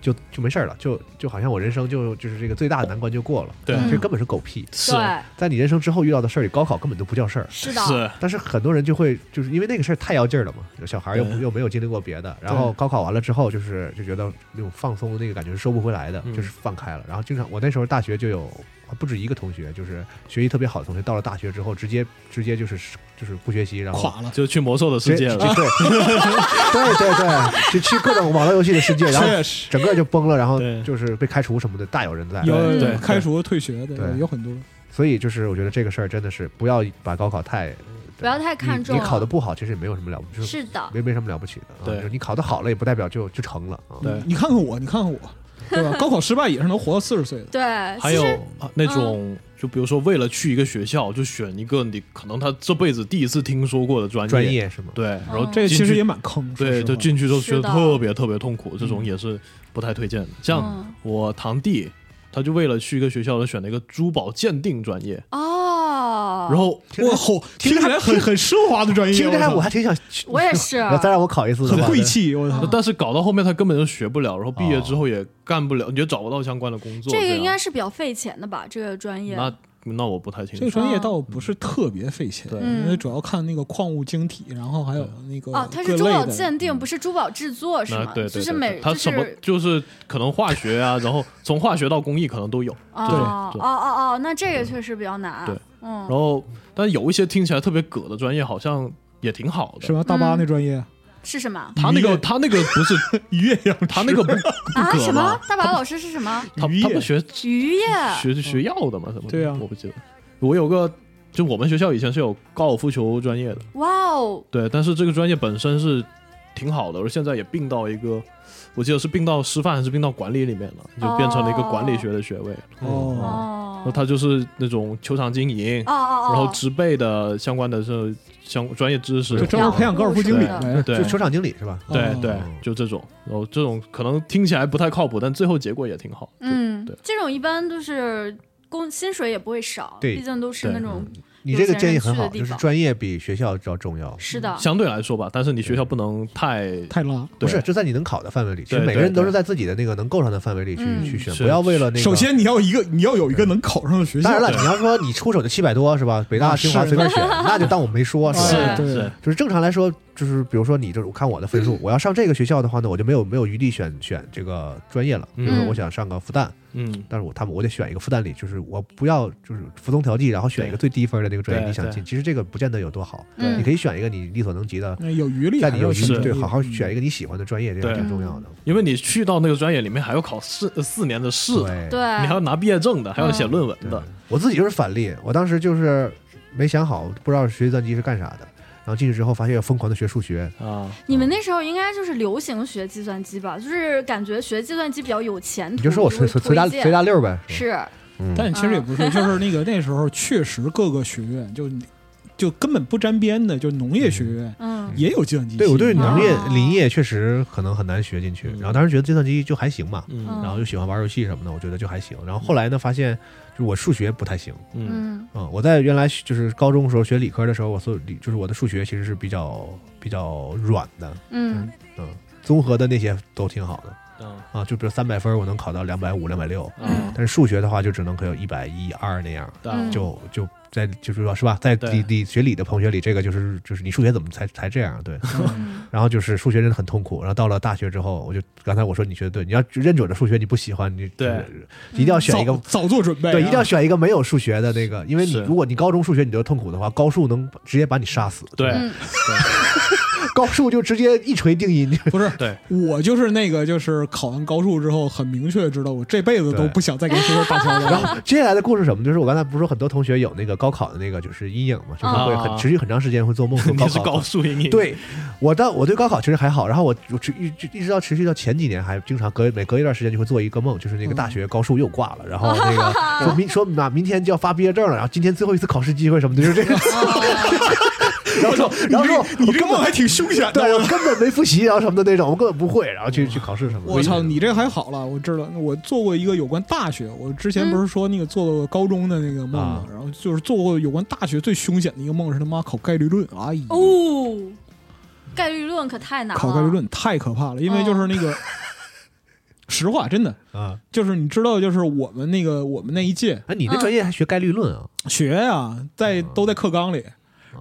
[SPEAKER 3] 就就没事儿了，就就好像我人生就就是这个最大的难关就过了，
[SPEAKER 5] 对
[SPEAKER 3] 这根本是狗屁，
[SPEAKER 5] 是
[SPEAKER 4] 对
[SPEAKER 3] 在你人生之后遇到的事儿里，高考根本就不叫事儿。
[SPEAKER 4] 是的
[SPEAKER 5] 是
[SPEAKER 3] 但是很多人就会就是因为那个事儿太要劲儿了嘛，有小孩儿又不
[SPEAKER 5] 对
[SPEAKER 3] 又没有经历过别的，然后高考完了之后就是就觉得那种放松的那个感觉是收不回来的，
[SPEAKER 5] 嗯
[SPEAKER 3] 就是放开了。然后经常我那时候大学就有不止一个同学，就是学习特别好的同学，到了大学之后直接直接就是就是不学习，然后
[SPEAKER 6] 垮了。
[SPEAKER 5] 啊就去魔兽的世
[SPEAKER 3] 直
[SPEAKER 5] 界
[SPEAKER 3] 接
[SPEAKER 5] 了。
[SPEAKER 3] 对对对对，就去各种网络游戏的世界，然后
[SPEAKER 6] 确实
[SPEAKER 3] 整个就崩了，然后
[SPEAKER 5] 对
[SPEAKER 3] 就是被开除什么的大有人在。
[SPEAKER 6] 有
[SPEAKER 5] 哎对对
[SPEAKER 6] 开除、退学的
[SPEAKER 3] 对
[SPEAKER 6] 有很多。
[SPEAKER 3] 所以就是我觉得这个事儿真的是不要把高考太
[SPEAKER 4] 不要太看重啊
[SPEAKER 3] 你，你考的不好其实也没有什么了不起，就是
[SPEAKER 4] 的，
[SPEAKER 3] 没没什么了不起的、啊。
[SPEAKER 5] 对
[SPEAKER 3] 就是你考得好了也不代表就就成了啊。
[SPEAKER 5] 对，
[SPEAKER 6] 嗯你看看我，你看看我，对吧？高考失败也是能活到四十岁的。
[SPEAKER 4] 对，
[SPEAKER 5] 还
[SPEAKER 4] 其
[SPEAKER 5] 有
[SPEAKER 4] 实
[SPEAKER 5] 啊那
[SPEAKER 4] 嗯
[SPEAKER 5] 种，就比如说为了去一个学校，就选一个你可能他这辈子第一次听说过的专业，
[SPEAKER 3] 专业是吗？
[SPEAKER 5] 对，然后
[SPEAKER 4] 嗯
[SPEAKER 6] 这
[SPEAKER 5] 进
[SPEAKER 6] 其实
[SPEAKER 5] 去
[SPEAKER 6] 也蛮坑，说
[SPEAKER 5] 对，
[SPEAKER 6] 实话
[SPEAKER 5] 就进去之后
[SPEAKER 4] 是
[SPEAKER 5] 觉得
[SPEAKER 4] 的
[SPEAKER 5] 特别特别痛苦，这种也是不太推荐的。像
[SPEAKER 4] 嗯
[SPEAKER 5] 我堂弟，他就为了去一个学校，他选了一个珠宝鉴定专业，
[SPEAKER 4] 哦，
[SPEAKER 5] 然后
[SPEAKER 6] 哇吼，听起来很很奢华的专业，
[SPEAKER 3] 听着还我
[SPEAKER 6] 我操
[SPEAKER 3] 还挺想去，
[SPEAKER 4] 我也 是
[SPEAKER 3] 要再让我考一次的
[SPEAKER 6] 很
[SPEAKER 3] 话，
[SPEAKER 6] 贵气，我
[SPEAKER 4] 嗯
[SPEAKER 6] 操！
[SPEAKER 5] 但是搞到后面他根本就学不了，然后毕业之后也干不了，你就找不到相关的工作。
[SPEAKER 4] 这个应该
[SPEAKER 5] 是
[SPEAKER 4] 是比较费钱的吧？这个专业，
[SPEAKER 5] 那那我不太清
[SPEAKER 6] 这个
[SPEAKER 5] 楚。
[SPEAKER 6] 专业倒不是特别费钱，
[SPEAKER 5] 对
[SPEAKER 3] 嗯
[SPEAKER 6] 因为主要看那个矿物晶体，然后还有那个
[SPEAKER 4] 哦，它
[SPEAKER 6] 各
[SPEAKER 4] 是
[SPEAKER 6] 类
[SPEAKER 4] 珠宝
[SPEAKER 6] 的
[SPEAKER 4] 鉴
[SPEAKER 3] 嗯
[SPEAKER 4] 定，不是珠宝制作是
[SPEAKER 5] 那
[SPEAKER 4] 吗？
[SPEAKER 5] 对
[SPEAKER 4] 就
[SPEAKER 5] 对
[SPEAKER 4] 是
[SPEAKER 5] 对，
[SPEAKER 4] 每
[SPEAKER 5] 对
[SPEAKER 4] 就
[SPEAKER 5] 他什么
[SPEAKER 4] 是哦
[SPEAKER 5] 就是可能化学啊，然后从化学到工艺可能都有。
[SPEAKER 4] 哦
[SPEAKER 5] 这种
[SPEAKER 4] 哦
[SPEAKER 5] 对嗯
[SPEAKER 4] 哦哦，那这个确实比较难。
[SPEAKER 5] 对，
[SPEAKER 4] 嗯
[SPEAKER 5] 然，后，但有一些听起来特别葛的专业，好像也挺好的。
[SPEAKER 6] 什么大
[SPEAKER 3] 嗯
[SPEAKER 6] 巴那专业，
[SPEAKER 4] 是什么
[SPEAKER 5] 他那
[SPEAKER 6] 愉悦
[SPEAKER 5] 个他那个不 是
[SPEAKER 6] 岳阳
[SPEAKER 5] 他那个不
[SPEAKER 4] 啊？
[SPEAKER 5] 不
[SPEAKER 4] 什
[SPEAKER 5] 葛
[SPEAKER 4] 么啊
[SPEAKER 5] 吗？？
[SPEAKER 4] 大白老师是什 么？
[SPEAKER 5] 他
[SPEAKER 6] 愉
[SPEAKER 5] 他不
[SPEAKER 6] 悦
[SPEAKER 5] 学
[SPEAKER 4] 渔业
[SPEAKER 5] 学学药的嘛？什么的？
[SPEAKER 6] 对啊
[SPEAKER 5] 我不记得。我有个，就我们学校以前是有高尔夫球专业的，
[SPEAKER 4] 哇哦，
[SPEAKER 5] 对，但是这个专业本身是挺好的，而现在也并到一个，我记得是并到师范还是并到管理里面了，就变成了一个管理学的学位。
[SPEAKER 6] 哦，
[SPEAKER 5] 然
[SPEAKER 4] 哦
[SPEAKER 5] 后他就是那种球场经营，
[SPEAKER 4] 哦哦，
[SPEAKER 5] 然后植被的相关的这相专业知识
[SPEAKER 6] 就，专门培养高尔夫经理呗。
[SPEAKER 5] 对
[SPEAKER 3] 就球场经理是吧？
[SPEAKER 5] 对
[SPEAKER 6] 哦
[SPEAKER 5] 对，就这种，然后这种可能听起来不太靠谱，但最后结果也挺好。对，
[SPEAKER 4] 嗯
[SPEAKER 5] 对，
[SPEAKER 4] 这种一般都是工薪水也不会少，
[SPEAKER 3] 对
[SPEAKER 4] 毕竟都是那种
[SPEAKER 5] 嗯
[SPEAKER 3] 你这个建议很好，
[SPEAKER 4] 有钱人去的地
[SPEAKER 3] 就是
[SPEAKER 4] 方
[SPEAKER 3] 专业比学校要重要。
[SPEAKER 4] 是的，
[SPEAKER 5] 相对来说吧，但是你学校不能太
[SPEAKER 6] 太拉。
[SPEAKER 3] 不
[SPEAKER 5] 对
[SPEAKER 3] 是，就在你能考的范围里，其实
[SPEAKER 5] 对
[SPEAKER 3] 每个人
[SPEAKER 5] 对
[SPEAKER 3] 都是在自己的那个能够上的范围里去
[SPEAKER 4] 嗯
[SPEAKER 3] 去选，
[SPEAKER 5] 是
[SPEAKER 3] 不要为了那个。
[SPEAKER 6] 首，先你要一个，你要有一个能考上的学校。
[SPEAKER 3] 当然了，你要说你出手就七百多是吧？北大、
[SPEAKER 6] 啊
[SPEAKER 3] 清华
[SPEAKER 6] 是
[SPEAKER 3] 随便 选，那就当我没说，
[SPEAKER 6] 是
[SPEAKER 3] 是吧？
[SPEAKER 6] 对
[SPEAKER 5] 是
[SPEAKER 3] 就是正常来说，就是比如说你这，我看我的分数，我要上这个学校的话呢，我就没有没有余地选选这个专业了。比如说
[SPEAKER 4] 嗯
[SPEAKER 3] 我想上个复旦，
[SPEAKER 5] 嗯，
[SPEAKER 3] 但是我他们我得选一个复旦里，就是我不要就是服从调剂，然后选一个最低分的那个专业
[SPEAKER 5] 对
[SPEAKER 3] 你想进。其实这个不见得有多好，
[SPEAKER 4] 嗯
[SPEAKER 3] 你可以选一个你力所能及的，
[SPEAKER 6] 那有余力
[SPEAKER 3] 在
[SPEAKER 6] 还
[SPEAKER 3] 你
[SPEAKER 6] 是要
[SPEAKER 3] 有余
[SPEAKER 6] 选
[SPEAKER 5] 是
[SPEAKER 6] 择嗯
[SPEAKER 3] 力
[SPEAKER 6] 的，
[SPEAKER 3] 对好好选一个你喜欢的专业，这个
[SPEAKER 5] 对
[SPEAKER 3] 挺重要的。
[SPEAKER 5] 因为你去到那个专业里面还要考四呃四年的试的，
[SPEAKER 3] 对
[SPEAKER 4] 对，
[SPEAKER 5] 你还要拿毕业证的，还要写
[SPEAKER 4] 嗯
[SPEAKER 5] 论文
[SPEAKER 3] 对
[SPEAKER 5] 的，
[SPEAKER 3] 我自己就是反例，我当时就是没想好，不知道学计算机是干啥的，然后进去之后发现要疯狂的学数学，
[SPEAKER 5] 啊，
[SPEAKER 4] 你们那时候应该就是流行学计算机吧？就是感觉学计算机比较有前途，
[SPEAKER 3] 你就说我
[SPEAKER 4] 推
[SPEAKER 3] 随随随大随大溜呗，吧
[SPEAKER 4] 是
[SPEAKER 3] 嗯，
[SPEAKER 6] 但其实也不是，就是那个那时候确实各个学院就就根本不沾边的，就农业学院
[SPEAKER 4] 嗯
[SPEAKER 6] 也有计算机系。
[SPEAKER 3] 对我对农业
[SPEAKER 4] 哦
[SPEAKER 3] 林业确实可能很难学进去，
[SPEAKER 5] 嗯
[SPEAKER 3] 然后当时觉得计算机就还行嘛，
[SPEAKER 5] 嗯
[SPEAKER 4] 嗯
[SPEAKER 3] 然后又喜欢玩游戏什么的，我觉得就还行。然后后来呢，发现就是我数学不太行，
[SPEAKER 5] 嗯
[SPEAKER 4] 嗯
[SPEAKER 3] 嗯，我在原来就是高中的时候学理科的时候，我所有理就是我的数学其实是比较比较软的，
[SPEAKER 4] 嗯
[SPEAKER 3] 嗯，综合的那些都挺好的
[SPEAKER 5] 嗯
[SPEAKER 3] 啊，就比如三百分我能考到两百五、两百六，
[SPEAKER 5] 啊，
[SPEAKER 3] 但是数学的话就只能考有一百一二那样，
[SPEAKER 5] 对
[SPEAKER 4] 嗯
[SPEAKER 3] 就就在就是说是吧，在
[SPEAKER 5] 对
[SPEAKER 3] 理理学理的同学里，这个就是就是你数学怎么才才这样啊对。
[SPEAKER 4] 嗯
[SPEAKER 3] 然后就是数学真的很痛苦。然后到了大学之后，我就刚才我说你觉得对，你要认准了数学你不喜欢，你
[SPEAKER 5] 对
[SPEAKER 3] 就是一定要选一个。
[SPEAKER 6] 早早做准备啊，
[SPEAKER 3] 对，一定要选一个没有数学的那个，因为你
[SPEAKER 5] 是
[SPEAKER 3] 如果你高中数学你都痛苦的话，高数能直接把你杀死，
[SPEAKER 5] 对
[SPEAKER 4] 嗯
[SPEAKER 3] 高数就直接一锤定音。
[SPEAKER 6] 不是
[SPEAKER 5] 对
[SPEAKER 6] 我就是那个，就是考完高数之后，很明确知道我这辈子都不想再跟数学打交道
[SPEAKER 3] 然
[SPEAKER 6] 了。
[SPEAKER 3] 后接下来的故事是什么？就是我刚才不是说很多同学有那个高考的那个就是阴影嘛，就是会很
[SPEAKER 5] 啊
[SPEAKER 3] 持续很长时间会做梦说
[SPEAKER 5] 你
[SPEAKER 3] 高
[SPEAKER 5] 是
[SPEAKER 3] 考。
[SPEAKER 5] 高数英语，
[SPEAKER 3] 啊对，我到我对高考其实还好，然后我我持一直一直到持续到前几年，还经常隔每隔一段时间就会做一个梦，就是
[SPEAKER 6] 嗯
[SPEAKER 3] 那个大学高数又挂了，然后那 个说明说啊明天就要发毕业证了，然后今天最后一次考试机会什么的，就是这个。 然后说，然后说，
[SPEAKER 6] 哦你这个梦还挺凶险的
[SPEAKER 3] 对，我根本没复习，然后什么的那种，我根本不会，然后去去考试什么的。
[SPEAKER 6] 我操，你这还好了，我知道，我做过一个有关大学，我之前不是说那个做过高中的那个梦吗？
[SPEAKER 3] 啊
[SPEAKER 6] 然后就是做过有关大学最凶险的一个梦是他妈考概率论，哎呀，
[SPEAKER 4] 哦，概率论可太难了，
[SPEAKER 6] 考概率论太可怕了，因为就是那
[SPEAKER 4] 哦
[SPEAKER 6] 个， 实话真的
[SPEAKER 3] 啊，
[SPEAKER 6] 就是你知道，就是我们那个我们那一届
[SPEAKER 3] 哎，你那专业还学概率论啊？
[SPEAKER 6] 学呀、在都在课纲里。
[SPEAKER 4] 哦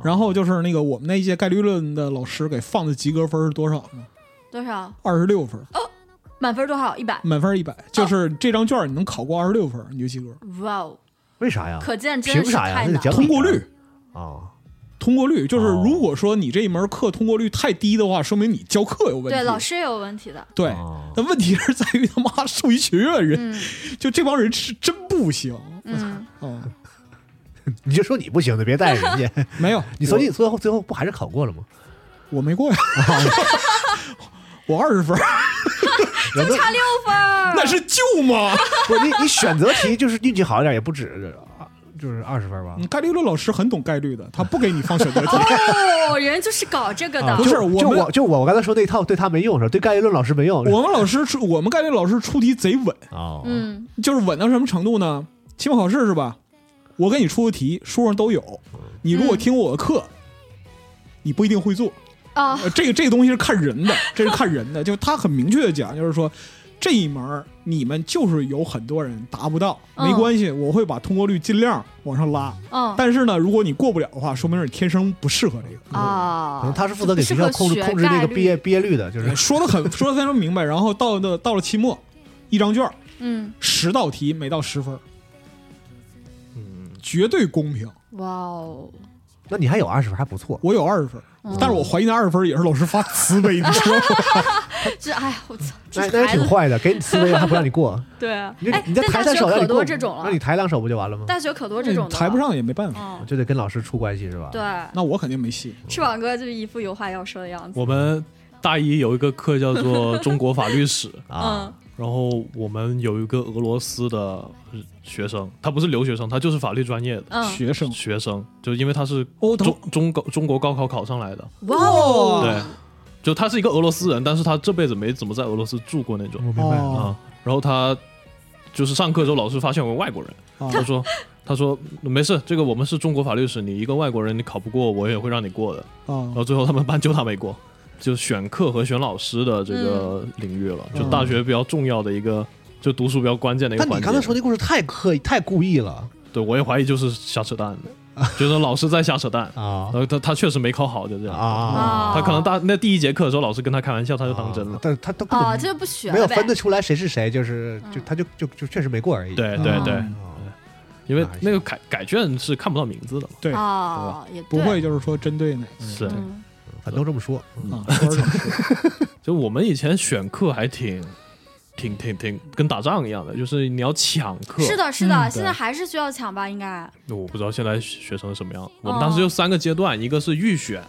[SPEAKER 6] 然后就是那个我们那一届概率论的老师给放的及格分是多少呢？
[SPEAKER 4] 多少？
[SPEAKER 6] 二十六分，
[SPEAKER 4] 哦满分多少？一百。
[SPEAKER 6] 满分一百，就是这张卷你能考过二十六分，你就及格。
[SPEAKER 4] 哇哦，
[SPEAKER 3] 为啥呀？
[SPEAKER 4] 可见真
[SPEAKER 3] 凭
[SPEAKER 4] 是
[SPEAKER 3] 啥呀？
[SPEAKER 4] 太
[SPEAKER 3] 那得
[SPEAKER 4] 难
[SPEAKER 3] 讲
[SPEAKER 4] 了。
[SPEAKER 6] 通过率，
[SPEAKER 3] 啊！
[SPEAKER 6] 通过率就是
[SPEAKER 3] 哦
[SPEAKER 6] 如果说你这一门课通过率太低的话，说明你教课有问题。
[SPEAKER 4] 对，老师也有问题的。
[SPEAKER 6] 对
[SPEAKER 3] 哦
[SPEAKER 6] 但问题是在于他妈数一学院人，
[SPEAKER 4] 嗯
[SPEAKER 6] 就这帮人是真不行
[SPEAKER 4] 嗯，
[SPEAKER 6] 啊、
[SPEAKER 3] 你就说你不行的，别带人 家。
[SPEAKER 6] 没有，
[SPEAKER 3] 你所以最后最后不还是考过了吗？
[SPEAKER 6] 我我没 过呀，我二十分，
[SPEAKER 3] 有没有
[SPEAKER 4] 差六分儿。
[SPEAKER 6] 那是救吗？
[SPEAKER 3] 不是你，你选择题就是运气好一点，也不止啊就是二十分吧啊
[SPEAKER 6] 嗯。概率论老师很懂概率的，他不给你放选择题。
[SPEAKER 4] 哦，人就是搞这个的。
[SPEAKER 6] 不是
[SPEAKER 3] 就
[SPEAKER 6] 我
[SPEAKER 3] 就
[SPEAKER 6] 们
[SPEAKER 3] 我就我我刚才说那一套对他没用是吧？对概率论老师没用。
[SPEAKER 6] 我们老师出，我们概率老师出题贼稳，
[SPEAKER 3] 哦，
[SPEAKER 4] 嗯
[SPEAKER 6] 就是稳到什么程度呢？期末考试是吧？我给你出的题，书上都有，你
[SPEAKER 4] 嗯
[SPEAKER 6] 如果听我的课，你不一定会做。
[SPEAKER 4] 啊，
[SPEAKER 6] 呃这个这个东西是看人的，这是看人的，就他很明确的讲，就是说这一门儿你们就是有很多人达不到，没
[SPEAKER 4] 嗯
[SPEAKER 6] 关系，我会把通过率尽量往上拉。
[SPEAKER 4] 嗯
[SPEAKER 6] 但是呢，如果你过不了的话，说明是你天生不适合这 个。
[SPEAKER 4] 啊，
[SPEAKER 3] 可能他是负责给学
[SPEAKER 4] 就
[SPEAKER 3] 校
[SPEAKER 4] 不适合
[SPEAKER 3] 控制
[SPEAKER 4] 学
[SPEAKER 3] 控制那
[SPEAKER 4] 概
[SPEAKER 3] 个
[SPEAKER 4] 率
[SPEAKER 3] 毕业毕业率的，就是
[SPEAKER 6] 说的很说的非常明白，然后到的到了期末，一张卷儿
[SPEAKER 4] 嗯，
[SPEAKER 6] 十道题，每道十分儿，
[SPEAKER 5] 嗯，
[SPEAKER 6] 绝对公平。
[SPEAKER 4] 哇哦，
[SPEAKER 3] 那你还有二十分还不错。
[SPEAKER 6] 我有二十分，
[SPEAKER 4] 嗯
[SPEAKER 6] 但是我怀疑那二十分也是老师发慈悲，你 知道吗？
[SPEAKER 4] 这哎呀，我操，这
[SPEAKER 3] 那那也
[SPEAKER 4] 孩
[SPEAKER 3] 挺
[SPEAKER 4] 子
[SPEAKER 3] 坏的，给你思维还不让你 过，
[SPEAKER 4] 对啊，
[SPEAKER 3] 你就
[SPEAKER 4] 哎
[SPEAKER 3] 你再，
[SPEAKER 4] 但
[SPEAKER 3] 抬
[SPEAKER 4] 大
[SPEAKER 3] 抬
[SPEAKER 4] 学
[SPEAKER 3] 手让
[SPEAKER 4] 可
[SPEAKER 3] 你
[SPEAKER 4] 多
[SPEAKER 3] 过，
[SPEAKER 4] 这种
[SPEAKER 3] 那你
[SPEAKER 4] 了，
[SPEAKER 3] 抬两手不就完了吗？
[SPEAKER 4] 大学可多这 种的，
[SPEAKER 6] 嗯抬不。上也没办法。
[SPEAKER 4] 嗯，
[SPEAKER 3] 就得跟老师处关系是吧？
[SPEAKER 4] 对，
[SPEAKER 6] 那我肯定没戏。
[SPEAKER 4] 翅膀哥就一副有话要说的样子。
[SPEAKER 5] 我们大一有一个课叫做中国法律史，
[SPEAKER 4] 嗯
[SPEAKER 3] 啊，
[SPEAKER 5] 然后我们有一个俄罗斯的学生，他不是留学生，他就是法律专业的
[SPEAKER 4] 嗯，
[SPEAKER 6] 学生
[SPEAKER 5] 学生，就因为他是
[SPEAKER 6] 哦他
[SPEAKER 5] 中中高中国高考考上来的，
[SPEAKER 4] 哇哦，
[SPEAKER 5] 对，就他是一个俄罗斯人，但是他这辈子没怎么在俄罗斯住过那种
[SPEAKER 3] 我明白了。
[SPEAKER 6] 哦
[SPEAKER 5] 啊。然后他就是上课之后，老师发现我外国人，
[SPEAKER 6] 哦
[SPEAKER 5] 他说 他说没事，这个我们是中国法律史，你一个外国人你考不过，我也会让你过的。然
[SPEAKER 6] 哦
[SPEAKER 5] 后最后他们班就他没过，就选课和选老师的这个
[SPEAKER 3] 嗯
[SPEAKER 5] 领域了，就大学比较重要的一个，就读书比较关键的一个
[SPEAKER 3] 但
[SPEAKER 5] 环
[SPEAKER 3] 你
[SPEAKER 5] 节。
[SPEAKER 3] 刚才说那故事太刻意、太故意了
[SPEAKER 5] 对我也怀疑就是瞎扯淡的，觉得老师在瞎扯淡，
[SPEAKER 6] 嗯
[SPEAKER 3] 啊
[SPEAKER 5] 然后他他确实没考好，就这样。
[SPEAKER 3] 啊！
[SPEAKER 5] 他可能大那第一节课的时候，老师跟他开玩笑，他就当真
[SPEAKER 6] 嗯
[SPEAKER 5] 了。
[SPEAKER 3] 但是他他根
[SPEAKER 4] 啊，
[SPEAKER 3] 本
[SPEAKER 4] 这就不学
[SPEAKER 3] 没有
[SPEAKER 4] 了呗
[SPEAKER 3] 分得出来谁是谁，就是就
[SPEAKER 4] 嗯
[SPEAKER 3] 他就就就确实没过而已。
[SPEAKER 5] 对
[SPEAKER 3] 啊
[SPEAKER 5] 对
[SPEAKER 4] 嗯
[SPEAKER 5] 对，
[SPEAKER 3] 啊
[SPEAKER 5] 因为那个改改卷是看不到名字的嘛，
[SPEAKER 6] 对，
[SPEAKER 4] 哦，也
[SPEAKER 6] 不
[SPEAKER 4] 对
[SPEAKER 6] 会就是说针对哪个
[SPEAKER 5] 是
[SPEAKER 6] 对
[SPEAKER 4] 嗯
[SPEAKER 3] 反都这么说，嗯
[SPEAKER 6] 啊，都是这么说
[SPEAKER 5] 就我们以前选课还挺挺挺挺跟打仗一样的，就是你要抢课。
[SPEAKER 4] 是，的，是的，
[SPEAKER 5] 嗯
[SPEAKER 4] 现在还是需要抢吧，应该
[SPEAKER 6] 哦
[SPEAKER 5] 我不知道现在学生什么
[SPEAKER 4] 哦
[SPEAKER 5] 样。我们当时就三个阶段，一个是预选，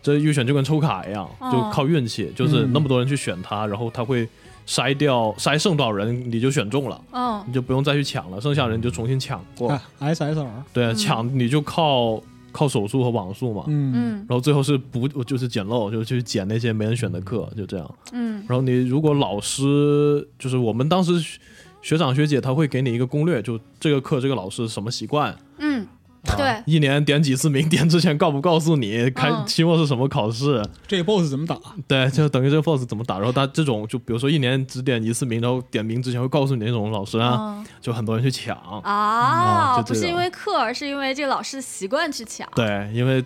[SPEAKER 5] 这预选就跟抽卡一样，
[SPEAKER 4] 哦
[SPEAKER 5] 就靠运气，就是那么多人去选它，然后他会筛掉筛剩多少人，你就选中了。
[SPEAKER 4] 嗯
[SPEAKER 5] 你就不用再去抢了，剩下人就重新抢过。
[SPEAKER 6] 啊，SSR，
[SPEAKER 5] 对，
[SPEAKER 4] 嗯
[SPEAKER 5] 抢你就靠靠手速和网速嘛。
[SPEAKER 6] 嗯
[SPEAKER 4] 嗯
[SPEAKER 5] 然后最后是不就是捡漏，就去捡那些没人选的课，就这样。
[SPEAKER 4] 嗯
[SPEAKER 5] 然后你如果老师就是我们当时学学长学姐，他会给你一个攻略，就这个课这个老师什么习惯，
[SPEAKER 4] 嗯，
[SPEAKER 5] 啊
[SPEAKER 4] 对，
[SPEAKER 5] 一年点几次名，点之前告不告诉你，开
[SPEAKER 4] 嗯
[SPEAKER 5] 期末是什么考试，
[SPEAKER 6] 这 BOSS 怎么打？
[SPEAKER 5] 对，就等于这个 boss 怎么打。然后他这种就比如说一年只点一次名，然后点名之前会告诉你那种老师啊，
[SPEAKER 4] 嗯
[SPEAKER 5] 就很多人去抢。嗯
[SPEAKER 4] 啊，
[SPEAKER 5] 就
[SPEAKER 4] 不
[SPEAKER 5] 这
[SPEAKER 4] 是因
[SPEAKER 5] 个
[SPEAKER 4] 为课，而是因为这个老师的习惯去抢，
[SPEAKER 5] 对，因为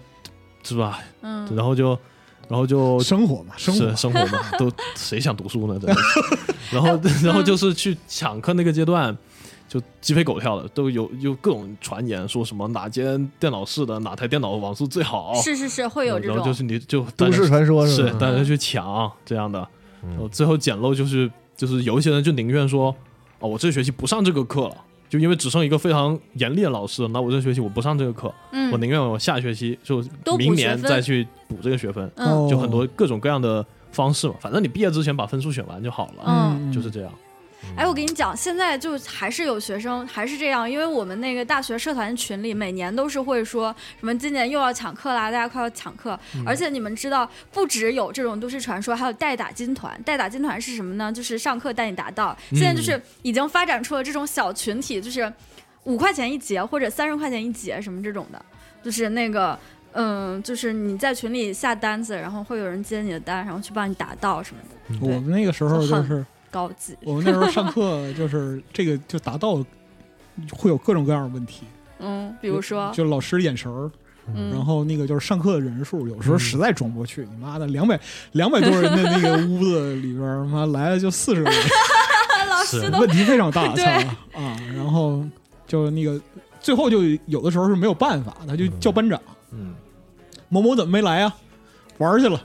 [SPEAKER 5] 是吧？
[SPEAKER 4] 嗯，
[SPEAKER 5] 然后就，然后就
[SPEAKER 6] 生活嘛，生活
[SPEAKER 5] 是。生活 嘛，都谁想读书呢？真的是。然
[SPEAKER 4] 哎
[SPEAKER 5] 后，
[SPEAKER 4] 嗯
[SPEAKER 5] 然后就是去抢课那个阶段，就鸡飞狗跳的，都有有各种传言说什么哪间电脑室的哪台电脑网速最好，
[SPEAKER 4] 是是是，会有这
[SPEAKER 5] 哦然后
[SPEAKER 4] 种
[SPEAKER 5] 就是你就大
[SPEAKER 3] 都
[SPEAKER 5] 家
[SPEAKER 3] 市传说
[SPEAKER 5] 是
[SPEAKER 3] 吧？
[SPEAKER 5] 大家去抢这样的，然后最后捡漏就是就是有一些人就宁愿说，哦，我这学期不上这个课了。就因为只剩一个非常严厉的老师，那我这学期我不上这个课，
[SPEAKER 4] 嗯
[SPEAKER 5] 我宁愿我下学期就
[SPEAKER 4] 都补
[SPEAKER 5] 明
[SPEAKER 4] 学
[SPEAKER 5] 年
[SPEAKER 4] 分
[SPEAKER 5] 再去补这个学分。
[SPEAKER 4] 嗯
[SPEAKER 6] 哦
[SPEAKER 5] 就很多各种各样的方式嘛。反正你毕业之前把分数选完就好了，
[SPEAKER 4] 嗯，
[SPEAKER 5] 就是这样。
[SPEAKER 4] 哎，我跟你讲，现在就还是有学生还是这样，因为我们那个大学社团群里每年都是会说什么今年又要抢课啦，大家快要抢课。而且你们知道，不只有这种都市传说，还有代打金团。代打金团是什么呢？就是上课带你答到。现在就是已经发展出了这种小群体，就是五块钱一节或者三十块钱一节什么这种的，就是那个。嗯，就是你在群里下单子，然后会有人接你的单，然后去帮你答到什么的，
[SPEAKER 6] 我们那个时候
[SPEAKER 4] 就
[SPEAKER 6] 就
[SPEAKER 4] 很
[SPEAKER 6] 是
[SPEAKER 4] 高级。
[SPEAKER 6] 我们那时候上课就是这个就达到会有各种各样的问题，
[SPEAKER 4] 嗯，比如说，
[SPEAKER 6] 就老师眼神儿，
[SPEAKER 4] 嗯，
[SPEAKER 6] 然后那个就是上课的人数，有
[SPEAKER 5] 嗯
[SPEAKER 6] 时候实在装不过去，你妈的两百两百多人的那个屋子里边儿，妈来了就四十个人，
[SPEAKER 4] 老师 都
[SPEAKER 6] 问题非常大，
[SPEAKER 4] 对
[SPEAKER 6] 操啊！然后就那个最后就有的时候是没有办法，他就叫班长，
[SPEAKER 5] 嗯，
[SPEAKER 6] 某某怎么没来啊？玩儿去了，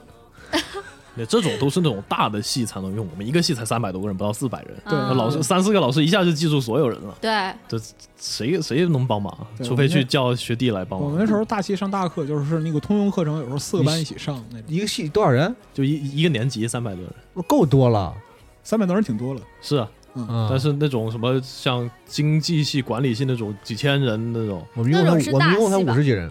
[SPEAKER 5] 那这种都是那种大的系才能用，我们一个系才三百多个人，不到四百人。
[SPEAKER 6] 对
[SPEAKER 5] 那
[SPEAKER 4] 嗯
[SPEAKER 5] 老师三四个老师一下就记住所有人了，
[SPEAKER 4] 对，
[SPEAKER 5] 谁谁能帮忙？
[SPEAKER 6] 对
[SPEAKER 5] 除非
[SPEAKER 6] 我
[SPEAKER 5] 去
[SPEAKER 6] 们
[SPEAKER 5] 叫学弟来帮
[SPEAKER 6] 我
[SPEAKER 5] 忙。
[SPEAKER 6] 们那时候大七上大课，就是那个通用课程，有时候四个班一起上那种，
[SPEAKER 3] 一个系多少人？
[SPEAKER 5] 就一一个年级三百多人，
[SPEAKER 3] 够多了
[SPEAKER 6] 三百多人挺多了。嗯
[SPEAKER 5] 是啊，
[SPEAKER 3] 啊！
[SPEAKER 5] 但是那种什么像经济系、管理系那种几千人那种，
[SPEAKER 3] 我们一共才
[SPEAKER 4] 那种是
[SPEAKER 3] 我们一共才
[SPEAKER 4] 大系吧
[SPEAKER 3] 五十几人，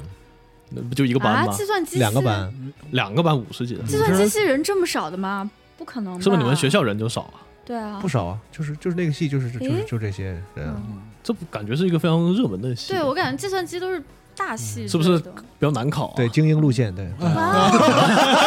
[SPEAKER 5] 那不就一个班
[SPEAKER 4] 啊，
[SPEAKER 5] 吗
[SPEAKER 4] 计？算机系啊
[SPEAKER 3] 两个，班，
[SPEAKER 5] 两个班五十几人，
[SPEAKER 4] 计算机系人这么少的吗？不可能吧，
[SPEAKER 5] 是不是你们学校人就少啊？
[SPEAKER 4] 对啊
[SPEAKER 3] 不？少啊，就是就是那个系，就是就是
[SPEAKER 4] 诶嗯
[SPEAKER 3] 就这些人啊，
[SPEAKER 5] 这不感觉是一个非常热门的系，
[SPEAKER 4] 对，我感觉计算机都是大系，
[SPEAKER 5] 嗯是不哎是比较难考啊。
[SPEAKER 3] 对精英路线，对，
[SPEAKER 4] 哦啊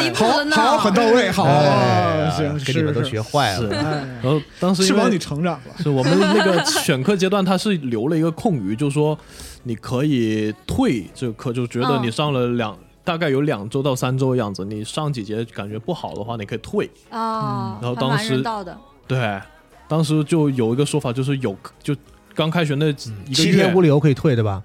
[SPEAKER 4] 离谱了呢？
[SPEAKER 6] 好，很到位，好，
[SPEAKER 3] 哎
[SPEAKER 6] 行，
[SPEAKER 3] 给你们
[SPEAKER 6] 是
[SPEAKER 3] 都
[SPEAKER 6] 是
[SPEAKER 3] 学坏
[SPEAKER 5] 是
[SPEAKER 3] 了，
[SPEAKER 6] 哎，
[SPEAKER 5] 然后当时
[SPEAKER 6] 是
[SPEAKER 5] 因为
[SPEAKER 6] 帮你成长了。
[SPEAKER 5] 是我们那个选课阶段，它是留了一个空余，就是说你可以退这个课，就觉得
[SPEAKER 4] 嗯
[SPEAKER 5] 你上了两、大概有两周到三周的样子，你上几节感觉不好的话，你可以退。
[SPEAKER 4] 啊，
[SPEAKER 5] 嗯然后
[SPEAKER 4] 还
[SPEAKER 5] 当
[SPEAKER 4] 蛮
[SPEAKER 5] 时
[SPEAKER 4] 人道的，
[SPEAKER 5] 对，当时就有一个说法，就是有就刚开学那几一个
[SPEAKER 3] 七
[SPEAKER 5] 月
[SPEAKER 3] 天，无理由可以退，对 吧？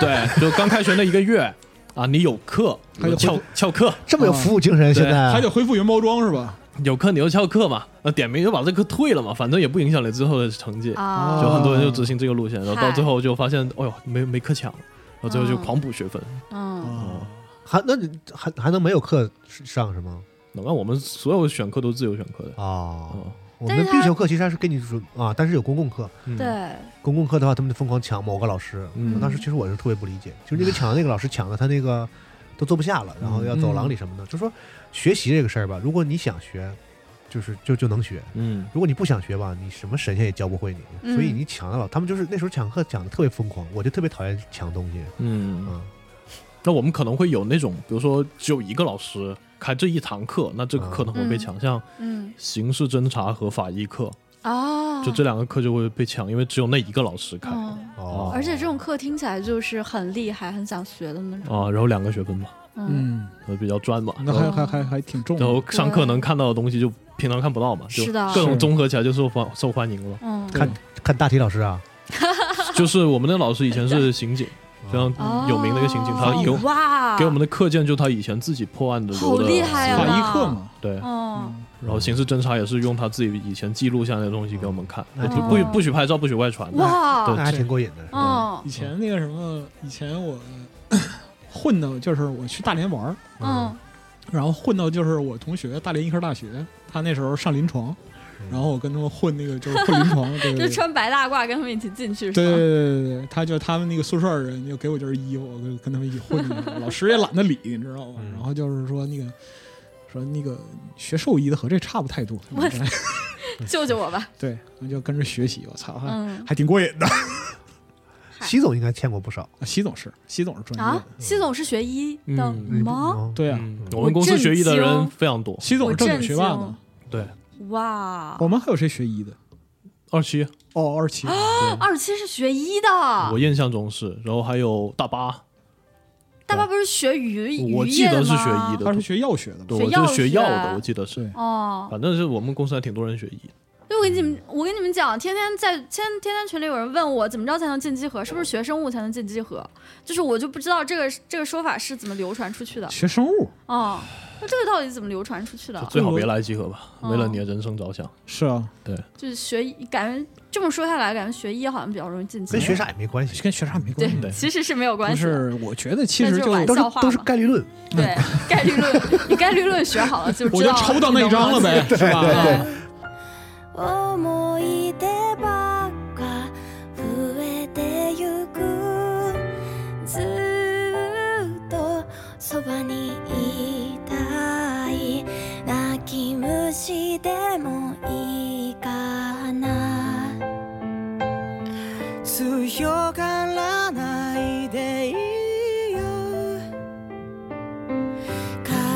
[SPEAKER 5] 对，就刚开学那一个月啊，你有课，
[SPEAKER 6] 还有
[SPEAKER 5] 翘翘课，
[SPEAKER 3] 这
[SPEAKER 4] 嗯
[SPEAKER 3] 么有服务精神，现在啊
[SPEAKER 6] 还得恢复原包装是吧？
[SPEAKER 5] 有课你就翘课嘛，那点名就把这课退了嘛，反正也不影响你之后的成绩。
[SPEAKER 4] 啊，
[SPEAKER 5] 就很多人就执行这个路线，然后到
[SPEAKER 4] 嗨
[SPEAKER 5] 最后就发现，哎呦，没没课抢，然后最后就
[SPEAKER 4] 嗯
[SPEAKER 5] 狂补学分。
[SPEAKER 4] 嗯，
[SPEAKER 6] 啊，
[SPEAKER 3] 还那你还还能没有课上是吗？
[SPEAKER 5] 能让我们所有选课都是自由选课的。
[SPEAKER 3] 啊，
[SPEAKER 5] 哦，
[SPEAKER 3] 我
[SPEAKER 4] 但
[SPEAKER 3] 们
[SPEAKER 4] 是
[SPEAKER 3] 必
[SPEAKER 4] 他
[SPEAKER 3] 修课其实还是给你准啊，但是有公共课，
[SPEAKER 5] 嗯，
[SPEAKER 4] 对，
[SPEAKER 3] 公共课的话，他们就疯狂抢某个老师。
[SPEAKER 5] 嗯
[SPEAKER 3] 我当时其实我是特别不理解，就是那个抢的那个老师抢的他那个都坐不下了，然后要走廊里什么的。就说学习这个事儿吧，如果你想学，就是就就能学；
[SPEAKER 5] 嗯，
[SPEAKER 3] 如果你不想学吧，你什么神仙也教不会你。
[SPEAKER 4] 嗯
[SPEAKER 3] 所以你抢的老，他们就是那时候抢课抢的特别疯狂，我就特别讨厌抢东西。
[SPEAKER 5] 嗯
[SPEAKER 3] 嗯，
[SPEAKER 5] 那我们可能会有那种，比如说只有一个老师开这一堂课，那这个课呢
[SPEAKER 4] 嗯
[SPEAKER 5] 会被抢，像
[SPEAKER 4] 嗯
[SPEAKER 5] 刑事侦查和法医课，
[SPEAKER 4] 啊，
[SPEAKER 5] 就这两个课就会被抢，因为只有那一个老师开
[SPEAKER 4] 哦，
[SPEAKER 3] 哦，
[SPEAKER 4] 而且这种课听起来就是很厉害、很想学的那种。
[SPEAKER 5] 啊，然后两个学分嘛，
[SPEAKER 4] 嗯，
[SPEAKER 6] 嗯，
[SPEAKER 5] 呃比较专嘛，
[SPEAKER 6] 那还还还还挺重
[SPEAKER 5] 然
[SPEAKER 6] 的。
[SPEAKER 5] 后上课能看到的东西就平常看不到嘛，就是
[SPEAKER 4] 的
[SPEAKER 5] 各种
[SPEAKER 6] 是
[SPEAKER 5] 综合起来就受欢受欢迎了。
[SPEAKER 4] 嗯，
[SPEAKER 3] 看看大体老师啊，
[SPEAKER 5] 就是我们的老师以前是刑警，非常
[SPEAKER 4] 哦
[SPEAKER 5] 嗯有名的一个刑警，他给我
[SPEAKER 4] 哇，
[SPEAKER 5] 给我们的课件就他以前自己破案的
[SPEAKER 4] 好
[SPEAKER 5] 留的
[SPEAKER 4] 厉害啊！
[SPEAKER 6] 法医课嘛，
[SPEAKER 5] 对，
[SPEAKER 6] 嗯
[SPEAKER 4] 哦，
[SPEAKER 5] 然后刑事侦查也是用他自己以前记录下来的东西给我们看，
[SPEAKER 3] 那
[SPEAKER 5] 不
[SPEAKER 3] 挺
[SPEAKER 5] 不不许拍照，不许外传的。
[SPEAKER 4] 哦哇，
[SPEAKER 5] 嗯对
[SPEAKER 3] 那还挺过瘾的。
[SPEAKER 4] 哦
[SPEAKER 6] 以，前那个什么，以前我混到就是我去大连玩儿，
[SPEAKER 4] 嗯，
[SPEAKER 6] 然后混到就是我同学大连医科大学，他那时候上临床，然后我跟他们混那个就是混临床，对
[SPEAKER 4] 嗯 就
[SPEAKER 6] 对对。
[SPEAKER 4] 穿白大褂跟他们一起进去
[SPEAKER 6] 对对
[SPEAKER 4] 是吧？
[SPEAKER 6] 对对对，他就他们那个宿舍人就给我就是衣服，我就跟他们一起混进去，老师也懒得理，你知道吗？然后就是说那个说那个学兽医的和这差不太多，
[SPEAKER 4] 我
[SPEAKER 6] 哎
[SPEAKER 4] 救救我吧！
[SPEAKER 6] 对，我就跟着学习，我操，还、
[SPEAKER 4] 嗯
[SPEAKER 6] 还挺过瘾的。啊
[SPEAKER 3] 习总应该欠过不少。
[SPEAKER 6] 习总是习总是专业
[SPEAKER 4] 啊
[SPEAKER 6] 的，，
[SPEAKER 4] 西总是学医的
[SPEAKER 5] 嗯
[SPEAKER 4] 吗？
[SPEAKER 3] 哦
[SPEAKER 6] 对啊，
[SPEAKER 5] 嗯，我们公司学医的人非常多，
[SPEAKER 6] 习总是正经学霸
[SPEAKER 4] 我震
[SPEAKER 6] 呢
[SPEAKER 4] 惊。
[SPEAKER 5] 对，
[SPEAKER 4] 哇
[SPEAKER 5] 哦
[SPEAKER 6] 我，们还有谁学医的？
[SPEAKER 5] 二七，
[SPEAKER 6] 哦，二
[SPEAKER 4] 啊
[SPEAKER 6] 七，
[SPEAKER 4] 二七是学医的
[SPEAKER 5] 我，印象中是，然后还有大巴，
[SPEAKER 4] 大巴不是学渔
[SPEAKER 5] 我
[SPEAKER 4] 渔
[SPEAKER 5] 记
[SPEAKER 4] 业
[SPEAKER 5] 得
[SPEAKER 4] 的
[SPEAKER 5] 是学
[SPEAKER 4] 吗
[SPEAKER 5] 医的，
[SPEAKER 6] 他是学药学的吧？
[SPEAKER 5] 对，
[SPEAKER 4] 学
[SPEAKER 5] 我
[SPEAKER 4] 药啊
[SPEAKER 5] 就是学药的，
[SPEAKER 4] 学
[SPEAKER 5] 我记得是
[SPEAKER 6] 对，
[SPEAKER 4] 哦，
[SPEAKER 5] 反正是我们公司还挺多人学医，
[SPEAKER 4] 就我跟你们，我跟你们讲，天天在天天天群里有人问我怎么着才能进鸡核，是不是学生物才能进鸡核？就是我就不知道这个这个说法是怎么流传出去的
[SPEAKER 6] 学生物
[SPEAKER 4] 哦。那这个到底怎么流传出去的？
[SPEAKER 5] 最好别来集合吧，
[SPEAKER 4] 嗯
[SPEAKER 5] 为了你的人生着想。
[SPEAKER 6] 是啊，
[SPEAKER 4] 就是学医，感觉这么说下来，感觉学医好像比较容易进鸡
[SPEAKER 3] 跟
[SPEAKER 4] 核
[SPEAKER 3] 学啥也没关系，
[SPEAKER 6] 跟学啥没关系
[SPEAKER 4] 对，
[SPEAKER 5] 对
[SPEAKER 4] 其实是没有关
[SPEAKER 6] 不
[SPEAKER 4] 系的。
[SPEAKER 6] 是，我觉得其实
[SPEAKER 4] 那
[SPEAKER 6] 就
[SPEAKER 4] 就是玩
[SPEAKER 3] 都是
[SPEAKER 4] 笑话
[SPEAKER 3] 都是
[SPEAKER 4] 嘛
[SPEAKER 3] 概率论。
[SPEAKER 4] 对概率论，你概率论学好了就
[SPEAKER 6] 我
[SPEAKER 4] 知
[SPEAKER 6] 就
[SPEAKER 4] 道了。
[SPEAKER 6] 抽到那一张了呗，是吧？
[SPEAKER 4] 对，
[SPEAKER 2] 思い出ばっか増えてゆくずっとそばにいたい泣き虫でもいいかな
[SPEAKER 8] 強がらないでいいよ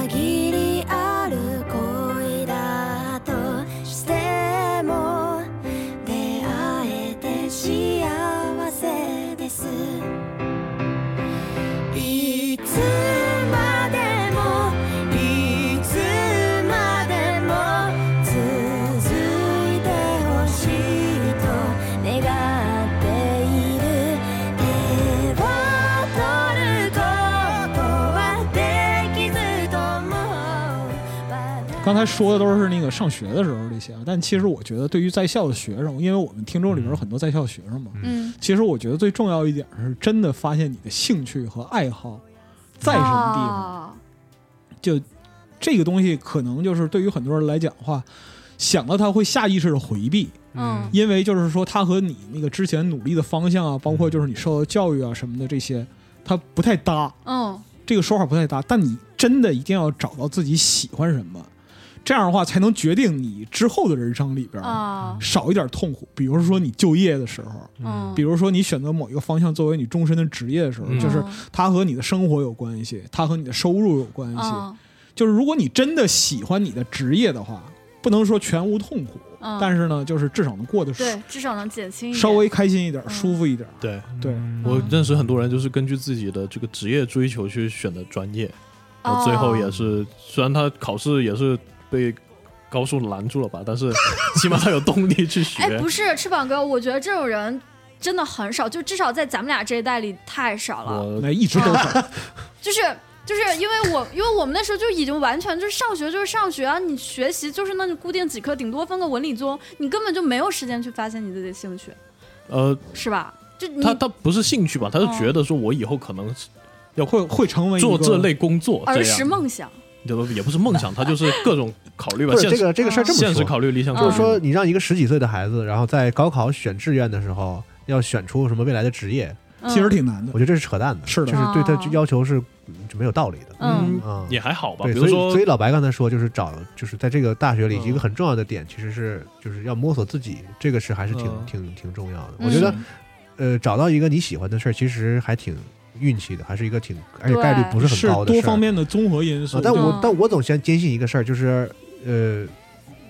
[SPEAKER 2] 限りある恋だとしても出会えて幸せですいつまでもいつまでも続いてほしいと願っている手を取ることはできずとも
[SPEAKER 6] 刚才说的都是那个上学的时候这些，啊但其实我觉得对于在校的学生，因为我们听众里边有很多在校学生嘛，
[SPEAKER 4] 嗯，
[SPEAKER 6] 其实我觉得最重要一点是真的发现你的兴趣和爱好在什么地方。
[SPEAKER 4] 啊
[SPEAKER 6] 就这个东西，可能就是对于很多人来讲的话，想到他会下意识的回避，
[SPEAKER 4] 嗯
[SPEAKER 6] 因为就是说他和你那个之前努力的方向啊，包括就是你受到教育啊什么的这些，它不太搭。
[SPEAKER 4] 嗯
[SPEAKER 6] 这个说法不太搭，但你真的一定要找到自己喜欢什么，这样的话才能决定你之后的人生里边
[SPEAKER 4] 啊
[SPEAKER 6] 少一点痛苦。比如说你就业的时候，
[SPEAKER 4] 嗯，
[SPEAKER 6] 比如说你选择某一个方向作为你终身的职业的时候，
[SPEAKER 5] 嗯
[SPEAKER 6] 就是它和你的生活有关系，它和你的收入有关系。
[SPEAKER 4] 嗯
[SPEAKER 6] 就是如果你真的喜欢你的职业的话，不能说全无痛苦，
[SPEAKER 4] 嗯
[SPEAKER 6] 但是呢，就是至少能过得舒
[SPEAKER 4] 对，至少能减轻一点
[SPEAKER 6] 稍微开心一点，
[SPEAKER 4] 嗯
[SPEAKER 6] 舒服一点。
[SPEAKER 5] 对
[SPEAKER 3] 嗯
[SPEAKER 6] 对，
[SPEAKER 5] 我认识很多人，就是根据自己的这个职业追求去选的专业，
[SPEAKER 4] 哦
[SPEAKER 5] 然后最后也是，虽然他考试也是被高数拦住了吧，但是 起码他有动力去学。
[SPEAKER 4] 哎，不是翅膀哥，我觉得这种人真的很少，就至少在咱们俩这一代里太少了。
[SPEAKER 5] 我
[SPEAKER 6] 那一直都
[SPEAKER 4] 嗯
[SPEAKER 6] 是，
[SPEAKER 4] 就是就是因为我因为我们那时候就已经完全就是上学就是上学啊，你学习就是那固定几科，顶多分个文理综，你根本就没有时间去发现你自己的兴趣，
[SPEAKER 5] 呃，
[SPEAKER 4] 是吧？就你
[SPEAKER 5] 他他不是兴趣吧，他是
[SPEAKER 4] 嗯
[SPEAKER 5] 觉得说我以后可能是。要
[SPEAKER 6] 会会成为一个
[SPEAKER 5] 做这类工作，这
[SPEAKER 4] 儿时
[SPEAKER 5] 样
[SPEAKER 4] 梦想，
[SPEAKER 5] 就也不是梦想，他就是各种考虑吧，
[SPEAKER 3] 不是
[SPEAKER 5] 现
[SPEAKER 3] 这
[SPEAKER 5] 实嗯
[SPEAKER 3] 个这个事儿这么
[SPEAKER 5] 现实
[SPEAKER 3] 说，
[SPEAKER 5] 考虑、理想
[SPEAKER 4] 嗯
[SPEAKER 5] 考
[SPEAKER 3] 就
[SPEAKER 5] 虑，
[SPEAKER 3] 是说你让一个十几岁的孩子，然后在高考选志愿的时候要选出什么未来的职业，
[SPEAKER 4] 嗯
[SPEAKER 6] 其实挺难的
[SPEAKER 3] 我。觉得这是扯淡的，
[SPEAKER 6] 是的
[SPEAKER 3] 就是对他
[SPEAKER 4] 哦
[SPEAKER 3] 要求是嗯就没有道理的。
[SPEAKER 4] 嗯
[SPEAKER 3] 啊、
[SPEAKER 5] 也还好吧。比
[SPEAKER 3] 对，
[SPEAKER 5] 如
[SPEAKER 3] 所以
[SPEAKER 5] 说
[SPEAKER 3] 所以老白刚才说，就是找，就是在这个大学里
[SPEAKER 5] 嗯
[SPEAKER 3] 一个很重要的点，其实是就是要摸索自己，这个是还是挺、
[SPEAKER 5] 嗯
[SPEAKER 3] 挺挺重要的。
[SPEAKER 4] 嗯
[SPEAKER 3] 我觉得，呃，找到一个你喜欢的事儿，其实还挺运气的，还是一个挺而且概率不是
[SPEAKER 6] 是
[SPEAKER 3] 很高的事儿。
[SPEAKER 6] 多方面的综合因素
[SPEAKER 3] 啊，，但
[SPEAKER 6] 对
[SPEAKER 3] 我、
[SPEAKER 4] 嗯
[SPEAKER 3] 但我总先坚信一个事儿，就是呃，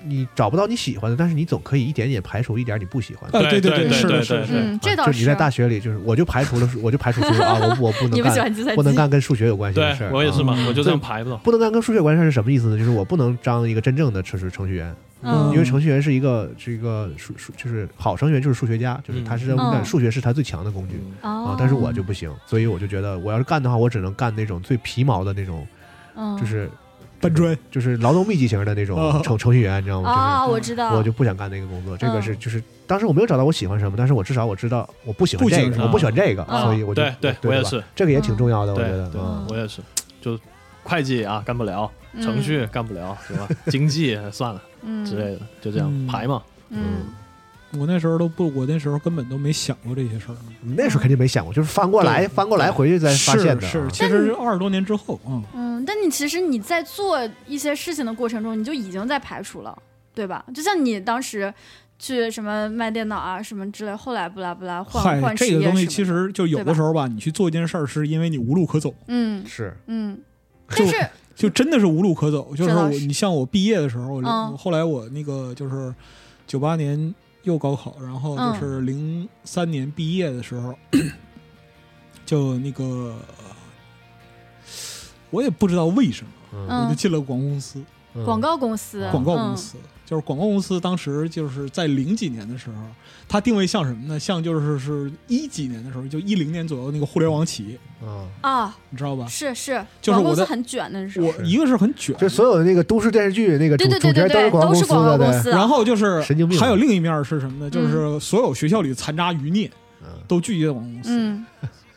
[SPEAKER 3] 你找不到你喜欢的，但是你总可以一点点排除一点你不喜欢的。
[SPEAKER 6] 呃对
[SPEAKER 5] 对
[SPEAKER 6] 对，
[SPEAKER 5] 对
[SPEAKER 6] 是的，
[SPEAKER 5] 对
[SPEAKER 6] 是的，
[SPEAKER 5] 对
[SPEAKER 6] 是的
[SPEAKER 5] 对，
[SPEAKER 4] 嗯，
[SPEAKER 3] 啊
[SPEAKER 4] 这倒
[SPEAKER 3] 就是你在大学里，就是我就排 除了，我就排除出说啊，我我不
[SPEAKER 4] 你
[SPEAKER 3] 能
[SPEAKER 4] 不喜
[SPEAKER 3] 干，
[SPEAKER 4] 欢计算
[SPEAKER 3] 不能
[SPEAKER 4] 机，
[SPEAKER 3] 干跟数学有关系的
[SPEAKER 5] 对
[SPEAKER 3] 事儿。啊
[SPEAKER 5] 我也是嘛
[SPEAKER 6] 嗯，
[SPEAKER 5] 我就这样排吧。
[SPEAKER 3] 不能干跟数学有关系的事儿是什么意思呢？就是我不能当一个真正的程序程序员，
[SPEAKER 4] 嗯，
[SPEAKER 3] 因为程序员是一个是一个数数就是好程序员就是数学家，就是他是
[SPEAKER 4] 嗯
[SPEAKER 3] 在数学是他最强的工具
[SPEAKER 4] 哦
[SPEAKER 3] 啊，但是我就不行，所以我就觉得我要是干的话，我只能干那种最皮毛的那种，
[SPEAKER 4] 嗯
[SPEAKER 3] 就是
[SPEAKER 6] 搬砖
[SPEAKER 3] 就是劳动密集型的那种
[SPEAKER 6] 哦
[SPEAKER 3] 程程序员，你知道吗？
[SPEAKER 4] 啊，我知
[SPEAKER 3] 就嗯
[SPEAKER 4] 道，
[SPEAKER 3] 是我就不想干那个工作，这个是
[SPEAKER 4] 嗯
[SPEAKER 3] 就是当时我没有找到我喜欢什么，但是我至少我知道我不喜欢
[SPEAKER 6] 不喜
[SPEAKER 3] 这
[SPEAKER 6] 欢
[SPEAKER 3] 个，
[SPEAKER 5] 什么
[SPEAKER 3] 我不喜欢这个，
[SPEAKER 4] 嗯
[SPEAKER 3] 所以我就
[SPEAKER 5] 对对
[SPEAKER 3] 对
[SPEAKER 5] 我也
[SPEAKER 3] 吧
[SPEAKER 5] 是，
[SPEAKER 3] 这个也挺重要的，我
[SPEAKER 5] 对
[SPEAKER 3] 觉得
[SPEAKER 5] 对
[SPEAKER 3] 嗯
[SPEAKER 5] 我也是，就会计啊干不了，
[SPEAKER 4] 嗯
[SPEAKER 5] 程序干不了，对吧？经济哎算了之类的，就这样
[SPEAKER 6] 嗯
[SPEAKER 5] 排嘛。
[SPEAKER 4] 嗯
[SPEAKER 6] 我那时候都不，我那时候根本都没想过这些事儿。
[SPEAKER 3] 你那时候肯定没想过，就是翻过来
[SPEAKER 5] 对
[SPEAKER 3] 翻过来回去再发现的啊，
[SPEAKER 6] 是是，其实二十多年之后，嗯，
[SPEAKER 4] 嗯，但你其实你在做一些事情的过程中，你就已经在排除了，对吧？就像你当时去什么卖电脑啊什么之类，后来不啦不啦换
[SPEAKER 6] 嗨，
[SPEAKER 4] 换
[SPEAKER 6] 这
[SPEAKER 4] 职
[SPEAKER 6] 个
[SPEAKER 4] 业
[SPEAKER 6] 东
[SPEAKER 4] 什
[SPEAKER 6] 西
[SPEAKER 4] 么
[SPEAKER 6] 其
[SPEAKER 4] 的，
[SPEAKER 6] 实就有
[SPEAKER 4] 对吧
[SPEAKER 6] 的时候吧，你去做一件事儿，是因为你无路可走，
[SPEAKER 4] 嗯
[SPEAKER 3] 是
[SPEAKER 4] 嗯，
[SPEAKER 6] 就
[SPEAKER 4] 但是
[SPEAKER 6] 就真的是无路可走。就是
[SPEAKER 4] 这倒
[SPEAKER 6] 我，
[SPEAKER 4] 是
[SPEAKER 6] 你像我毕业的时候，我
[SPEAKER 4] 嗯
[SPEAKER 6] 后来我那个就是九八年又高考，然后
[SPEAKER 4] 嗯
[SPEAKER 6] 就是零三年毕业的时候， 就那个我也不知道为什么，
[SPEAKER 3] 嗯
[SPEAKER 6] 我就
[SPEAKER 4] 嗯，
[SPEAKER 6] 进了广告公司。
[SPEAKER 3] 嗯
[SPEAKER 4] 广告公司，嗯
[SPEAKER 6] 广告公司，就是广告公司，当时就是在零几年的时候，它定位像什么呢？像就是是一几年的时候，就一零年左右那个互联网企业，
[SPEAKER 3] 嗯。
[SPEAKER 4] 嗯啊，
[SPEAKER 6] 你知道吧？
[SPEAKER 4] 是是，
[SPEAKER 6] 就是
[SPEAKER 4] 广告公
[SPEAKER 6] 我
[SPEAKER 4] 司
[SPEAKER 6] 的
[SPEAKER 4] 很卷那时候，
[SPEAKER 6] 我一个是很卷，
[SPEAKER 3] 就所有的那个都市电视剧那个主
[SPEAKER 4] 对对对
[SPEAKER 3] 主角
[SPEAKER 4] 对对，啊嗯
[SPEAKER 3] 广告
[SPEAKER 4] 都是
[SPEAKER 3] 司
[SPEAKER 4] 广告
[SPEAKER 3] 的，
[SPEAKER 4] 公
[SPEAKER 3] 对，
[SPEAKER 4] 司，
[SPEAKER 6] 然后就是
[SPEAKER 3] 神经病
[SPEAKER 6] 还有另一面是什么呢？就是所有学校里残渣余孽
[SPEAKER 3] 嗯
[SPEAKER 6] 都聚集在广告公司。
[SPEAKER 4] 嗯，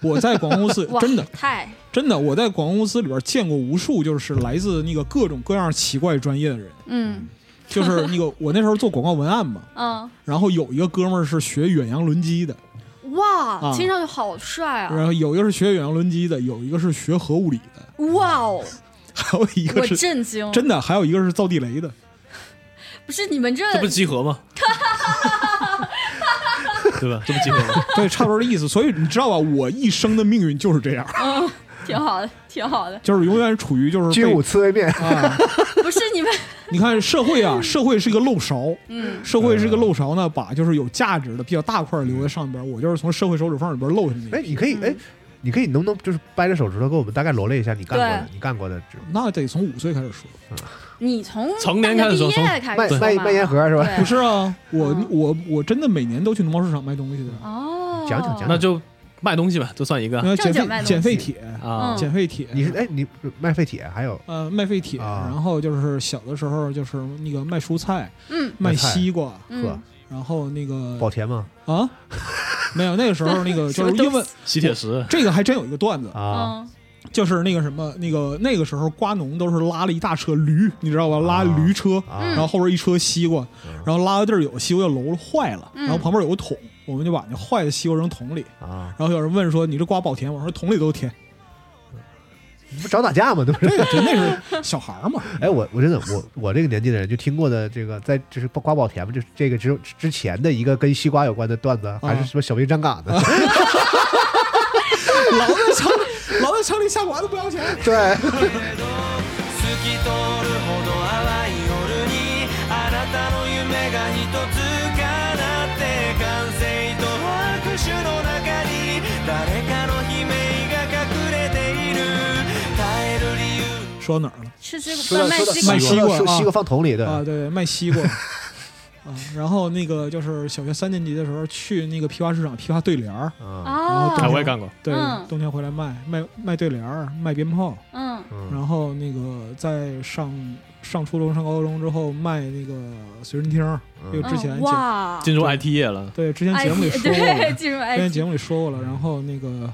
[SPEAKER 6] 我在广告公司
[SPEAKER 4] 哇，
[SPEAKER 6] 真的
[SPEAKER 4] 太
[SPEAKER 6] 真的，我在广告公司里边见过无数就是来自那个各种各样奇怪专业的人，
[SPEAKER 4] 嗯
[SPEAKER 6] 就是那个我那时候做广告文 案嘛，
[SPEAKER 4] 嗯，
[SPEAKER 6] 然后有一个哥们儿是学远洋轮机的。
[SPEAKER 4] 哇，
[SPEAKER 6] 啊
[SPEAKER 4] 听上去好帅
[SPEAKER 6] 然
[SPEAKER 4] 啊！
[SPEAKER 6] 后有一个是学远洋轮机的，有一个是学核物理的，
[SPEAKER 4] 哇哦，
[SPEAKER 6] 还有一
[SPEAKER 4] 我
[SPEAKER 6] 个是
[SPEAKER 4] 震惊！
[SPEAKER 6] 真的，还有一个是造地雷 的。
[SPEAKER 4] 不是你们这
[SPEAKER 5] 这不集合吗？ 对吧？这不集合吗？
[SPEAKER 6] 对，差不多的意思。所以你知道吧，我一生的命运就是这样，
[SPEAKER 4] 挺好 的，挺好的。
[SPEAKER 6] 就是永远处于就是
[SPEAKER 3] 军
[SPEAKER 6] 被
[SPEAKER 3] 武刺猬面，
[SPEAKER 6] 啊。
[SPEAKER 4] 不是你 们，
[SPEAKER 6] 你看社会啊，社会是一个漏勺，
[SPEAKER 4] 嗯
[SPEAKER 6] 社会是一个漏勺呢，把就是有价值的比较大块儿留在上边儿。我就是从社会手指缝里边儿漏下去
[SPEAKER 3] 哎，
[SPEAKER 6] 的。
[SPEAKER 3] 你可以哎
[SPEAKER 4] 嗯，
[SPEAKER 3] 你可以能不能就是掰着手指头给我们大概罗列一下你干过的
[SPEAKER 4] 对
[SPEAKER 3] 你干过的职
[SPEAKER 6] 那得从五岁开始说，
[SPEAKER 4] 你从
[SPEAKER 5] 成年
[SPEAKER 4] 大
[SPEAKER 5] 开
[SPEAKER 4] 学
[SPEAKER 5] 始
[SPEAKER 4] 毕
[SPEAKER 5] 说
[SPEAKER 4] 业开
[SPEAKER 3] 卖
[SPEAKER 4] 始说
[SPEAKER 3] 卖
[SPEAKER 4] 嘛
[SPEAKER 3] 卖烟盒是吧？
[SPEAKER 4] 对
[SPEAKER 6] 不是啊，我
[SPEAKER 4] 嗯
[SPEAKER 6] 我我真的每年都去农贸市场卖东西的，
[SPEAKER 4] 哦，
[SPEAKER 3] 讲讲讲
[SPEAKER 5] 那就卖东西吧，这算一个
[SPEAKER 6] 呃
[SPEAKER 4] 嗯正
[SPEAKER 6] 减
[SPEAKER 4] 经卖
[SPEAKER 6] 废
[SPEAKER 4] 东西
[SPEAKER 6] 减废铁，
[SPEAKER 5] 啊
[SPEAKER 4] 嗯。
[SPEAKER 6] 减废铁。
[SPEAKER 3] 你是哎，你卖废铁，还有
[SPEAKER 6] 呃，卖废铁，
[SPEAKER 3] 啊
[SPEAKER 6] 然后就是小的时候就是那个卖蔬菜、
[SPEAKER 4] 嗯
[SPEAKER 3] 卖
[SPEAKER 6] 卖
[SPEAKER 3] 菜
[SPEAKER 6] 西瓜，
[SPEAKER 3] 呵
[SPEAKER 4] 嗯，
[SPEAKER 6] 然后那
[SPEAKER 3] 保
[SPEAKER 6] 个
[SPEAKER 3] 田吗？
[SPEAKER 6] 啊，没有那个时候 那个就是因为
[SPEAKER 5] 吸铁
[SPEAKER 3] 嗯
[SPEAKER 5] 石，
[SPEAKER 6] 这个还真有一个段子，
[SPEAKER 3] 啊，
[SPEAKER 4] 嗯
[SPEAKER 6] 就是那个什么那个那个时候瓜农都是拉了一大车驴，你知道吧？拉
[SPEAKER 3] 啊
[SPEAKER 6] 驴
[SPEAKER 4] 嗯
[SPEAKER 6] 车，
[SPEAKER 3] 啊
[SPEAKER 6] 然后后边一车西瓜，
[SPEAKER 3] 嗯
[SPEAKER 6] 然后拉到地儿有西瓜就楼坏了，
[SPEAKER 4] 嗯
[SPEAKER 6] 然后旁边有个桶，我们就把那坏的西瓜扔桶里。
[SPEAKER 3] 啊，
[SPEAKER 6] 然后有人问说：“你这瓜保甜？”我说：“桶里都甜。
[SPEAKER 3] 你不找打架吗？对不对？
[SPEAKER 6] 这个”对，那是小孩儿嘛。
[SPEAKER 3] 哎，我我真的我我这个年纪的人就听过的这个，在就是瓜保田嘛，就是这个之之前的一个跟西瓜有关的段子，还
[SPEAKER 4] 嗯
[SPEAKER 3] 是什么小兵张嘎的，
[SPEAKER 6] 啊老在城，老在城里下馆子不要钱。
[SPEAKER 3] 对。
[SPEAKER 8] けれど透き通るほど淡い夜にあなたの夢が一つ叶って歓声と拍手の中に誰かの悲鳴が隠れている耐える理由
[SPEAKER 6] 说到哪儿了？
[SPEAKER 4] 吃西
[SPEAKER 3] 说
[SPEAKER 4] 瓜
[SPEAKER 3] 到
[SPEAKER 4] 卖
[SPEAKER 3] 说到
[SPEAKER 4] 西瓜
[SPEAKER 6] 卖西瓜
[SPEAKER 3] 说到
[SPEAKER 6] 啊
[SPEAKER 3] 西瓜放桶里的
[SPEAKER 6] 啊，对对，卖西瓜啊。然后那个就是小学三年级的时候去那个批发市场批发对联儿，
[SPEAKER 3] 啊，
[SPEAKER 6] 然后
[SPEAKER 5] 哎，
[SPEAKER 6] 大
[SPEAKER 4] 哦，
[SPEAKER 5] 我也干过，
[SPEAKER 6] 对，
[SPEAKER 4] 嗯
[SPEAKER 6] 冬天回来卖卖卖对联儿，卖鞭炮，
[SPEAKER 4] 嗯
[SPEAKER 3] 嗯
[SPEAKER 6] 然后那个在上上初中上高中之后卖那个随身听儿，
[SPEAKER 3] 嗯
[SPEAKER 6] 就之前
[SPEAKER 4] 嗯
[SPEAKER 6] 节
[SPEAKER 4] 哇，
[SPEAKER 5] 进入 IT 业了，
[SPEAKER 6] 对之前节目里
[SPEAKER 4] IT
[SPEAKER 6] 说过了，
[SPEAKER 4] 哎对进入
[SPEAKER 6] 之前
[SPEAKER 4] IT，
[SPEAKER 6] 节目里说过了，然后那个。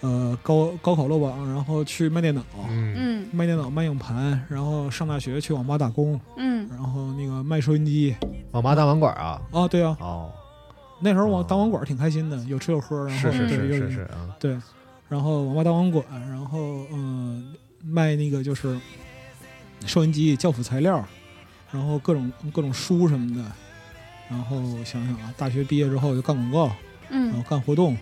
[SPEAKER 6] 呃高高考落榜，然后去卖电脑，
[SPEAKER 3] 嗯，
[SPEAKER 4] 嗯
[SPEAKER 6] 卖电脑卖硬盘，然后上大学去网吧打工，
[SPEAKER 4] 嗯
[SPEAKER 6] 然后那个卖收音机
[SPEAKER 3] 网吧大网管啊，
[SPEAKER 6] 啊，对啊，
[SPEAKER 3] 哦，
[SPEAKER 6] 那时候我当网管挺开心的，有吃有喝，然后
[SPEAKER 3] 是哦是
[SPEAKER 6] 对
[SPEAKER 3] 是
[SPEAKER 6] 又
[SPEAKER 3] 是是啊，
[SPEAKER 6] 对，然后网吧大网管，然后嗯、卖那个就是收音机、教辅材料，然后各种各种书什么的。然后想想啊，大学毕业之后就干广告，然后
[SPEAKER 4] 嗯
[SPEAKER 6] 干活动，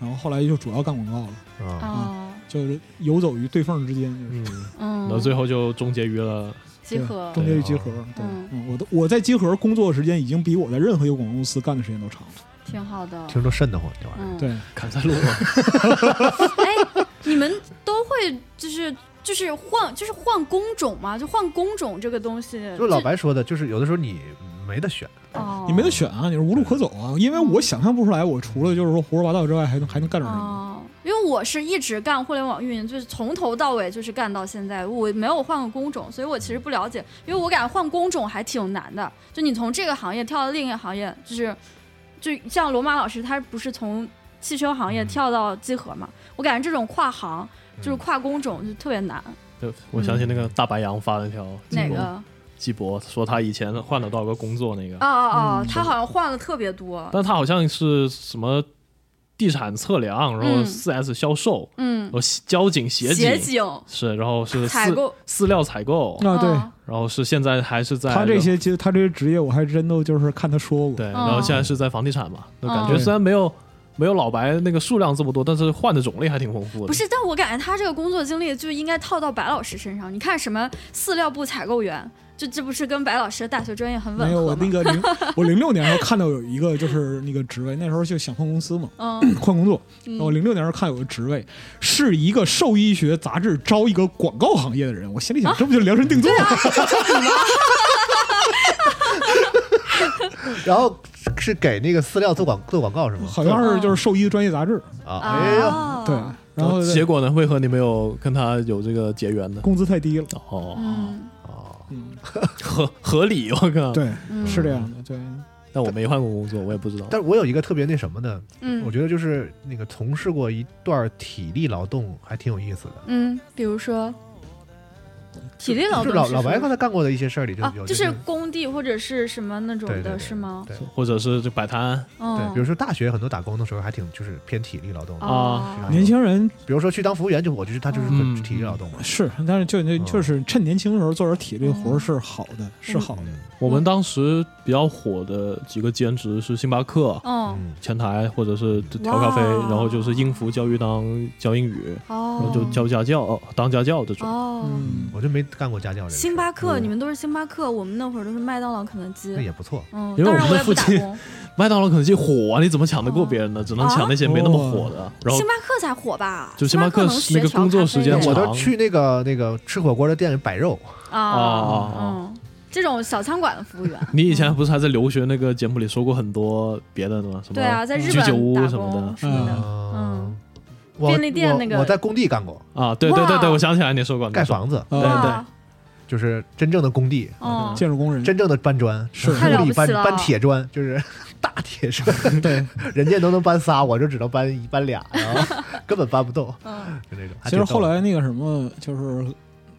[SPEAKER 6] 然后后来就主要干广告了，
[SPEAKER 3] 啊，
[SPEAKER 4] 哦
[SPEAKER 6] 就是游走于对缝之间，就是
[SPEAKER 3] 嗯，
[SPEAKER 4] 嗯，
[SPEAKER 5] 然后最后就终结于了
[SPEAKER 4] 集合
[SPEAKER 6] 中间与集合。对，
[SPEAKER 4] 嗯
[SPEAKER 6] 嗯，我的我在集合工作的时间已经比我在任何一个广告公司干的时间都长了。
[SPEAKER 4] 挺好的。
[SPEAKER 3] 听着瘆得慌，这玩意儿。
[SPEAKER 4] 嗯，
[SPEAKER 6] 对，
[SPEAKER 5] 砍山路嘛。
[SPEAKER 4] 哎，你们都会就是就是换就是换工种嘛？就换工种嗯这个东西，
[SPEAKER 3] 就是老白说的，就是有的时候你没得选，
[SPEAKER 4] 哦，
[SPEAKER 6] 你没得选啊，你是无路可走啊，因为我想象不出来，我除了就是说胡说八道之外，还能还能干点什么。
[SPEAKER 4] 哦，因为我是一直干互联网运营，就是从头到尾就是干到现在，我没有换过工种，所以我其实不了解，因为我感觉换工种还挺难的。就你从这个行业跳到另一个行业，就是就像罗马老师，他不是从汽车行
[SPEAKER 3] 嗯
[SPEAKER 4] 业跳到集合嘛？我感觉这种跨行就是跨工种就特别难。
[SPEAKER 5] 就我想起那个大白羊发了一条
[SPEAKER 4] 哪个？
[SPEAKER 5] 季博，说他以前换了多少个工作那个
[SPEAKER 4] 哦，
[SPEAKER 3] 嗯
[SPEAKER 4] 哦哦，他好像换了特别多。
[SPEAKER 5] 但他好像是什么地产测量，然后
[SPEAKER 4] 嗯
[SPEAKER 5] 四 S 销售，
[SPEAKER 4] 嗯
[SPEAKER 5] 然，后交警协
[SPEAKER 4] 协
[SPEAKER 5] 警是，然后
[SPEAKER 3] 呃
[SPEAKER 5] 是
[SPEAKER 4] 采
[SPEAKER 5] 饲
[SPEAKER 4] 购
[SPEAKER 5] 饲料采购，
[SPEAKER 6] 啊，对，
[SPEAKER 4] 哦
[SPEAKER 5] 然后是现在还是在
[SPEAKER 6] 他这些其实他这些职业，我还真都就是看他说过。
[SPEAKER 5] 对，
[SPEAKER 4] 嗯
[SPEAKER 5] 然后现在是在房地产嘛，就感觉
[SPEAKER 6] 嗯
[SPEAKER 5] 虽然没有没有老白那个数量这么多，但是换的种类还挺丰富的。
[SPEAKER 4] 不是，但我感觉他这个工作经历就应该套到白老师身上。你看什么饲料部采购员，就这不是跟白老师的大学专业很吻
[SPEAKER 6] 没有，
[SPEAKER 4] 合
[SPEAKER 6] 我
[SPEAKER 4] 吗？
[SPEAKER 6] 那个 零，我零六年时候看到有一个就是那个职位，那时候就想换公司嘛，
[SPEAKER 4] 嗯
[SPEAKER 6] 换工作。
[SPEAKER 4] 嗯
[SPEAKER 6] 然后零六年时候看有个职位，是一个兽医学杂志招一个广告行业的人，我心里
[SPEAKER 4] 啊
[SPEAKER 6] 想，这不就量身定做吗？
[SPEAKER 3] 然后是给那个饲料做广做广告是吗？
[SPEAKER 6] 好像是就是兽医专业杂志，
[SPEAKER 3] 啊，哎呀，
[SPEAKER 4] 啊，
[SPEAKER 6] 对。然后
[SPEAKER 5] 结果呢？为何你没有跟他有这个结缘呢？
[SPEAKER 6] 工资太低了，
[SPEAKER 5] 哦，
[SPEAKER 4] 嗯
[SPEAKER 3] 哦
[SPEAKER 6] 嗯，
[SPEAKER 5] 合合理，我靠！
[SPEAKER 6] 对，
[SPEAKER 4] 嗯
[SPEAKER 6] 是这样的，对，
[SPEAKER 5] 但我没换过工作，我也不知道。
[SPEAKER 3] 但是我有一个特别那什么的，我
[SPEAKER 4] 嗯
[SPEAKER 3] 觉得就是那个从事过一段体力劳动，还挺有意思的。
[SPEAKER 4] 嗯，比如说体力劳
[SPEAKER 3] 就
[SPEAKER 4] 动
[SPEAKER 3] 是老
[SPEAKER 4] 是
[SPEAKER 3] 老
[SPEAKER 4] 说
[SPEAKER 3] 白刚才干过的一些事儿里就
[SPEAKER 4] 啊
[SPEAKER 3] 有，这
[SPEAKER 4] 就
[SPEAKER 3] 些，
[SPEAKER 4] 是工地或者是什么那种
[SPEAKER 3] 对对
[SPEAKER 4] 的
[SPEAKER 3] 对
[SPEAKER 4] 是吗？
[SPEAKER 3] 对
[SPEAKER 5] 或者是就摆摊
[SPEAKER 4] 嗯，
[SPEAKER 3] 对，比如啊说大学很多打工的时候还挺就是偏体力劳动的，
[SPEAKER 4] 哦
[SPEAKER 6] 年轻人
[SPEAKER 3] 比如说去当服务员，就我就是他就是很
[SPEAKER 5] 嗯
[SPEAKER 3] 体力劳动嘛。
[SPEAKER 6] 是，但是就就就是趁年轻的时候做点体力
[SPEAKER 4] 嗯
[SPEAKER 6] 活儿是好的，是好
[SPEAKER 4] 哦
[SPEAKER 6] 的。
[SPEAKER 3] 嗯
[SPEAKER 5] 我们当时比较火的几个兼职是星巴克
[SPEAKER 4] 哦
[SPEAKER 3] 嗯，
[SPEAKER 5] 前台，或者是调咖啡，
[SPEAKER 4] 哇
[SPEAKER 5] 然后就是英孚教育当教英语，然
[SPEAKER 4] 哦
[SPEAKER 5] 后就教家教、当家教这种。
[SPEAKER 4] 哦。
[SPEAKER 6] 嗯，
[SPEAKER 3] 我就没干过家教这个事儿。
[SPEAKER 4] 星巴克，
[SPEAKER 3] 嗯
[SPEAKER 4] 你们都是星巴克，我们那会儿都是麦当劳、肯德基
[SPEAKER 3] 那。也不错，
[SPEAKER 4] 嗯，
[SPEAKER 5] 因为
[SPEAKER 4] 当
[SPEAKER 5] 我
[SPEAKER 4] 然
[SPEAKER 5] 们
[SPEAKER 4] 我也
[SPEAKER 5] 附
[SPEAKER 4] 不打
[SPEAKER 5] 近
[SPEAKER 4] 工。
[SPEAKER 5] 麦当劳、肯德基火，啊你怎么抢得过别人
[SPEAKER 4] 啊
[SPEAKER 5] 呢？只能抢那些没那么火的。然后
[SPEAKER 4] 星巴克才火吧？
[SPEAKER 5] 就
[SPEAKER 4] 星
[SPEAKER 5] 星巴克
[SPEAKER 4] 能
[SPEAKER 5] 是那个
[SPEAKER 4] 学调
[SPEAKER 5] 工作
[SPEAKER 4] 咖
[SPEAKER 5] 时
[SPEAKER 4] 啡
[SPEAKER 5] 间
[SPEAKER 4] 的
[SPEAKER 5] 长
[SPEAKER 3] 我都去那个那个吃火锅的店里摆肉，
[SPEAKER 5] 哦哦，
[SPEAKER 4] 啊，嗯，这种小餐馆的服务员嗯
[SPEAKER 5] 你以前不是还在留学那个节目里说过很多别的吗？什么
[SPEAKER 4] 对啊，在日
[SPEAKER 5] 居酒
[SPEAKER 4] 本
[SPEAKER 5] 屋
[SPEAKER 4] 打
[SPEAKER 5] 什么
[SPEAKER 4] 工
[SPEAKER 5] 的
[SPEAKER 4] 什么的，
[SPEAKER 3] 嗯
[SPEAKER 4] 嗯，
[SPEAKER 3] 我
[SPEAKER 4] 便利店那个
[SPEAKER 3] 我我在工地干过，
[SPEAKER 5] 啊？对对对对，
[SPEAKER 4] 哇
[SPEAKER 5] 我想起来你说过
[SPEAKER 3] 盖，
[SPEAKER 5] 你
[SPEAKER 3] 房子，
[SPEAKER 5] 说
[SPEAKER 4] 嗯
[SPEAKER 6] 对
[SPEAKER 5] 过
[SPEAKER 4] 哇，
[SPEAKER 3] 就是真正的工地，
[SPEAKER 4] 哦，
[SPEAKER 6] 呃建筑工人
[SPEAKER 3] 真正的搬砖，
[SPEAKER 6] 是
[SPEAKER 4] 太了
[SPEAKER 3] 屋里
[SPEAKER 4] 不起
[SPEAKER 3] 搬
[SPEAKER 4] 了
[SPEAKER 3] 搬铁砖，就是 大铁砂，
[SPEAKER 6] 对，
[SPEAKER 3] 人家都能搬仨，我就只能搬一搬俩，然后 根本搬不动，
[SPEAKER 4] 嗯
[SPEAKER 3] 就那种。还
[SPEAKER 6] 其
[SPEAKER 3] 挺
[SPEAKER 6] 实
[SPEAKER 3] 逗
[SPEAKER 6] 后
[SPEAKER 3] 的
[SPEAKER 6] 来那个什么，就是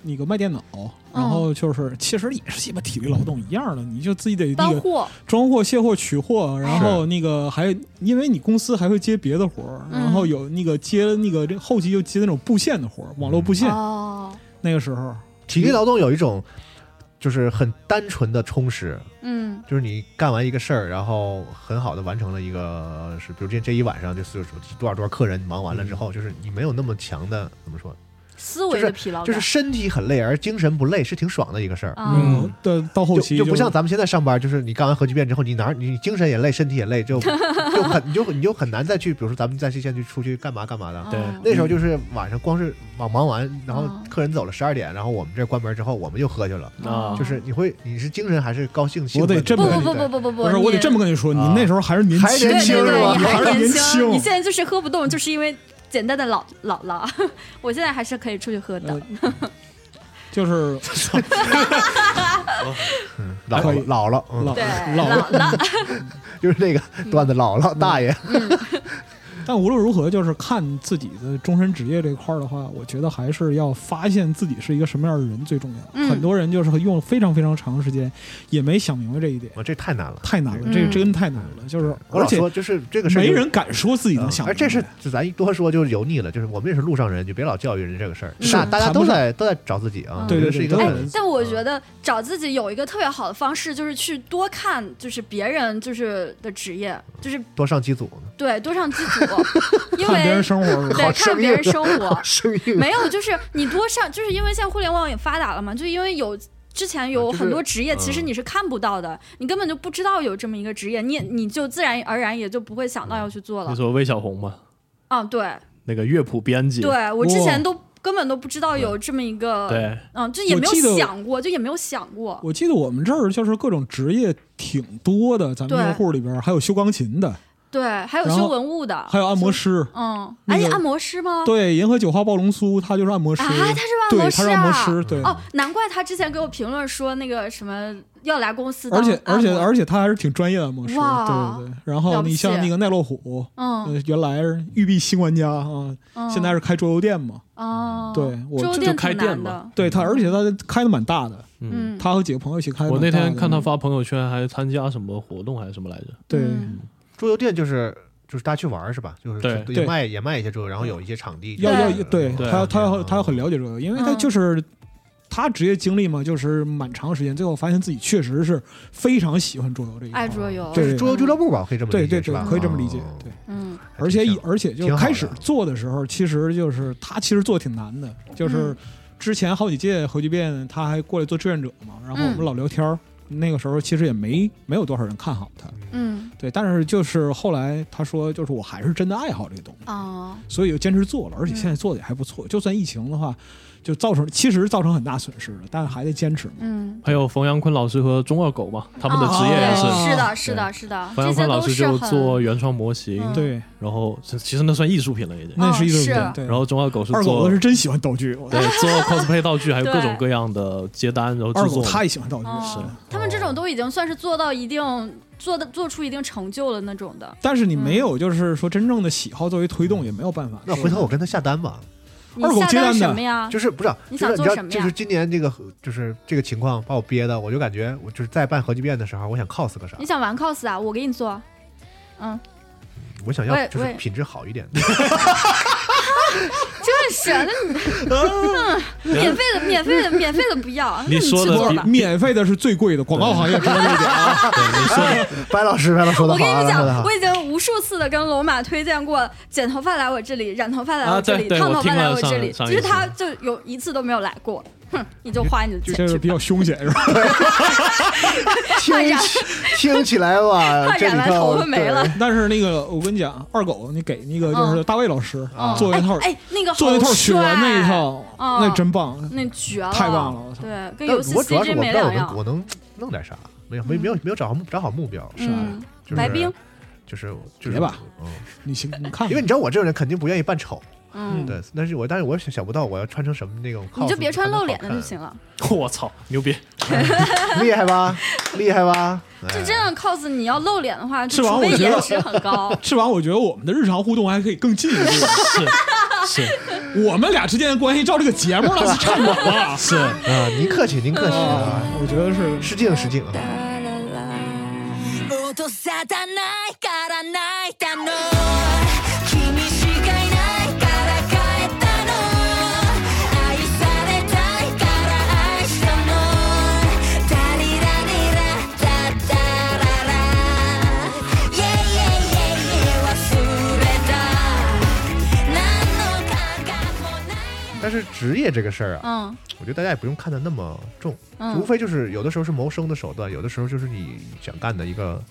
[SPEAKER 6] 那个卖电脑，
[SPEAKER 4] 嗯
[SPEAKER 6] 然后就是其实也是鸡巴体力劳动一样的，你就自己得那
[SPEAKER 4] 搬
[SPEAKER 6] 个
[SPEAKER 4] 货，
[SPEAKER 6] 装货、卸货、取货，然后那个还因为你公司还会接别的活儿，
[SPEAKER 4] 嗯
[SPEAKER 6] 然后有那个接那个这后期又接那种布线的活儿，网络布线。
[SPEAKER 4] 哦，
[SPEAKER 6] 那个时候，
[SPEAKER 3] 体力劳动有一种就是很单纯的充实，
[SPEAKER 4] 嗯，
[SPEAKER 3] 就是你干完一个事儿，然后很好的完成了一个，是比如这这一晚上就是有多少多少客人忙完了
[SPEAKER 6] 嗯
[SPEAKER 3] 之后，就是你没有那么强的怎么说，
[SPEAKER 4] 思维的疲劳感，
[SPEAKER 3] 就是身体很累而精神不累，是挺爽的一个事儿。
[SPEAKER 4] 啊，
[SPEAKER 5] 嗯
[SPEAKER 6] 到到后
[SPEAKER 3] 就
[SPEAKER 6] 期
[SPEAKER 3] 就不像咱们现在上班，就是你干完核聚变之后，你哪儿你精神也累，身体也累， 就就很你就你就很难再去，比如说咱们再去现在去出去干嘛干嘛的。
[SPEAKER 5] 对
[SPEAKER 4] 嗯
[SPEAKER 3] 那时候就是晚上光是忙忙完，然后
[SPEAKER 4] 嗯
[SPEAKER 3] 客人走了十二点，然后我们这关门之后，我们又喝去了。
[SPEAKER 5] 啊
[SPEAKER 3] 就是你会你是精神还是高兴兴奋？
[SPEAKER 6] 我得嗯这么
[SPEAKER 4] 不
[SPEAKER 6] 跟
[SPEAKER 4] 不
[SPEAKER 6] 你
[SPEAKER 4] 不不不不不，
[SPEAKER 6] 不是我得
[SPEAKER 4] 你
[SPEAKER 6] 这么。跟你说，你
[SPEAKER 3] 啊
[SPEAKER 6] 那时候还是年
[SPEAKER 3] 还
[SPEAKER 6] 轻，
[SPEAKER 3] 年
[SPEAKER 4] 对
[SPEAKER 3] 轻
[SPEAKER 4] 对
[SPEAKER 3] 是
[SPEAKER 4] 对，
[SPEAKER 3] 吧
[SPEAKER 4] 你
[SPEAKER 6] 还
[SPEAKER 4] 还
[SPEAKER 6] 是
[SPEAKER 4] 是
[SPEAKER 6] 年
[SPEAKER 4] 轻，你
[SPEAKER 6] 轻。
[SPEAKER 4] 现在就是喝不动，就是因为简单的老老了。 我现在还是可以出去喝的。
[SPEAKER 6] 就是
[SPEAKER 3] 老
[SPEAKER 6] 可以
[SPEAKER 3] 了老了，嗯
[SPEAKER 6] 老嗯
[SPEAKER 4] 对，
[SPEAKER 6] 老
[SPEAKER 4] 老了，
[SPEAKER 3] 就是那个段子老了大爷。
[SPEAKER 6] 但无论如何，就是看自己的终身职业这块儿的话，我觉得还是要发现自己是一个什么样的人最重要。
[SPEAKER 4] 嗯
[SPEAKER 6] 很多人就是用了非常非常长时间，也没想明白这一点，
[SPEAKER 3] 我这太难了。
[SPEAKER 6] 太难了，这
[SPEAKER 4] 嗯
[SPEAKER 6] 个真太难了。就是
[SPEAKER 3] 我
[SPEAKER 6] 而
[SPEAKER 3] 老
[SPEAKER 6] 且
[SPEAKER 3] 说就是这个事儿
[SPEAKER 6] 没
[SPEAKER 3] 就嗯
[SPEAKER 6] 人敢说自己能想
[SPEAKER 3] 而
[SPEAKER 6] 明白，
[SPEAKER 3] 这是就咱一多说就油腻了，就是我们也是路上人，就别老教育人这个事儿。
[SPEAKER 4] 是
[SPEAKER 3] 大大家
[SPEAKER 6] 谈
[SPEAKER 3] 都
[SPEAKER 6] 不上
[SPEAKER 3] 在都在找自己啊，我
[SPEAKER 4] 嗯
[SPEAKER 3] 觉得
[SPEAKER 6] 对对
[SPEAKER 3] 是一
[SPEAKER 6] 对
[SPEAKER 3] 个
[SPEAKER 6] 都
[SPEAKER 4] 哎
[SPEAKER 3] 很，
[SPEAKER 4] 但我觉得找自己有一个特别好的方式，就是去多看，就是别人就是的职业，就是
[SPEAKER 3] 多上几组呢，
[SPEAKER 4] 对多上机组，因
[SPEAKER 6] 看别人
[SPEAKER 4] 为
[SPEAKER 6] 生活是吧
[SPEAKER 4] 对看别人生活，
[SPEAKER 3] 生硬
[SPEAKER 4] 没有就是你多上，就是因为现在互联网也发达了嘛，就因为有。之前有
[SPEAKER 3] 就是
[SPEAKER 4] 很多职业，其实你是看不到的，你根本就不知道有这么一个职业，你也你就自然而然也就不会想到要去做
[SPEAKER 5] 那
[SPEAKER 4] 了
[SPEAKER 5] 时。候魏小红嘛，
[SPEAKER 4] 啊，对，
[SPEAKER 5] 那个乐谱编辑，
[SPEAKER 4] 对我之前
[SPEAKER 6] 哇
[SPEAKER 4] 都根本都不知道有这么一个，
[SPEAKER 5] 对，
[SPEAKER 4] 嗯，就也没
[SPEAKER 6] 我记
[SPEAKER 4] 有
[SPEAKER 6] 得
[SPEAKER 4] 想过，就也没有想过。
[SPEAKER 6] 我记得我们这儿就是各种职业挺多的，咱们
[SPEAKER 4] 对啊
[SPEAKER 6] 用户里边还有修钢琴的，
[SPEAKER 4] 对，还有
[SPEAKER 6] 然
[SPEAKER 4] 修
[SPEAKER 6] 后
[SPEAKER 4] 文物的，
[SPEAKER 6] 还有按摩
[SPEAKER 4] 师，
[SPEAKER 6] 师。
[SPEAKER 4] 嗯，
[SPEAKER 6] 那
[SPEAKER 4] 哎，
[SPEAKER 6] 个
[SPEAKER 4] 按摩师吗？
[SPEAKER 6] 对，银河九号暴龙苏他就是按摩师，
[SPEAKER 4] 啊，他是按
[SPEAKER 6] 对，
[SPEAKER 4] 摩
[SPEAKER 6] 他
[SPEAKER 4] 师
[SPEAKER 6] 是按摩
[SPEAKER 4] 啊。
[SPEAKER 6] 师，对。
[SPEAKER 4] 哦，难怪他之前给我评论说那个什么要来公司当
[SPEAKER 6] 而且而且
[SPEAKER 4] 按摩
[SPEAKER 6] 而且他还是挺专业的按摩师，
[SPEAKER 4] 哇
[SPEAKER 6] 对对对。然
[SPEAKER 4] 了
[SPEAKER 6] 后
[SPEAKER 4] 不
[SPEAKER 6] 你像
[SPEAKER 4] 起
[SPEAKER 6] 那个奈落虎，
[SPEAKER 4] 嗯
[SPEAKER 6] 呃，原来是育碧新玩家啊，
[SPEAKER 4] 嗯，
[SPEAKER 6] 现在是开桌游店嘛，
[SPEAKER 4] 哦，
[SPEAKER 6] 对我
[SPEAKER 4] 桌游
[SPEAKER 6] 这
[SPEAKER 4] 店
[SPEAKER 5] 就开
[SPEAKER 4] 挺
[SPEAKER 5] 店
[SPEAKER 4] 难
[SPEAKER 5] 嘛
[SPEAKER 4] 的，
[SPEAKER 6] 对他，而且他开的蛮大的，
[SPEAKER 4] 嗯，
[SPEAKER 6] 他和几个朋友一起开的
[SPEAKER 5] 我
[SPEAKER 6] 蛮
[SPEAKER 5] 那
[SPEAKER 6] 大的。
[SPEAKER 5] 天看他发朋友圈，还参加什么活动还是什么来着？
[SPEAKER 6] 对
[SPEAKER 4] 嗯
[SPEAKER 3] 桌游店就是就是大家去玩儿是吧？就是
[SPEAKER 5] 对
[SPEAKER 3] 也
[SPEAKER 6] 对
[SPEAKER 3] 卖也卖一些桌游，然后有一些场地
[SPEAKER 6] 要
[SPEAKER 4] 对
[SPEAKER 6] 要对
[SPEAKER 5] 对
[SPEAKER 6] 他要他要他要很了解这个，因为他
[SPEAKER 4] 嗯
[SPEAKER 6] 就是他职业经历嘛，就是蛮长时间，最后发现自己确实是非常喜欢桌游这一
[SPEAKER 4] 爱
[SPEAKER 6] 块。
[SPEAKER 4] 桌游，
[SPEAKER 6] 对
[SPEAKER 3] 桌游俱乐部吧，我可以这么
[SPEAKER 6] 对
[SPEAKER 3] 理
[SPEAKER 6] 对
[SPEAKER 3] 解是
[SPEAKER 6] 对
[SPEAKER 3] 吧？，
[SPEAKER 6] 可以这么理解
[SPEAKER 3] 哦。
[SPEAKER 6] 对，
[SPEAKER 4] 嗯
[SPEAKER 6] 而且
[SPEAKER 3] 挺
[SPEAKER 6] 以
[SPEAKER 3] 像
[SPEAKER 6] 而且
[SPEAKER 3] 挺
[SPEAKER 6] 就
[SPEAKER 3] 好的
[SPEAKER 6] 开始做的时候，其实就是他其实做挺难的，就是
[SPEAKER 4] 嗯
[SPEAKER 6] 之前好几届核聚变他还过来做志愿者嘛，然后我们
[SPEAKER 4] 嗯
[SPEAKER 6] 老聊天儿。那个时候其实也没没有多少人看好他，
[SPEAKER 4] 嗯
[SPEAKER 6] 对，但是就是后来他说，就是我还是真的爱好这个东西。
[SPEAKER 4] 哦，
[SPEAKER 6] 所以就坚持做了，而且现
[SPEAKER 4] 嗯
[SPEAKER 6] 在做的也还不错。就算疫情的话，就造成其实造成很大损失了，但还得坚持嘛。
[SPEAKER 4] 嗯，
[SPEAKER 5] 还有冯阳坤老师和中二狗嘛，他们的职业也是。
[SPEAKER 4] 哦
[SPEAKER 6] 是
[SPEAKER 4] 是的，是的，是的，
[SPEAKER 5] 冯
[SPEAKER 4] 这
[SPEAKER 5] 阳
[SPEAKER 4] 些
[SPEAKER 5] 坤老
[SPEAKER 4] 都
[SPEAKER 5] 师
[SPEAKER 4] 是
[SPEAKER 5] 就
[SPEAKER 4] 很
[SPEAKER 5] 做原创模型，
[SPEAKER 4] 嗯哦
[SPEAKER 6] 对，
[SPEAKER 5] 然后其其实那算艺术品了已经。
[SPEAKER 6] 那是一
[SPEAKER 4] 是啊
[SPEAKER 6] 个对。
[SPEAKER 5] 然后中二狗是
[SPEAKER 6] 二狗
[SPEAKER 5] 做
[SPEAKER 6] 子是真喜欢道具，我
[SPEAKER 5] 对做 cosplay 道具，还有
[SPEAKER 4] 对
[SPEAKER 5] 各种各样的接单，然后
[SPEAKER 6] 二
[SPEAKER 5] 制
[SPEAKER 6] 狗
[SPEAKER 5] 作。
[SPEAKER 6] 太喜欢道具了。
[SPEAKER 4] 哦
[SPEAKER 5] 是
[SPEAKER 4] 他们这种都已经算是做到一定做的做出一定成就了那种的。
[SPEAKER 6] 但是你没
[SPEAKER 4] 嗯
[SPEAKER 6] 有，就是说真正的喜好作为推动也没有办法。
[SPEAKER 3] 那回头我跟他下单吧，
[SPEAKER 4] 你
[SPEAKER 6] 二狗
[SPEAKER 4] 下
[SPEAKER 6] 接单
[SPEAKER 4] 单
[SPEAKER 6] 的
[SPEAKER 4] 什么呀？
[SPEAKER 3] 就是不是啊？
[SPEAKER 4] 啊你
[SPEAKER 3] 就
[SPEAKER 4] 想
[SPEAKER 3] 是
[SPEAKER 4] 做
[SPEAKER 3] 你知
[SPEAKER 4] 什
[SPEAKER 3] 道，
[SPEAKER 4] 么
[SPEAKER 3] 就
[SPEAKER 4] 呀
[SPEAKER 3] 是今年这个就是这个情况把我憋的，我就感觉我就是在办核聚变的时候，我想 cos 个啥
[SPEAKER 4] 你？想玩 cos 啊？我给你做。嗯，
[SPEAKER 3] 我想
[SPEAKER 4] 我
[SPEAKER 3] 要
[SPEAKER 4] 也
[SPEAKER 3] 就
[SPEAKER 4] 我
[SPEAKER 3] 是
[SPEAKER 4] 也
[SPEAKER 3] 品质好一点的。
[SPEAKER 4] 真是，那你免费的、免费的、免费的不要，那
[SPEAKER 5] 你
[SPEAKER 4] 去
[SPEAKER 5] 说的
[SPEAKER 4] 做
[SPEAKER 5] 比
[SPEAKER 4] 吧。
[SPEAKER 6] 免费的是最贵的，广告行业知道这一点啊。
[SPEAKER 3] 白老师，白老师说的
[SPEAKER 4] 我
[SPEAKER 3] 好
[SPEAKER 4] 跟你
[SPEAKER 3] 啊，
[SPEAKER 4] 们
[SPEAKER 3] 说的
[SPEAKER 4] 讲，
[SPEAKER 3] 好
[SPEAKER 4] 我。已经无数次的跟龙马推荐过，剪头发来我这里，染头发来
[SPEAKER 5] 啊
[SPEAKER 4] 我这
[SPEAKER 5] 对
[SPEAKER 4] 里，
[SPEAKER 5] 对
[SPEAKER 4] 烫头
[SPEAKER 5] 我听
[SPEAKER 4] 发来
[SPEAKER 5] 了
[SPEAKER 4] 我这
[SPEAKER 5] 上
[SPEAKER 4] 里，
[SPEAKER 5] 上
[SPEAKER 4] 就
[SPEAKER 5] 一
[SPEAKER 4] 是
[SPEAKER 5] 次
[SPEAKER 4] 他就有一次都没有来过。哼，你就花你的
[SPEAKER 6] 这
[SPEAKER 4] 钱
[SPEAKER 6] 个
[SPEAKER 4] 去
[SPEAKER 6] 比较凶险是吧？
[SPEAKER 3] 听起听起来吧，
[SPEAKER 4] 怕
[SPEAKER 3] 这
[SPEAKER 4] 染
[SPEAKER 3] 你
[SPEAKER 4] 完
[SPEAKER 3] 看
[SPEAKER 4] 头
[SPEAKER 3] 我
[SPEAKER 4] 发没了。
[SPEAKER 6] 但是那个我跟你讲，二狗你给那个就是大卫老师
[SPEAKER 3] 嗯
[SPEAKER 6] 做一套
[SPEAKER 4] 哎，哎那个
[SPEAKER 6] 做一
[SPEAKER 4] 好
[SPEAKER 6] 套雪
[SPEAKER 4] 帅
[SPEAKER 6] 原那一，套，
[SPEAKER 4] 嗯
[SPEAKER 6] 那真棒。
[SPEAKER 4] 那绝了，
[SPEAKER 6] 太棒了我操
[SPEAKER 4] 对，
[SPEAKER 3] 但
[SPEAKER 4] 跟游戏
[SPEAKER 3] 我主要是
[SPEAKER 4] CG
[SPEAKER 3] 我不
[SPEAKER 4] 没
[SPEAKER 3] 知道我能
[SPEAKER 4] 两样。
[SPEAKER 3] 我能弄点啥，没有没没有没有找好目找好目标，
[SPEAKER 6] 是吧
[SPEAKER 4] 嗯，
[SPEAKER 3] 就是
[SPEAKER 4] 白冰，
[SPEAKER 3] 就是就是
[SPEAKER 6] 别吧，
[SPEAKER 3] 嗯，
[SPEAKER 6] 你行，你看看，
[SPEAKER 3] 因为你知道我这种人肯定不愿意扮丑，
[SPEAKER 4] 嗯，
[SPEAKER 3] 对，但是我但是我想想不到我要穿成什么那种 cos，
[SPEAKER 4] 你就别穿露脸的
[SPEAKER 3] 才
[SPEAKER 4] 就
[SPEAKER 3] 能
[SPEAKER 4] 行了。
[SPEAKER 5] 我操，牛逼！
[SPEAKER 3] 好看，厉害吧，厉害 吧，
[SPEAKER 4] 就
[SPEAKER 3] 哎
[SPEAKER 4] 真的 cos 你要露脸的话，
[SPEAKER 6] 是
[SPEAKER 4] 就
[SPEAKER 6] 吧
[SPEAKER 4] 除非
[SPEAKER 6] 我觉得
[SPEAKER 4] 颜值很高。
[SPEAKER 6] 吃完，我觉得我们的日常互动还可以更进 一步。
[SPEAKER 5] 是
[SPEAKER 6] 我们俩之间的关系照这个节目 那是差远了。
[SPEAKER 5] 是，
[SPEAKER 3] 啊，您客气您客气
[SPEAKER 4] 嗯
[SPEAKER 6] 啊
[SPEAKER 3] 啊，，
[SPEAKER 6] 我觉得是
[SPEAKER 3] 失敬失敬啊。
[SPEAKER 2] 音沙汰ないから泣いたの君しかいないから帰ったの愛されたいから愛したのダリラリラダッダラライェイイェイイェイイェイ忘れた何の感覚もない
[SPEAKER 3] 但是职业这个事儿啊，
[SPEAKER 4] 嗯
[SPEAKER 3] 我觉得大家也不用看得那么重，
[SPEAKER 4] 嗯
[SPEAKER 3] 无非就是有的时候是谋生的手段，有的时候就是你想干的一个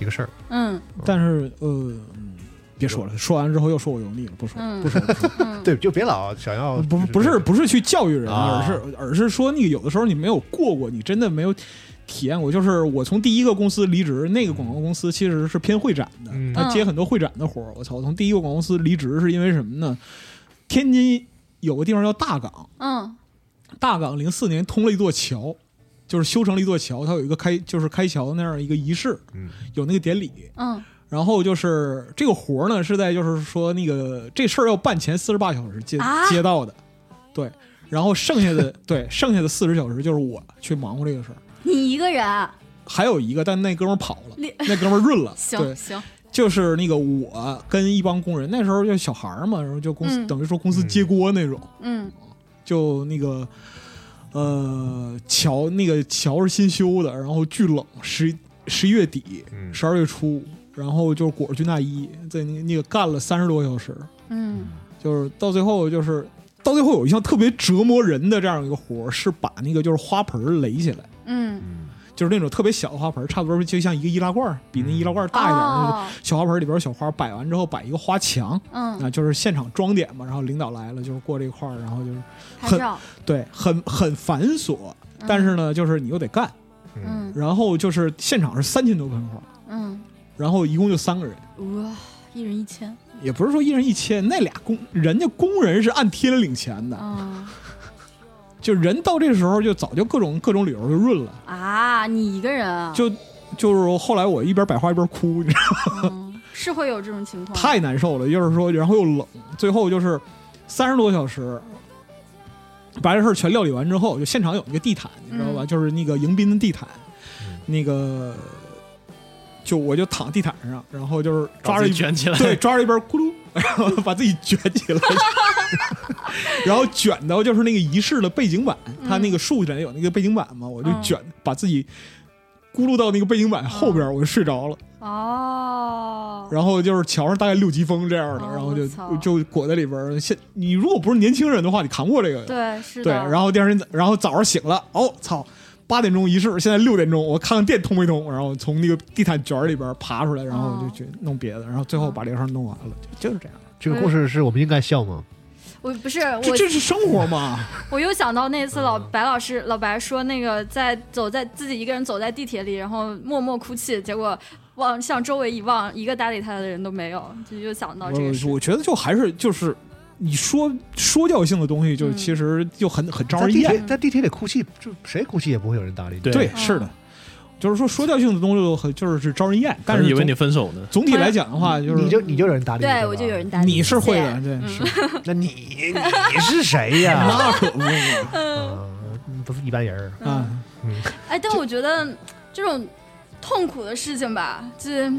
[SPEAKER 3] 一个事儿。
[SPEAKER 4] 嗯
[SPEAKER 6] 但是呃，嗯别说了，说完之后又说我油腻了，不说了，
[SPEAKER 4] 嗯
[SPEAKER 6] 不说了。
[SPEAKER 4] 嗯，
[SPEAKER 3] 对，就别老想要
[SPEAKER 6] 不
[SPEAKER 3] 就
[SPEAKER 6] 不是不是去教育人，
[SPEAKER 3] 啊
[SPEAKER 6] 而是而是说那个有的时候你没有过过，你真的没有体验过。就是我从第一个公司离职，那个广告公司其实是偏会展的，
[SPEAKER 3] 嗯
[SPEAKER 6] 他接很多会展的活儿。我操，我从第一个广告公司离职是因为什么呢？天津有个地方叫大港，
[SPEAKER 4] 嗯
[SPEAKER 6] 大港零四年通了一座桥，就是修成了一座桥，它有一个开就是开桥那样一个仪式，
[SPEAKER 3] 嗯
[SPEAKER 6] 有那个典礼。
[SPEAKER 4] 嗯
[SPEAKER 6] 然后就是这个活儿呢，是在就是说那个这事儿要办前四十八小时接、
[SPEAKER 4] 啊
[SPEAKER 6] 接到的，对。然后剩 下的对剩下的四十小时就是我去忙活这个事儿。
[SPEAKER 4] 你一个人，
[SPEAKER 6] 还有一个，但那哥们儿跑了
[SPEAKER 4] 你，。
[SPEAKER 6] 那哥们儿润了
[SPEAKER 4] 行
[SPEAKER 6] 对，
[SPEAKER 4] 行，
[SPEAKER 6] 就是那个我跟一帮工人，那时候就小孩儿嘛，然后就公司、
[SPEAKER 4] 嗯
[SPEAKER 6] 等于说公司接锅那种，
[SPEAKER 4] 嗯
[SPEAKER 6] 就那个呃桥那个桥是新修的，然后巨冷，十十一月底
[SPEAKER 3] 嗯
[SPEAKER 6] 十二月初，然后就是裹着军大衣在那那个干了三十多个小时，
[SPEAKER 4] 嗯
[SPEAKER 6] 就是到最后就是到最后有一项特别折磨人的这样一个活儿，是把那个就是花盆儿垒起来。
[SPEAKER 4] 嗯，
[SPEAKER 6] 就是那种特别小的花盆儿，差不多就像一个易拉罐儿，比那易拉罐儿大一点儿。那种
[SPEAKER 4] 哦，
[SPEAKER 6] 小花盆儿里边儿小花，摆完之后摆一个花墙，
[SPEAKER 4] 嗯，
[SPEAKER 6] 啊，就是现场装点嘛。然后领导来了，就是过这块儿，然后就是
[SPEAKER 4] 拍照，
[SPEAKER 6] 对，很很繁琐，
[SPEAKER 4] 嗯
[SPEAKER 6] 但是呢，就是你又得干。
[SPEAKER 4] 嗯
[SPEAKER 6] 然后就是现场是三千多盆花，
[SPEAKER 4] 嗯，
[SPEAKER 6] 然后一共就三个人，
[SPEAKER 4] 哇，一人一千，
[SPEAKER 6] 也不是说一人一千，那俩工人家工人是按天领钱的，
[SPEAKER 4] 啊
[SPEAKER 6] 就人到这时候就早就各种各种理由就润了，
[SPEAKER 4] 啊，你一个人啊，
[SPEAKER 6] 就就是后来我一边摆花一边哭，你知道吗
[SPEAKER 4] 嗯是会有这种情况，
[SPEAKER 6] 太难受了，就是说然后又冷，最后就是三十多个小时。把这事儿全料理完之后，就现场有一个地毯，你知道吧？
[SPEAKER 4] 嗯
[SPEAKER 6] 就是那个迎宾的地毯，
[SPEAKER 5] 嗯
[SPEAKER 6] 那个就我就躺地毯上，然后就是抓
[SPEAKER 5] 把
[SPEAKER 6] 着
[SPEAKER 5] 自
[SPEAKER 6] 一
[SPEAKER 5] 己卷起来
[SPEAKER 6] 对，抓着一边咕噜， 然后把自己卷起来， 然后卷到就是那个仪式的背景板，它那个竖起来有那个背景板嘛，我就
[SPEAKER 4] 嗯
[SPEAKER 6] 卷把自己咕噜到那个背景板后
[SPEAKER 4] 嗯
[SPEAKER 6] 边，我就睡着了。
[SPEAKER 4] 哦，
[SPEAKER 6] 然后就是桥上大概六级风这样的，
[SPEAKER 4] 哦
[SPEAKER 6] 然后就
[SPEAKER 4] 我操
[SPEAKER 6] 就裹在里边儿。现你如果不是年轻人的话，你扛不过这个。
[SPEAKER 4] 对，是
[SPEAKER 6] 对，
[SPEAKER 4] 的，
[SPEAKER 6] 然后第二天，然后早上醒了，哦，操，八点钟仪式，现在六点钟，我看看电通没通，然后从那个地毯卷儿里边儿爬出来，然后
[SPEAKER 4] 哦
[SPEAKER 6] 就去弄别的，然后最后把这个事儿弄完了，就就是这样。
[SPEAKER 3] 这个故事是我们应该笑吗？
[SPEAKER 4] 我不是
[SPEAKER 6] 这嗯
[SPEAKER 4] 我
[SPEAKER 6] 这是生活嘛？
[SPEAKER 4] 我又想到那次老白老师、老白说那个在走在自己一个人走在地铁里，然后默默哭泣，结果望向周围一望，一个搭理他的人都没有，就又想到这个事
[SPEAKER 6] 我。我觉得就还是就是你说说教性的东西，就
[SPEAKER 4] 嗯
[SPEAKER 6] 其实就很很招
[SPEAKER 3] 在
[SPEAKER 6] 人
[SPEAKER 3] 地
[SPEAKER 6] 厌。
[SPEAKER 3] 铁在地铁里哭泣，就谁哭泣也不会有人搭理你。
[SPEAKER 5] 对
[SPEAKER 6] 对，
[SPEAKER 4] 嗯
[SPEAKER 6] 是的，就是说说教性的东西就很就是是招人厌，但是
[SPEAKER 5] 以为
[SPEAKER 6] 总
[SPEAKER 5] 你分手呢，
[SPEAKER 6] 总体来讲的话，就是
[SPEAKER 3] 你就你就有人啊搭理你，
[SPEAKER 4] 对，
[SPEAKER 3] 吧嗯
[SPEAKER 4] 我就有人搭理
[SPEAKER 6] 你是会啊的，
[SPEAKER 4] 谢谢
[SPEAKER 6] 对，是
[SPEAKER 3] 那你你是谁
[SPEAKER 4] 嗯
[SPEAKER 3] 呀？
[SPEAKER 6] 那可不嘛
[SPEAKER 3] 啊，不是一般人儿。
[SPEAKER 6] 啊！
[SPEAKER 4] 哎，但我觉得这种痛苦的事情吧，这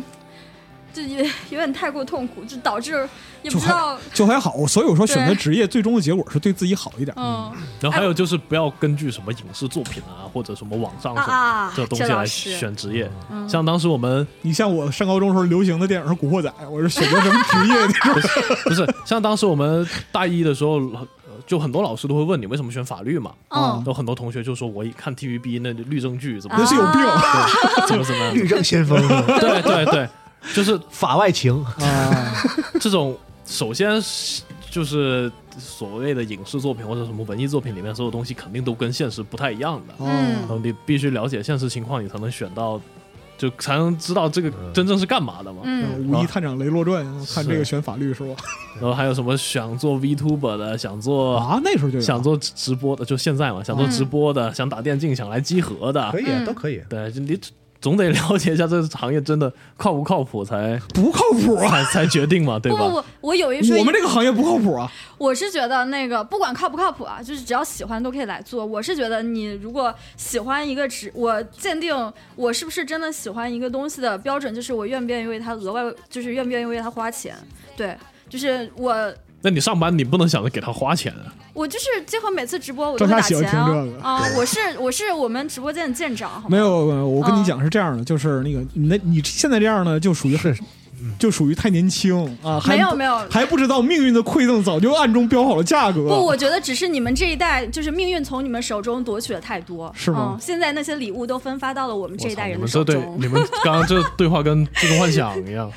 [SPEAKER 4] 这也有点太过痛苦，就导致也不
[SPEAKER 6] 就
[SPEAKER 4] 知
[SPEAKER 6] 还
[SPEAKER 4] 道，
[SPEAKER 6] 就还好，所以我说选择
[SPEAKER 4] 对
[SPEAKER 6] 职业最终的结果是对自己好一点。
[SPEAKER 4] 嗯
[SPEAKER 5] 然后还有就是不要根据什么影视作品啊，或者什么网上
[SPEAKER 4] 哎啊
[SPEAKER 5] 什么
[SPEAKER 4] 啊，
[SPEAKER 5] 这东西
[SPEAKER 4] 这
[SPEAKER 5] 来
[SPEAKER 4] 倒是
[SPEAKER 5] 选职业。
[SPEAKER 4] 嗯
[SPEAKER 5] 像当时 我们
[SPEAKER 6] 你像我上高中时候流行的电影是《古惑仔》，我是选择什么职业？你知道吗
[SPEAKER 5] 不是像当时我们大一的时候，老就很多老师都会问你为什么选法律嘛。
[SPEAKER 4] 嗯
[SPEAKER 5] 有很多同学就说我一看 TVB 那律政剧怎么
[SPEAKER 6] 那 是有病
[SPEAKER 4] 啊
[SPEAKER 5] 怎么怎么样，
[SPEAKER 3] 律政 先锋，
[SPEAKER 5] 对对对，就是
[SPEAKER 3] 法外情，
[SPEAKER 6] 啊！
[SPEAKER 5] 这种首先是就是所谓的影视作品或者什么文艺作品里面所有东西肯定都跟现实不太一样的，
[SPEAKER 6] 哦
[SPEAKER 4] 嗯
[SPEAKER 5] 然后你必须了解现实情况，你才能选到，就才能知道这个
[SPEAKER 3] 嗯
[SPEAKER 5] 真正是干嘛的嘛。
[SPEAKER 6] 嗯
[SPEAKER 4] 嗯，
[SPEAKER 6] 五一探长雷洛传，我
[SPEAKER 5] 是
[SPEAKER 6] 看这个选法律是吧？
[SPEAKER 5] 然后还有什么想做 VTuber 的，想做、
[SPEAKER 6] 啊，那时候就有
[SPEAKER 5] 想做直直播的，就现在嘛，想做直播的，想打电竞，想来集合的，
[SPEAKER 3] 以啊
[SPEAKER 4] 嗯
[SPEAKER 3] 可以。
[SPEAKER 5] 对，就你总得了解一下这个行业真的靠不靠谱才
[SPEAKER 6] 不靠谱啊！
[SPEAKER 5] 才才决定嘛，对
[SPEAKER 4] 不
[SPEAKER 5] 吧？
[SPEAKER 4] 不不，我有一说一，哦
[SPEAKER 6] 我们这个行业不靠谱啊！
[SPEAKER 4] 我是觉得那个不管靠不靠谱啊，就是只要喜欢都可以来做。我是觉得你如果喜欢一个职，我鉴定我是不是真的喜欢一个东西的标准，就是我愿不愿意为它额外，就是愿不愿意为它花钱。对，就是我。
[SPEAKER 5] 那你上班你不能想着给他花钱啊，
[SPEAKER 4] 我就是结合每次直播，我都
[SPEAKER 6] 赵
[SPEAKER 4] 会
[SPEAKER 6] 莎
[SPEAKER 4] 打
[SPEAKER 6] 喜欢
[SPEAKER 4] 钱啊
[SPEAKER 6] 听这个
[SPEAKER 4] 啊！我是我是我们直播间的舰长，好吗
[SPEAKER 6] 没有，没有我跟你
[SPEAKER 4] 嗯
[SPEAKER 6] 讲是这样的，就是那个你那你现在这样呢，就属于很，就属于太年轻啊，还
[SPEAKER 4] 没有没有
[SPEAKER 6] 还不知道命运的馈赠早就暗中标好了价格。
[SPEAKER 4] 不，我觉得只是你们这一代，就是命运从你们手中夺取了太多，
[SPEAKER 6] 是吗
[SPEAKER 4] 嗯？现在那些礼物都分发到了我们这一代
[SPEAKER 5] 你
[SPEAKER 4] 人
[SPEAKER 5] 们
[SPEAKER 4] 的
[SPEAKER 5] 这
[SPEAKER 4] 手
[SPEAKER 5] 对
[SPEAKER 4] 中。
[SPEAKER 5] 你们刚刚这对话跟最终幻想一样，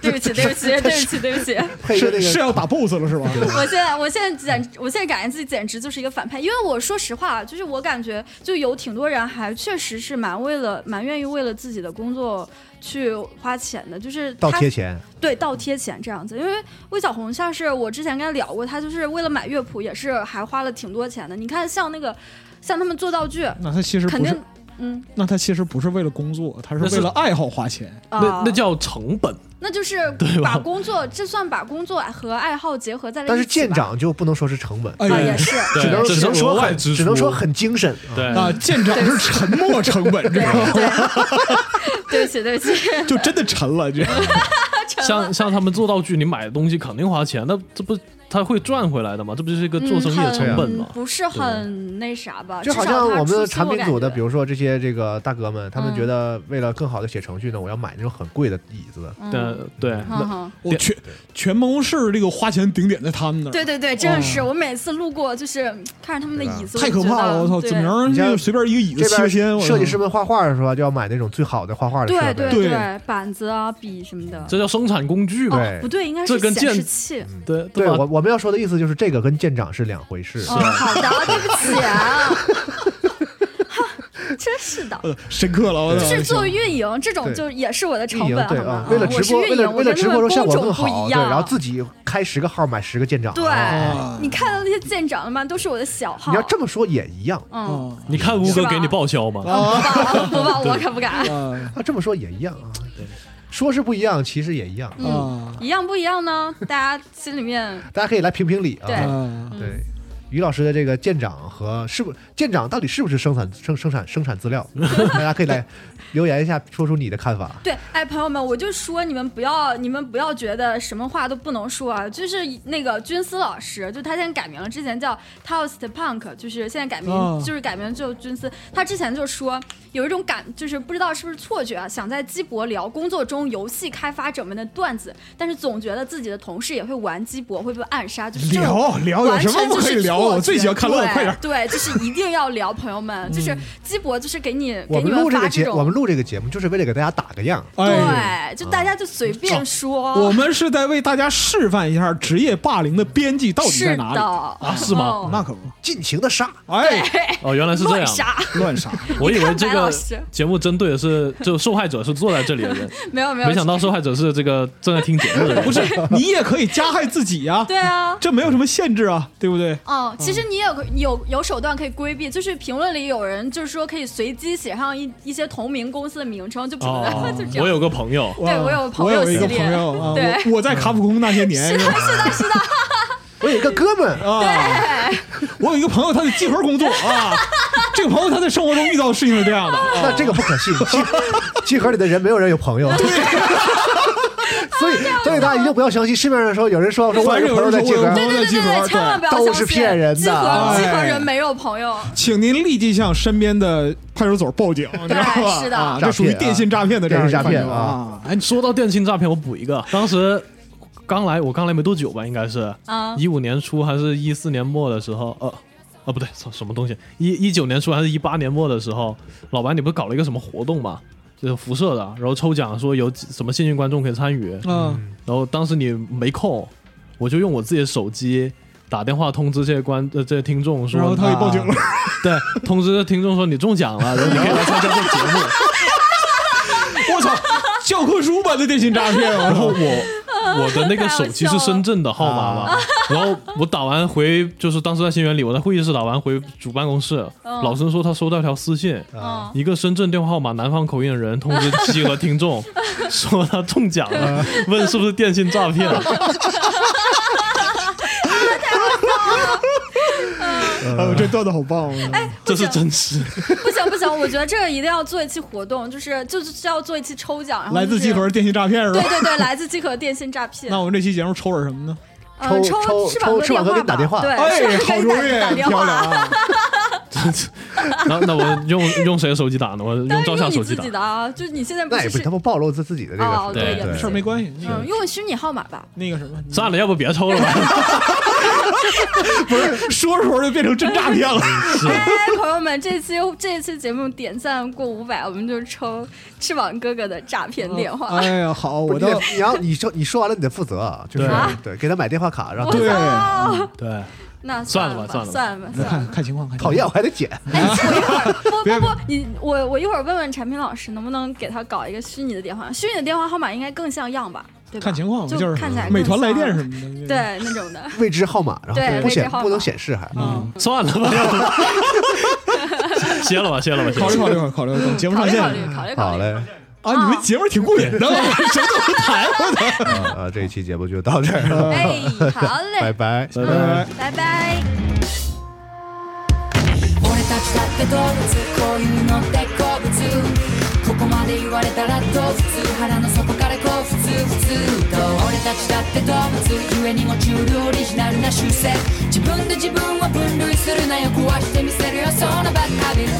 [SPEAKER 4] 对不起，对不 起，对不起，对不起。
[SPEAKER 3] 配个那
[SPEAKER 6] 是是
[SPEAKER 3] 个
[SPEAKER 6] 要打 BOSS 了是吧？
[SPEAKER 4] 我现在，我现在简，我现在感觉自己简直就是一个反派，因为我说实话，就是我感觉就有挺多人还确实是蛮为了蛮愿意为了自己的工作去花钱的，就是
[SPEAKER 3] 倒
[SPEAKER 4] 他
[SPEAKER 3] 贴钱，
[SPEAKER 4] 对倒贴钱这样子。因为魏小红像是我之前跟他聊过，他就是为了买乐谱也是还花了挺多钱的。你看像那个像他们做道具，
[SPEAKER 6] 那他其实
[SPEAKER 4] 肯
[SPEAKER 6] 不是
[SPEAKER 4] 定，嗯
[SPEAKER 6] 那他其实不是为了工作，他是
[SPEAKER 5] 那是
[SPEAKER 6] 为了爱好花钱。
[SPEAKER 4] 啊，
[SPEAKER 5] 那那叫成本，
[SPEAKER 4] 那就是把工作，这算把工作和爱好结合在了一起吧。
[SPEAKER 3] 但是舰长就不能说是成本，
[SPEAKER 6] 哎
[SPEAKER 4] 啊，
[SPEAKER 6] 呀
[SPEAKER 4] 也，是，
[SPEAKER 5] 对
[SPEAKER 3] 只能只
[SPEAKER 5] 这是
[SPEAKER 3] 能
[SPEAKER 5] 额
[SPEAKER 3] 说
[SPEAKER 5] 外
[SPEAKER 3] 很
[SPEAKER 5] 支出，
[SPEAKER 3] 只能说很精神。
[SPEAKER 5] 对
[SPEAKER 4] 嗯
[SPEAKER 6] 啊，舰长是沉没成本，这个
[SPEAKER 4] 对不起，对不起，
[SPEAKER 6] 就真的沉了，这
[SPEAKER 5] 像像他们做道具，你买东西肯定花钱，那这不他会赚回来的吗？这不就是一个做生意的成本
[SPEAKER 4] 嗯
[SPEAKER 5] 吗
[SPEAKER 4] 很？不是很那啥吧？
[SPEAKER 3] 啊就好
[SPEAKER 4] 至少
[SPEAKER 3] 像
[SPEAKER 4] 它
[SPEAKER 3] 我们
[SPEAKER 4] 出
[SPEAKER 3] 的
[SPEAKER 4] 新
[SPEAKER 3] 产品组的，
[SPEAKER 4] 感觉
[SPEAKER 3] 比如说这些这个大哥们，他们
[SPEAKER 4] 嗯
[SPEAKER 3] 觉得为了更好的写程序呢，我要买那种很贵的椅子。
[SPEAKER 5] 对对，
[SPEAKER 4] 嗯哼
[SPEAKER 6] 我全全办公室这个花钱顶点在他们那儿，
[SPEAKER 4] 对对对，真的是，我每次路过就是嗯看着他们的椅子，
[SPEAKER 6] 太可怕了！我操，怎么
[SPEAKER 4] 样？
[SPEAKER 6] 能
[SPEAKER 3] 你像
[SPEAKER 6] 就随便一个椅
[SPEAKER 3] 这
[SPEAKER 6] 子七八千？
[SPEAKER 3] 边
[SPEAKER 6] 我操
[SPEAKER 3] 设计师们画画的时候啊就要买那种最好的画画的设
[SPEAKER 4] 对
[SPEAKER 3] 备。
[SPEAKER 6] 对
[SPEAKER 4] 对，板子啊、笔什么的。
[SPEAKER 5] 这叫生产工具吧？
[SPEAKER 3] 对
[SPEAKER 4] 哦不对，应该
[SPEAKER 5] 这
[SPEAKER 4] 是
[SPEAKER 5] 跟
[SPEAKER 4] 显
[SPEAKER 5] 建
[SPEAKER 4] 示
[SPEAKER 3] 啊
[SPEAKER 4] 器。
[SPEAKER 5] 对
[SPEAKER 3] 对
[SPEAKER 5] 吧
[SPEAKER 3] 我我们要说的意思就是这个跟舰长是两回事。
[SPEAKER 4] 哦，好的，对不起啊， 哈真是的。
[SPEAKER 6] 呃深刻了，我操！
[SPEAKER 4] 是做运营这种，
[SPEAKER 3] 对
[SPEAKER 4] 就也是我的成
[SPEAKER 3] 运营
[SPEAKER 4] 本，
[SPEAKER 3] 对
[SPEAKER 4] 好吗嗯
[SPEAKER 3] 啊，？为了直播，
[SPEAKER 4] 我是
[SPEAKER 3] 为
[SPEAKER 4] 运
[SPEAKER 3] 了
[SPEAKER 4] 营，
[SPEAKER 3] 为了直播说
[SPEAKER 4] 我跟他
[SPEAKER 3] 效
[SPEAKER 4] 们
[SPEAKER 3] 果更
[SPEAKER 4] 工种不
[SPEAKER 3] 好，
[SPEAKER 4] 一
[SPEAKER 3] 对，
[SPEAKER 4] 样。
[SPEAKER 3] 然后自己开十个号买十个舰长。
[SPEAKER 4] 对
[SPEAKER 6] 啊，
[SPEAKER 4] 你看到那些舰长了吗？都是我的小号。
[SPEAKER 3] 你要这么说也一样，
[SPEAKER 4] 嗯，
[SPEAKER 6] 啊
[SPEAKER 5] 你看吴哥给你报销吗？
[SPEAKER 4] 不 报 不报，我可不敢。
[SPEAKER 6] 啊
[SPEAKER 4] 哦
[SPEAKER 3] 啊，这么说也一样啊。
[SPEAKER 4] 嗯
[SPEAKER 3] 说是不一样，其实也一样。
[SPEAKER 6] 啊
[SPEAKER 4] 一样不一样呢？大家心里面
[SPEAKER 3] 大家可以来评评理啊。
[SPEAKER 4] 对嗯
[SPEAKER 6] 啊！
[SPEAKER 3] 对，于老师的这个舰长和是不舰长到底是不是生产生生产生产资 料？大家可以来留言一下，说出你的看法。
[SPEAKER 4] 对，哎，朋友们，我就说你们不要，你们不要觉得什么话都不能说啊。就是那个军司老师，就他现在改名了，之前叫 Toast Punk，就是现在改名，
[SPEAKER 6] 哦
[SPEAKER 4] 就是改名就军司。他之前就说有一种感，就是不知道是不是错觉啊，想在鸡博聊工作中游戏开发者们的段子，但是总觉得自己的同事也会玩鸡博，会被暗杀，就是这种
[SPEAKER 6] 聊聊有
[SPEAKER 4] 完
[SPEAKER 6] 什
[SPEAKER 4] 全
[SPEAKER 6] 么不
[SPEAKER 4] 就
[SPEAKER 6] 可以
[SPEAKER 4] 是
[SPEAKER 6] 聊的？啊我
[SPEAKER 4] 错
[SPEAKER 6] 最喜欢
[SPEAKER 4] 觉
[SPEAKER 6] 看乐，快点！嗯
[SPEAKER 4] 对，对就是一定要聊，朋友们，就是鸡博，就是给你
[SPEAKER 3] 我
[SPEAKER 4] 给你
[SPEAKER 3] 们录这
[SPEAKER 4] 发
[SPEAKER 3] 个节，
[SPEAKER 4] 种
[SPEAKER 3] 我们录这个节目就是为了给大家打个样。
[SPEAKER 6] 哎，哦
[SPEAKER 4] 对，就大家就随便说。
[SPEAKER 6] 我们是在为大家示范一下职业霸凌的边际到底在
[SPEAKER 4] 是
[SPEAKER 6] 哪
[SPEAKER 4] 的
[SPEAKER 6] 里。
[SPEAKER 4] 啊
[SPEAKER 5] 是吗
[SPEAKER 6] 那可不，
[SPEAKER 3] 尽情的杀，
[SPEAKER 6] 哎，
[SPEAKER 5] 哦，原来是这
[SPEAKER 4] 乱
[SPEAKER 5] 样。
[SPEAKER 4] 杀，
[SPEAKER 6] 乱杀！
[SPEAKER 5] 我以为这
[SPEAKER 4] 你看白
[SPEAKER 5] 个
[SPEAKER 4] 老师
[SPEAKER 5] 节目针对的是就受害者是坐在这里的人，
[SPEAKER 4] 没 有没有，
[SPEAKER 5] 没想到受害者是这个正在听节目的 人。
[SPEAKER 6] 不是，你也可以加害自己呀，
[SPEAKER 4] 对啊。
[SPEAKER 6] 这没有什么限制啊，对不对？
[SPEAKER 4] 嗯，其实你也有个有有手段可以规避，就是评论里有人就是说可以随机写上一一些同名公司的名称，就不能、
[SPEAKER 5] 哦
[SPEAKER 4] 就这，样。
[SPEAKER 5] 我有个朋友，
[SPEAKER 4] 对我有朋友
[SPEAKER 6] 我有一个
[SPEAKER 4] 系列
[SPEAKER 6] 朋友啊，
[SPEAKER 4] 对
[SPEAKER 6] 我我在卡普空那些年
[SPEAKER 4] 是的，是的，是的，
[SPEAKER 3] 我有一个哥们，
[SPEAKER 6] 啊，我有一个朋友，他在集合工作 啊，这个朋友他在生活中遇到的事情是这样的啊，
[SPEAKER 3] 那这个不可信。集集合里的人没有人有朋友。 所以，所以大家一定不要相信市面上说有人说说我
[SPEAKER 6] 凡是
[SPEAKER 3] 有
[SPEAKER 6] 有
[SPEAKER 3] 朋友
[SPEAKER 6] 人
[SPEAKER 3] 在
[SPEAKER 6] 说
[SPEAKER 3] 集
[SPEAKER 6] 我有
[SPEAKER 3] 合，
[SPEAKER 6] 朋友在
[SPEAKER 4] 对
[SPEAKER 6] 集
[SPEAKER 4] 对
[SPEAKER 6] 合，
[SPEAKER 4] 对，千万不要
[SPEAKER 3] 都
[SPEAKER 4] 相信，
[SPEAKER 3] 是骗人的
[SPEAKER 4] 集合集合
[SPEAKER 6] 哎
[SPEAKER 4] 人没有朋友，
[SPEAKER 6] 请您立即向身边的派出所报警，你知道吧？
[SPEAKER 4] 是的
[SPEAKER 6] 啊这属于电信诈骗的这样一个范畴啊。
[SPEAKER 5] 哎，你说到电信诈骗，我补一个，当时。刚来，我刚来没多久吧，应该是
[SPEAKER 4] 啊
[SPEAKER 5] 一五年初还是一四年末的时候，呃，啊不对，操什么东西？一一九年初还是一八年末的时候，老白你不是搞了一个什么活动嘛？就是辐射的，啊然后抽奖说有几什么幸运观众可以参与，
[SPEAKER 6] 嗯，
[SPEAKER 5] 然后当时你没空，我就用我自己的手机打电话通知这些观呃这些听众说，啊
[SPEAKER 6] 然后他给报警了，
[SPEAKER 5] 对，通知听众说你中奖 了，然后你可以来参加这个节目。
[SPEAKER 6] 我操，教科书般的电信诈骗，啊我
[SPEAKER 5] 然后
[SPEAKER 6] 操！
[SPEAKER 5] 我我的那个手机是深圳的号码嘛，然后我打完回就是当时在新源里，我在会议室打完回主办公室，
[SPEAKER 4] 嗯
[SPEAKER 5] 老孙说他收到一条私信，
[SPEAKER 4] 嗯，
[SPEAKER 5] 一个深圳电话号码南方口音的人通知集合听 众说他中奖了，问是不是电信诈骗。
[SPEAKER 6] 哎呦，这段子好棒啊！
[SPEAKER 4] 哎
[SPEAKER 5] 这是真实，
[SPEAKER 4] 不行不行，我觉得这个一定要做一期活动，就是就是就要做一期抽奖，然后
[SPEAKER 6] 来自
[SPEAKER 4] 就是
[SPEAKER 6] 集合，的电信诈骗是
[SPEAKER 4] 对
[SPEAKER 6] 吧？
[SPEAKER 4] 对对，来自集合电信诈骗
[SPEAKER 6] 那。我们这期节目抽点什么呢？
[SPEAKER 4] 嗯，
[SPEAKER 3] 抽抽
[SPEAKER 4] 翅膀
[SPEAKER 3] 抽翅膀哥
[SPEAKER 4] 哥
[SPEAKER 3] 给你打电话
[SPEAKER 4] 对，
[SPEAKER 6] 哎，
[SPEAKER 4] 翅
[SPEAKER 6] 好
[SPEAKER 4] 膀哥给你
[SPEAKER 6] 主
[SPEAKER 4] 打打
[SPEAKER 6] 意，
[SPEAKER 4] 电
[SPEAKER 6] 漂亮
[SPEAKER 4] 话。
[SPEAKER 6] 啊！
[SPEAKER 5] 那那我用用谁的手机打呢？我用照
[SPEAKER 4] 当
[SPEAKER 5] 夏
[SPEAKER 4] 然用
[SPEAKER 5] 手
[SPEAKER 4] 你
[SPEAKER 5] 机
[SPEAKER 4] 自
[SPEAKER 5] 打
[SPEAKER 4] 己。的啊，就是你现在不
[SPEAKER 3] 那
[SPEAKER 4] 是
[SPEAKER 3] 也不
[SPEAKER 4] 是
[SPEAKER 3] 行，他不暴露自自己的这
[SPEAKER 4] 哦
[SPEAKER 3] 个
[SPEAKER 4] 对也
[SPEAKER 5] 对
[SPEAKER 6] 没
[SPEAKER 4] 没
[SPEAKER 6] 事儿没关系，那
[SPEAKER 4] 嗯，
[SPEAKER 6] 个
[SPEAKER 4] 用虚拟号码吧。
[SPEAKER 6] 那个什么，
[SPEAKER 5] 算了，要不别抽了吧。
[SPEAKER 6] 不是说着说着就变成真诈骗了。
[SPEAKER 4] 哎，朋友们，这期这一期节目点赞过五百，我们就抽翅膀哥哥的诈骗电话。
[SPEAKER 6] 哎呀，好，
[SPEAKER 3] 我
[SPEAKER 6] 我
[SPEAKER 3] 你得
[SPEAKER 6] 的
[SPEAKER 3] 你要你说你说完了，你得负责啊，就是
[SPEAKER 5] 对
[SPEAKER 3] 对，给他买电话卡，让他
[SPEAKER 6] 对，
[SPEAKER 5] 对，
[SPEAKER 6] 啊
[SPEAKER 4] 那了
[SPEAKER 5] 算了吧
[SPEAKER 4] 算了吧，算
[SPEAKER 6] 看
[SPEAKER 4] 了 吧。
[SPEAKER 6] 看情况，看情
[SPEAKER 3] 讨
[SPEAKER 6] 况
[SPEAKER 3] 厌，我还得剪。
[SPEAKER 4] 哎，我一会儿不
[SPEAKER 6] 别
[SPEAKER 4] 不不，你我我一会儿问问产品老师，能不能给他搞一个虚拟的电话？虚拟的电话号码应该更像样吧？对吧？
[SPEAKER 6] 看情况
[SPEAKER 4] 就
[SPEAKER 6] 吧，就是
[SPEAKER 4] 看起来
[SPEAKER 6] 美团来
[SPEAKER 4] 更像
[SPEAKER 6] 电什么的。
[SPEAKER 4] 对那种的。
[SPEAKER 3] 未知号码，然
[SPEAKER 4] 对
[SPEAKER 3] 后不
[SPEAKER 4] 未知
[SPEAKER 3] 显
[SPEAKER 4] 号码
[SPEAKER 3] 不能显示还。
[SPEAKER 6] 嗯，
[SPEAKER 5] 算了吧，要 不歇了吧，歇了吧，歇了吧
[SPEAKER 6] 考虑考虑考虑，等节目
[SPEAKER 4] 嗯考
[SPEAKER 6] 嗯上
[SPEAKER 4] 虑
[SPEAKER 6] 线
[SPEAKER 4] 考虑，考虑考
[SPEAKER 3] 好
[SPEAKER 4] 虑。
[SPEAKER 3] 嘞，
[SPEAKER 6] 啊，你们节目挺过瘾的，什么都能谈。
[SPEAKER 3] 啊，这一期节目就到这儿了，
[SPEAKER 4] 哎，好
[SPEAKER 3] 拜
[SPEAKER 4] 嘞，
[SPEAKER 3] 拜。
[SPEAKER 6] 拜拜。
[SPEAKER 4] 拜拜。
[SPEAKER 2] 俺たちだって動物こういうのって好物ここまで言われたらどう普通腹の底からこう普通普通と俺たちだって動物故にも中流オリジナルな習性自分で自分を分類するなよ壊してみせるよそのバッカビル